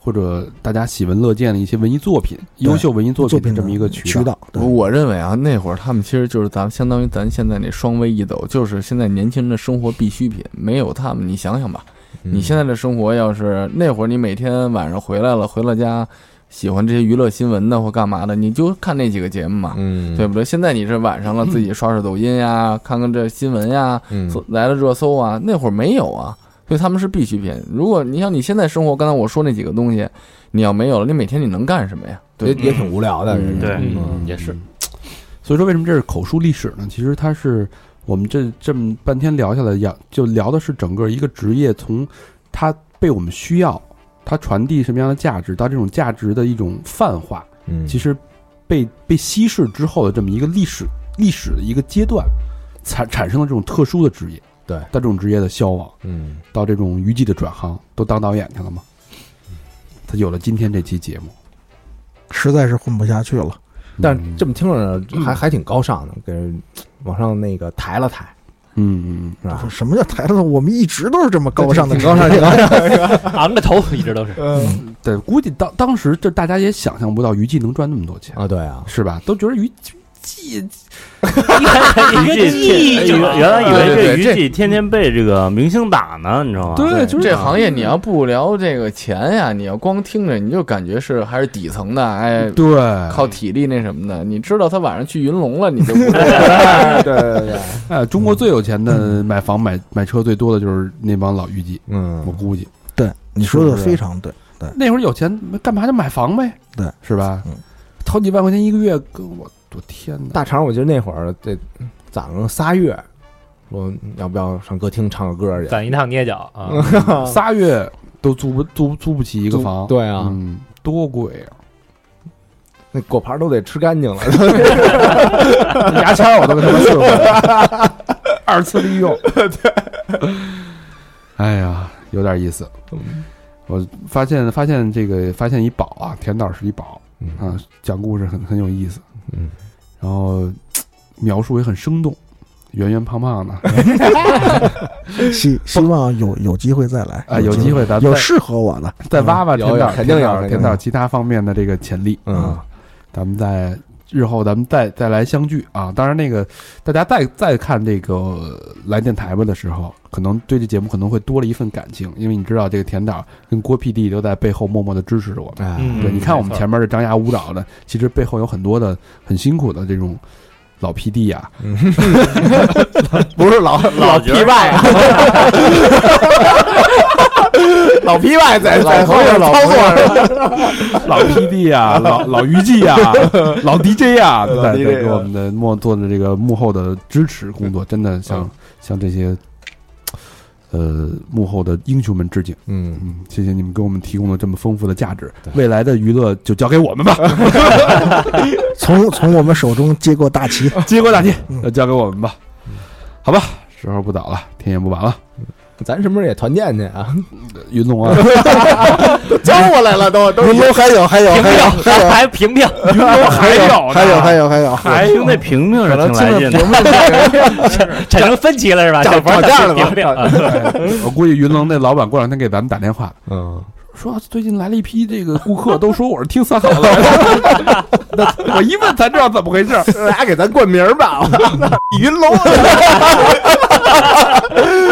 Speaker 2: 或者大家喜闻乐见的一些文艺作品、优秀文艺作
Speaker 6: 作
Speaker 2: 品
Speaker 6: 品
Speaker 2: 的这么一个
Speaker 6: 渠
Speaker 2: 渠道。嗯
Speaker 6: 对
Speaker 10: 我我认为啊，那会儿他们其实就是咱们相当于咱现在那双微一抖，就是现在年轻人的生活必需品。没有他们，你想想吧，
Speaker 4: 嗯
Speaker 10: 你现在的生活要是那会儿你每天晚上回来了，回了家，喜欢这些娱乐新闻的或干嘛的，你就看那几个节目嘛，
Speaker 4: 嗯，
Speaker 10: 对不对？现在你是晚上了，自己刷刷抖音呀，看看这新闻呀，
Speaker 4: 嗯，
Speaker 10: 搜来了热搜啊，那会儿没有啊，所以他们是必需品。如果你像你现在生活，刚才我说那几个东西，你要没有了，你每天你能干什么呀？
Speaker 4: 也
Speaker 10: 对，
Speaker 4: 也挺无聊的，
Speaker 10: 嗯
Speaker 4: 这个
Speaker 7: 对
Speaker 4: 嗯
Speaker 10: 也是。
Speaker 2: 所以说，为什么这是口述历史呢？其实它是我们这这么半天聊下来，要就聊的是整个一个职业从它被我们需要，它传递什么样的价值，到这种价值的一种泛化，
Speaker 4: 嗯，
Speaker 2: 其实被被稀释之后的这么一个历史历史的一个阶段，产产生了这种特殊的职业，
Speaker 4: 对
Speaker 2: 到这种职业的消亡。
Speaker 4: 嗯，
Speaker 2: 到这种娱记的转行，都当导演去了吗？他有了今天这期节目，
Speaker 6: 实在是混不下去了。
Speaker 2: 嗯
Speaker 4: 但是这么听着还还挺高尚的，给人往上那个抬了抬，
Speaker 2: 嗯嗯
Speaker 4: 是吧？
Speaker 6: 什么叫抬头？我们一直都是这么高尚的，
Speaker 4: 挺高尚，挺高
Speaker 2: 啊
Speaker 4: 尚。
Speaker 5: 昂着头一直都是。
Speaker 2: 嗯，对，估计当当时这大家也想象不到娱记能赚那么多钱，
Speaker 4: 啊，对 啊，
Speaker 2: 是吧？都觉得娱记
Speaker 5: 一
Speaker 7: 娱
Speaker 5: 个
Speaker 7: 记
Speaker 5: 记
Speaker 7: 原
Speaker 5: 者，
Speaker 7: 原来以为这
Speaker 10: 对对对
Speaker 7: 娱
Speaker 10: 这
Speaker 7: 记天天被这个明星打呢，你知道吗？
Speaker 2: 对，就是
Speaker 10: 这行业你要不聊这个钱呀，你要光听着，你就感觉是还是底层的，哎，
Speaker 4: 嗯
Speaker 2: 对，
Speaker 10: 靠体力那什么的。你知道他晚上去云龙 了，你就不
Speaker 4: 对对对，
Speaker 2: 呃，中国最有钱的买房买买车最多的就是那帮老娱记，我
Speaker 4: 嗯，
Speaker 2: 估计
Speaker 6: 对，你说的
Speaker 4: 是
Speaker 6: 非常对。
Speaker 2: 那会儿有钱干嘛就买房呗，
Speaker 6: 对，
Speaker 2: 是吧
Speaker 6: 嗯？
Speaker 2: 好几万块钱一个月，跟我我天哪！
Speaker 4: 大肠，我觉得那会儿得攒个仨月，我要不要上歌厅唱个歌去？
Speaker 5: 攒一趟捏脚啊！
Speaker 2: 仨月都租不租租不起一个
Speaker 4: 租
Speaker 2: 房，
Speaker 4: 对啊
Speaker 2: 嗯，多贵啊！
Speaker 4: 那果盘都得吃干净了，
Speaker 2: 牙签儿我都给他们试过，二次利用。对，哎呀，有点意思。我发现发现这个发现一宝啊，田导是一宝啊，讲故事很很有意思，
Speaker 4: 嗯，
Speaker 2: 然后描述也很生动，圆圆胖胖 的，
Speaker 6: 希希望有有机会再来
Speaker 2: 啊，有机会咱
Speaker 6: 有
Speaker 2: 再
Speaker 6: 适合我的，
Speaker 2: 再挖挖
Speaker 4: 嗯有
Speaker 2: 田
Speaker 4: 有
Speaker 2: 导，
Speaker 4: 肯定有
Speaker 2: 田导
Speaker 4: 肯定
Speaker 2: 田导
Speaker 4: 有
Speaker 2: 其他方面的这个潜力，
Speaker 4: 嗯
Speaker 2: 啊，咱们再日后咱们再再来相聚啊！当然，那个大家再再看这个呃来电台吧的时候，可能对这节目可能会多了一份感情，因为你知道这个田导跟郭 PD 都在背后默默的支持着我们。
Speaker 4: 哎，
Speaker 5: 嗯
Speaker 2: 对，你看我们
Speaker 5: 没错
Speaker 2: 前面这张牙舞爪的，其实背后有很多的很辛苦的这种老 PD 啊，
Speaker 4: 嗯 不是老
Speaker 7: 老觉
Speaker 4: 皮外啊，老皮外在在后面操作 着，
Speaker 2: 老 PD 啊，老老娱记啊，老 DJ 啊，对 对
Speaker 4: 老 DJ 啊
Speaker 2: 对，给我们的幕做的这个幕后的支持工作，真的
Speaker 4: 嗯
Speaker 2: 向向这些呃幕后的英雄们致敬。
Speaker 4: 嗯，
Speaker 2: 嗯，谢谢你们给我们提供了这么丰富的价值，未来的娱乐就交给我们吧，
Speaker 6: 从从我们手中接过大旗。
Speaker 2: 接过大旗，
Speaker 4: 嗯
Speaker 2: 呃交给我们吧，好吧，时候不早了，天也不晚了，
Speaker 4: 咱什么时候也团建去啊？
Speaker 2: 云龙 啊，
Speaker 4: 叫过来了
Speaker 2: 哦
Speaker 4: 都都
Speaker 6: 云龙还有还有
Speaker 5: 平
Speaker 6: 还有
Speaker 5: 平还还平平，
Speaker 2: 云龙
Speaker 4: 哎
Speaker 2: 还有
Speaker 6: 还有还有还有，
Speaker 7: 还听那评评是挺来劲的，
Speaker 5: 产生分歧了是吧？
Speaker 4: 涨
Speaker 5: 这不是
Speaker 4: 涨价了吧
Speaker 5: 平平啊！
Speaker 2: 有，我估计云龙那老板过两天给咱们打电话，
Speaker 4: 嗯，
Speaker 2: 说啊最近来了一批这个顾客，都说我是听三好的来 的。那我一问才知道怎么回事儿。
Speaker 4: 大哎家给咱冠名吧，云龙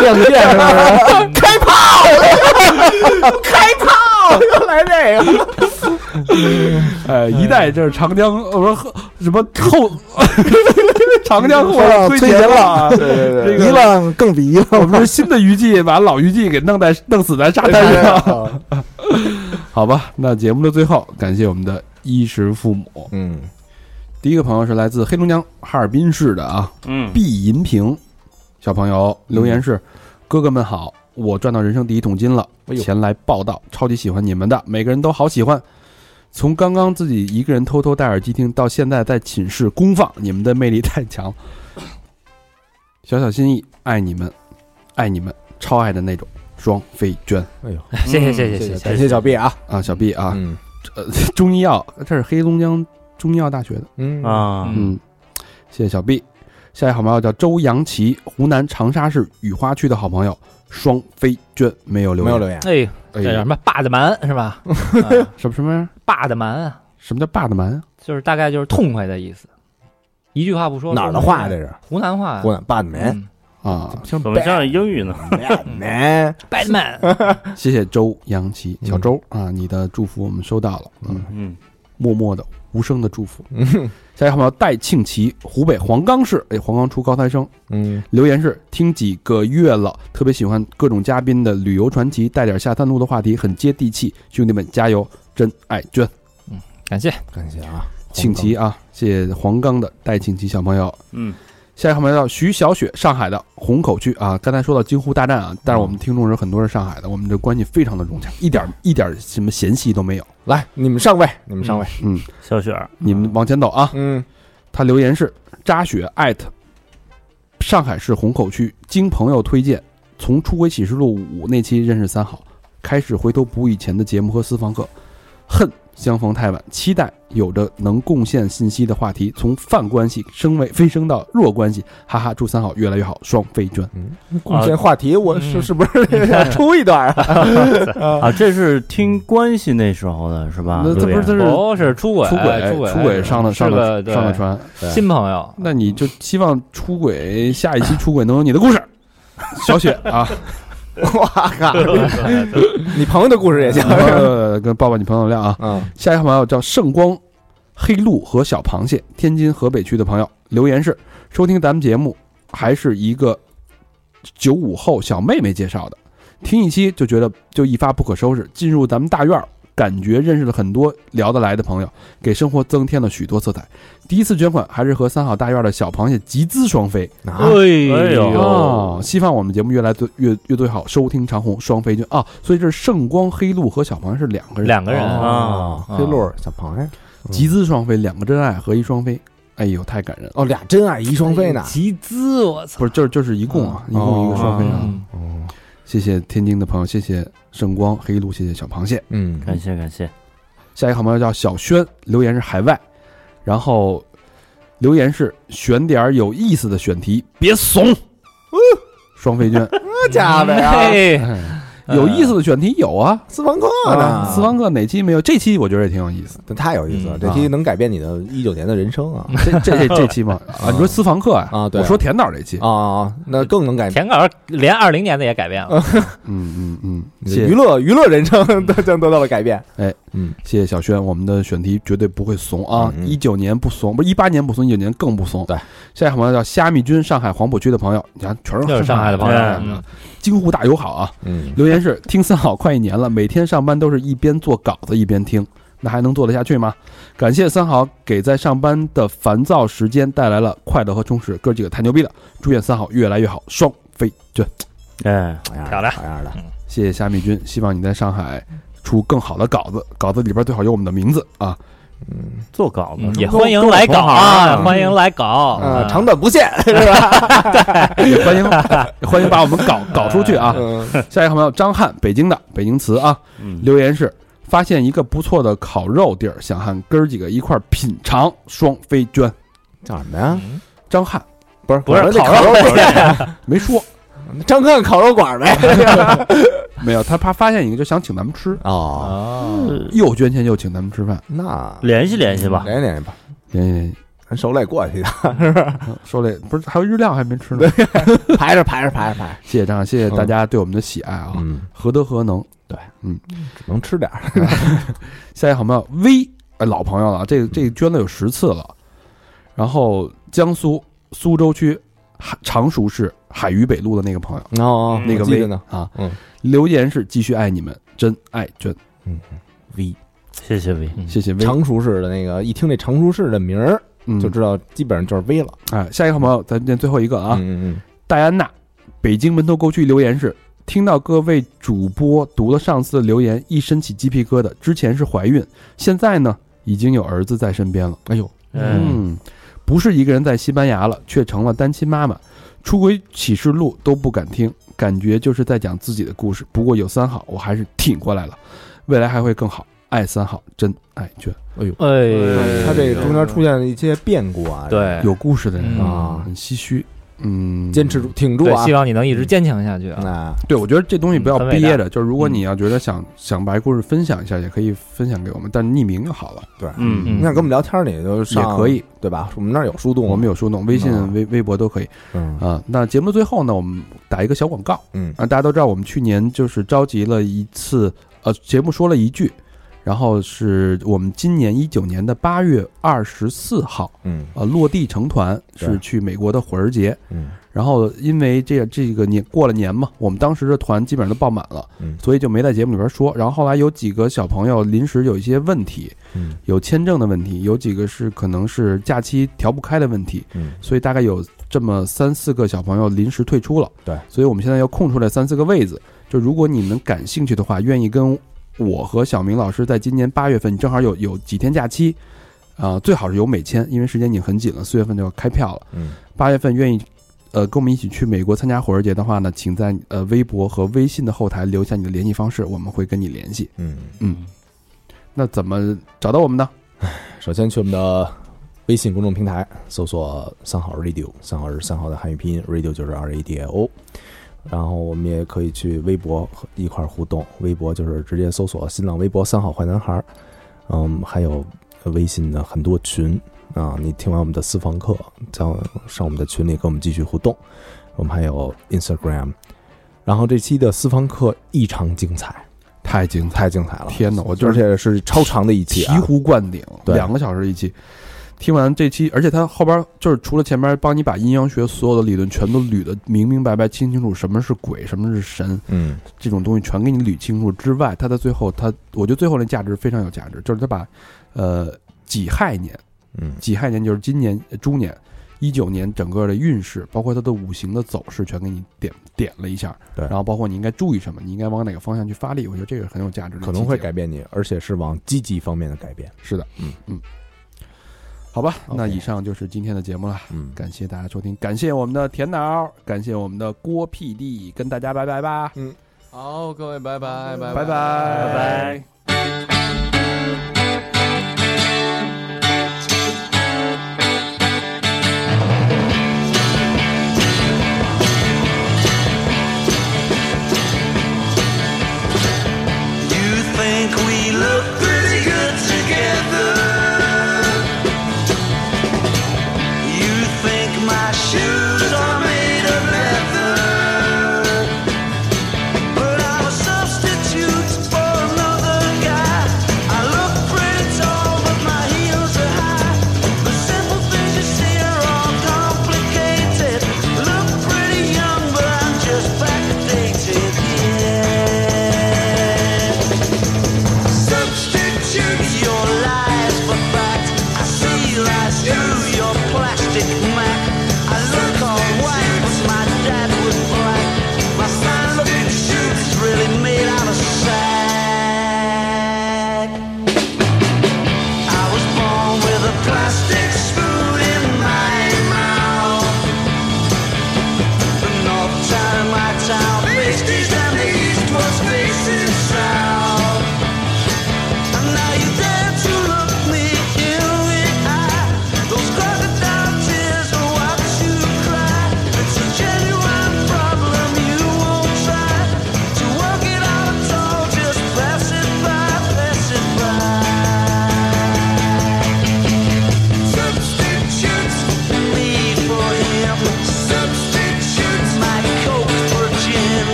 Speaker 2: 亮个电是吧？
Speaker 4: 开炮，开炮，又来这个。
Speaker 2: 哎，一代这是长江，我说后什么后 长江后
Speaker 6: 啊
Speaker 2: 推
Speaker 6: 崔
Speaker 2: 前
Speaker 6: 健
Speaker 2: 浪
Speaker 6: 浪，
Speaker 2: 对对
Speaker 6: 一浪更比一
Speaker 2: 我
Speaker 6: 浪
Speaker 2: 们是新的娱记把老娱记给弄在弄死在沙
Speaker 4: 哎
Speaker 2: 滩上。好吧，那节目的最后，感谢我们的衣食父母。
Speaker 4: 嗯，
Speaker 2: 第一个朋友是来自黑龙江哈尔滨市的啊，
Speaker 7: 嗯，
Speaker 2: 毕银平小朋友留言是：哥哥们好，我赚到人生第一桶金了，
Speaker 4: 哎呦
Speaker 2: 前来报道，超级喜欢你们的，每个人都好喜欢。从刚刚自己一个人偷偷戴耳机听，到现在在寝室公放，你们的魅力太强了。小小心意，爱你们，爱你们，超爱的那种。双飞娟
Speaker 5: 嗯谢谢谢谢谢
Speaker 4: 感谢小 B 啊，
Speaker 2: 啊，小 B 啊，
Speaker 4: 嗯
Speaker 2: 中医药，这是黑龙江中医药大学的。
Speaker 4: 嗯
Speaker 7: 啊，
Speaker 2: 嗯，谢谢小 B。下一好朋友叫周扬琪，湖南长沙市雨花区的好朋友双飞娟，没有留
Speaker 4: 没有
Speaker 2: 言，
Speaker 4: 留言，
Speaker 5: 哎，
Speaker 2: 哎
Speaker 5: 这叫
Speaker 2: 呀
Speaker 5: 什么霸的蛮是吧？啊
Speaker 2: 什么什么呀？
Speaker 5: 霸的蛮啊，
Speaker 2: 什么叫霸的蛮啊？
Speaker 5: 就是大概就是痛快的意思，一句话不说。
Speaker 4: 哪儿的话这是？
Speaker 5: 湖南话呀。
Speaker 4: 湖南霸的 门，
Speaker 5: 嗯
Speaker 2: 啊，
Speaker 7: 怎么像英语呢？
Speaker 4: 门，
Speaker 5: 霸的蛮，
Speaker 2: 谢谢周扬琪，小周、啊，你的祝福我们收到了，嗯，
Speaker 7: 嗯，
Speaker 2: 默默的、无声的祝福。下一个好朋友戴庆奇，湖北黄冈市，哎，黄冈出高材生，
Speaker 4: 嗯，
Speaker 2: 留言是听几个月了，特别喜欢各种嘉宾的旅游传奇，带点下三路的话题，很接地气，兄弟们加油，真爱娟。
Speaker 5: 感谢
Speaker 4: 感谢啊，
Speaker 2: 庆奇啊，谢谢黄冈的戴庆奇小朋友。
Speaker 7: 嗯，
Speaker 2: 下一个好朋友叫徐小雪，上海的虹口区啊。刚才说到京沪大战啊，但是我们听众是很多是上海的，我们这关系非常的融洽，一点一点什么嫌隙都没有。
Speaker 4: 来，你们上位，你们嗯上位，
Speaker 7: 小雪儿，
Speaker 2: 嗯你 们往前走啊。
Speaker 4: 嗯，
Speaker 2: 他留言是扎雪艾特上海市虹口区，经朋友推荐，从《出轨启示录五》那期认识三好，开始回头补以前的节目和私房课，恨相逢太晚，期待有着能贡献信息的话题，从泛关系升为飞升到弱关系，哈哈，祝三好越来越好，双飞娟。
Speaker 4: 贡献话题，我是
Speaker 5: 嗯
Speaker 4: 是不 是出一段啊？
Speaker 7: 啊，这是听关系那时候的是吧？
Speaker 2: 那这不是这是
Speaker 5: 哦，是出轨，
Speaker 2: 出
Speaker 5: 出
Speaker 2: 轨哎
Speaker 5: 轨，哎
Speaker 2: 出轨上了上了
Speaker 5: 是个
Speaker 2: 上了
Speaker 5: 对
Speaker 2: 船，
Speaker 5: 新朋友，
Speaker 2: 那你就希望出轨下一期出轨能有你的故事， 小雪啊。
Speaker 4: 我靠， 你朋友的故事也行，
Speaker 5: 嗯
Speaker 2: 呃，跟抱抱你朋友亮啊。
Speaker 4: 嗯，
Speaker 2: 下一个朋友叫圣光、黑鹿和小螃蟹，天津河北区的朋友留言是：收听咱们节目还是一个九五后小妹妹介绍的，听一期就觉得就一发不可收拾，进入咱们大院儿。感觉认识了很多聊得来的朋友，给生活增添了许多色彩。第一次捐款还是和三好大院的小螃蟹集资双飞，
Speaker 4: 啊，
Speaker 5: 哎
Speaker 7: 呦
Speaker 2: 哦，希望我们节目越来越越对好，收听长虹双飞君啊，所以这是圣光黑鹿和小螃蟹是两个人，
Speaker 5: 两个人嗯
Speaker 7: 哦
Speaker 4: 啊
Speaker 7: 啊，
Speaker 4: 黑鹿小螃蟹，
Speaker 2: 集资双飞，两个真爱合一双飞，哎呦，太感人了，
Speaker 4: 哦，俩真爱一双飞呢，
Speaker 5: 集资，我操，
Speaker 2: 不是，就是就是一共
Speaker 4: 嗯
Speaker 2: 啊，一
Speaker 7: 哦
Speaker 2: 共一个
Speaker 4: 哦
Speaker 2: 双飞啊，
Speaker 5: 嗯
Speaker 2: 谢谢天津的朋友，谢谢圣光黑鹿，谢谢小螃蟹，
Speaker 4: 嗯，
Speaker 7: 感谢感谢，
Speaker 2: 下一个好朋友叫小轩，留言是海外，然后留言是选点儿有意思的选题，别 怂，
Speaker 4: 嗯
Speaker 2: 双飞君，
Speaker 4: 这家伙呀，
Speaker 5: 嘿
Speaker 2: 哎有意思的选题有啊，
Speaker 4: 私房课呢，
Speaker 2: 斯方克哪期没有？这期我觉得也挺有意思。
Speaker 4: 这啊太有意思了，
Speaker 5: 嗯
Speaker 4: 这期能改变你的一九年的人生啊！
Speaker 2: 这这这这期 嘛，啊，你说私房课呀？
Speaker 4: 啊对啊
Speaker 2: 我说田导这期。
Speaker 4: 啊啊，啊那更能改变
Speaker 5: 田稿连二零年的也改变了，
Speaker 2: 嗯嗯嗯，
Speaker 4: 你的
Speaker 2: 谢谢
Speaker 4: 娱乐娱乐人
Speaker 5: 嗯
Speaker 4: 生 都将得到了改变。
Speaker 2: 谢谢小轩，我们的选题绝对不会怂啊！
Speaker 4: 嗯
Speaker 2: 一九年不怂，不是一八年不怂，一九年更不怂。
Speaker 4: 对，
Speaker 2: 下一个朋友叫虾米君，上海黄浦区的朋友，你看全
Speaker 5: 就是是上海的朋友，
Speaker 2: 上海
Speaker 5: 嗯
Speaker 2: 京沪大友好啊！
Speaker 4: 嗯，
Speaker 2: 留言是听三好快一年了，每天上班都是一边做稿子一边听，那还能做得下去吗？感谢三好给在上班的烦躁时间带来了快乐和充实，哥几个太牛逼了！祝愿三好越来越好，双飞卷！
Speaker 7: 哎，
Speaker 4: 好样的
Speaker 5: 漂亮
Speaker 4: 好样的，
Speaker 2: 谢谢虾米君，希望你在上海出更好的稿子，稿子里边最好有我们的名字啊！
Speaker 4: 嗯
Speaker 7: 做稿子
Speaker 5: 嗯
Speaker 7: 是
Speaker 5: 也
Speaker 7: 吧
Speaker 5: 欢迎来搞
Speaker 4: 嗯
Speaker 5: 啊，欢迎来搞，
Speaker 4: 啊，
Speaker 5: 嗯
Speaker 4: 长短不限是吧？
Speaker 2: 哎也欢 迎也欢迎把我们稿稿出去啊！
Speaker 4: 嗯
Speaker 2: 下一个朋友张翰，北京的北京词啊，
Speaker 7: 嗯，
Speaker 2: 留言是发现一个不错的烤肉地儿，想和哥儿几个一块儿品尝，双飞娟。
Speaker 4: 叫什么呀？
Speaker 2: 张翰
Speaker 4: 不是
Speaker 5: 嗯不是
Speaker 4: 我说那
Speaker 5: 烤
Speaker 4: 烤
Speaker 5: 肉
Speaker 4: 肉馆，
Speaker 2: 没说，
Speaker 4: 张看烤肉馆呗。
Speaker 2: 没有，他怕发现一个就想请咱们吃，
Speaker 4: 哦，
Speaker 5: 哦，
Speaker 2: 又捐钱又请咱们吃饭，
Speaker 4: 那
Speaker 7: 联系联系吧。
Speaker 4: 联系联系吧，
Speaker 2: 联系联系
Speaker 4: 咱手累过去的，
Speaker 2: 说了不是还有日料还没吃呢，
Speaker 4: 排着排着排着排着。
Speaker 2: 谢谢张翰，谢谢大家对我们的喜爱啊，
Speaker 4: 嗯，
Speaker 2: 何德何能。
Speaker 4: 只能吃点儿。
Speaker 2: 下一个好朋友 V，哎，老朋友了，这这捐了有十次了。然后江苏苏州区海常熟市海虞北路的那个朋友，
Speaker 4: 哦
Speaker 2: 那
Speaker 4: 那
Speaker 2: 个
Speaker 4: 个
Speaker 2: V
Speaker 4: 微呢？
Speaker 2: 啊，
Speaker 4: 嗯
Speaker 2: 留言是继续爱你们，真爱捐，
Speaker 5: 嗯
Speaker 7: V，谢谢 V，
Speaker 4: 嗯
Speaker 2: 谢谢 V。
Speaker 4: 常熟市的那个，一听这常熟市的名儿
Speaker 2: 嗯，
Speaker 4: 就知道，基本上就是微了
Speaker 2: 哎，下一个好朋友，咱念最后一个啊，
Speaker 4: 嗯嗯
Speaker 2: 戴安娜，北京门头沟区留言是：听到各位主播读了上次的留言，一身起鸡皮疙瘩。之前是怀孕，现在呢已经有儿子在身边了。哎呦，
Speaker 7: 嗯，
Speaker 2: 嗯，不是一个人在西班牙了，却成了单亲妈妈。出轨启示录都不敢听，感觉就是在讲自己的故事。不过有三好，我还是挺过来了，未来还会更好。爱三好真爱卷，
Speaker 1: 嗯
Speaker 5: 哎，
Speaker 4: 他这个中间出现了一些变故啊，
Speaker 5: 对，
Speaker 2: 有故事的人
Speaker 4: 啊，
Speaker 2: 很唏嘘。嗯，
Speaker 4: 坚持住，挺住
Speaker 5: 对，
Speaker 4: 啊哎
Speaker 5: 希，望你能一直坚强下去啊！
Speaker 4: 那
Speaker 2: 对，我觉得这东西不要
Speaker 5: 嗯很伟大
Speaker 2: 憋着，就是如果你要觉得想想把故事分享一下，也可以分享给我们，但匿名就好了，
Speaker 4: 对，
Speaker 7: 嗯，
Speaker 4: 你想跟我们聊天儿，你就
Speaker 2: 也
Speaker 4: 上
Speaker 2: 可，以。
Speaker 4: 对吧？我们那儿有树洞，
Speaker 2: 我们有树洞，微信、微微博都可以
Speaker 4: 嗯
Speaker 2: 啊。那节目的最后呢，我们打一个小广告
Speaker 4: 嗯
Speaker 2: 啊。大家都知道，我们去年就是召集了一次，呃，节目说了一句，然后是我们今年一九年的八月二十四号，
Speaker 4: 嗯
Speaker 2: 呃，落地成团
Speaker 4: 对
Speaker 2: 是去美国的火儿节，
Speaker 4: 嗯
Speaker 2: 然后因为这这个年过了年嘛，我们当时的团基本上都爆满了，
Speaker 4: 嗯
Speaker 2: 所以就没在节目里边说。然后后来有几个小朋友临时有一些问题，
Speaker 4: 嗯
Speaker 2: 有签证的问题，有几个是可能是假期调不开的问题，
Speaker 4: 嗯
Speaker 2: 所以大概有这么三四个小朋友临时退出了。
Speaker 4: 对，
Speaker 2: 所以我们现在要空出来三四个位子。就如果你们感兴趣的话，愿意跟我和小明老师在今年八月份正好有有几天假期，啊、最好是有美签，因为时间已经很紧了，四月份就要开票了。
Speaker 4: 嗯，
Speaker 2: 八月份愿意呃跟我们一起去美国参加火儿节的话呢，请在呃微博和微信的后台留下你的联系方式，我们会跟你联系。
Speaker 4: 嗯。
Speaker 2: 嗯，那怎么找到我们呢？
Speaker 4: 首先去我们的微信公众平台搜索“三好 radio”，三好是三好的汉语拼音，radio 就是 R A D I O。然后我们也可以去微博和一块儿互动，微博就是直接搜索新浪微博“三好坏男孩”，嗯，还有微信的很多群啊。你听完我们的私房课，上上我们的群里跟我们继续互动。我们还有 Instagram。然后这期的私房课异常精彩，
Speaker 2: 太精彩！
Speaker 4: 太精彩了！
Speaker 2: 天哪，我就
Speaker 4: 而
Speaker 2: 是
Speaker 4: 且是超长的一期
Speaker 2: 醍
Speaker 4: 啊，
Speaker 2: 醐灌顶，
Speaker 4: 对
Speaker 2: 两个小时一期。听完这期，而且他后边就是除了前面帮你把阴阳学所有的理论全都捋得嗯明明白白、清清楚，什么是鬼，什么是神，
Speaker 4: 嗯，
Speaker 2: 这种东西全给你捋清楚之外，他在最后，他我觉得最后那价值非常有价值，就是他把，呃，己亥年，
Speaker 4: 嗯
Speaker 2: 己亥年就是今年呃猪年，一九年整个的运势，包括它的五行的走势，全给你点点了一下。
Speaker 4: 对
Speaker 2: 然后包括你应该注意什么，你应该往哪个方向去发力，我觉得这个很有价值的一期节
Speaker 4: 可
Speaker 2: 目。
Speaker 4: 能会改变你，而且是往积极方面的改变。
Speaker 2: 是的，
Speaker 4: 嗯
Speaker 2: 嗯，好吧，
Speaker 4: OK
Speaker 2: 那以上就是今天的节目了，
Speaker 4: 嗯
Speaker 2: 感谢大家收听，感谢我们的田导，感谢我们的郭 PD，跟大家拜拜吧，
Speaker 10: 好，各位，拜拜，拜
Speaker 2: 拜拜拜
Speaker 7: 拜。
Speaker 11: You think we look good?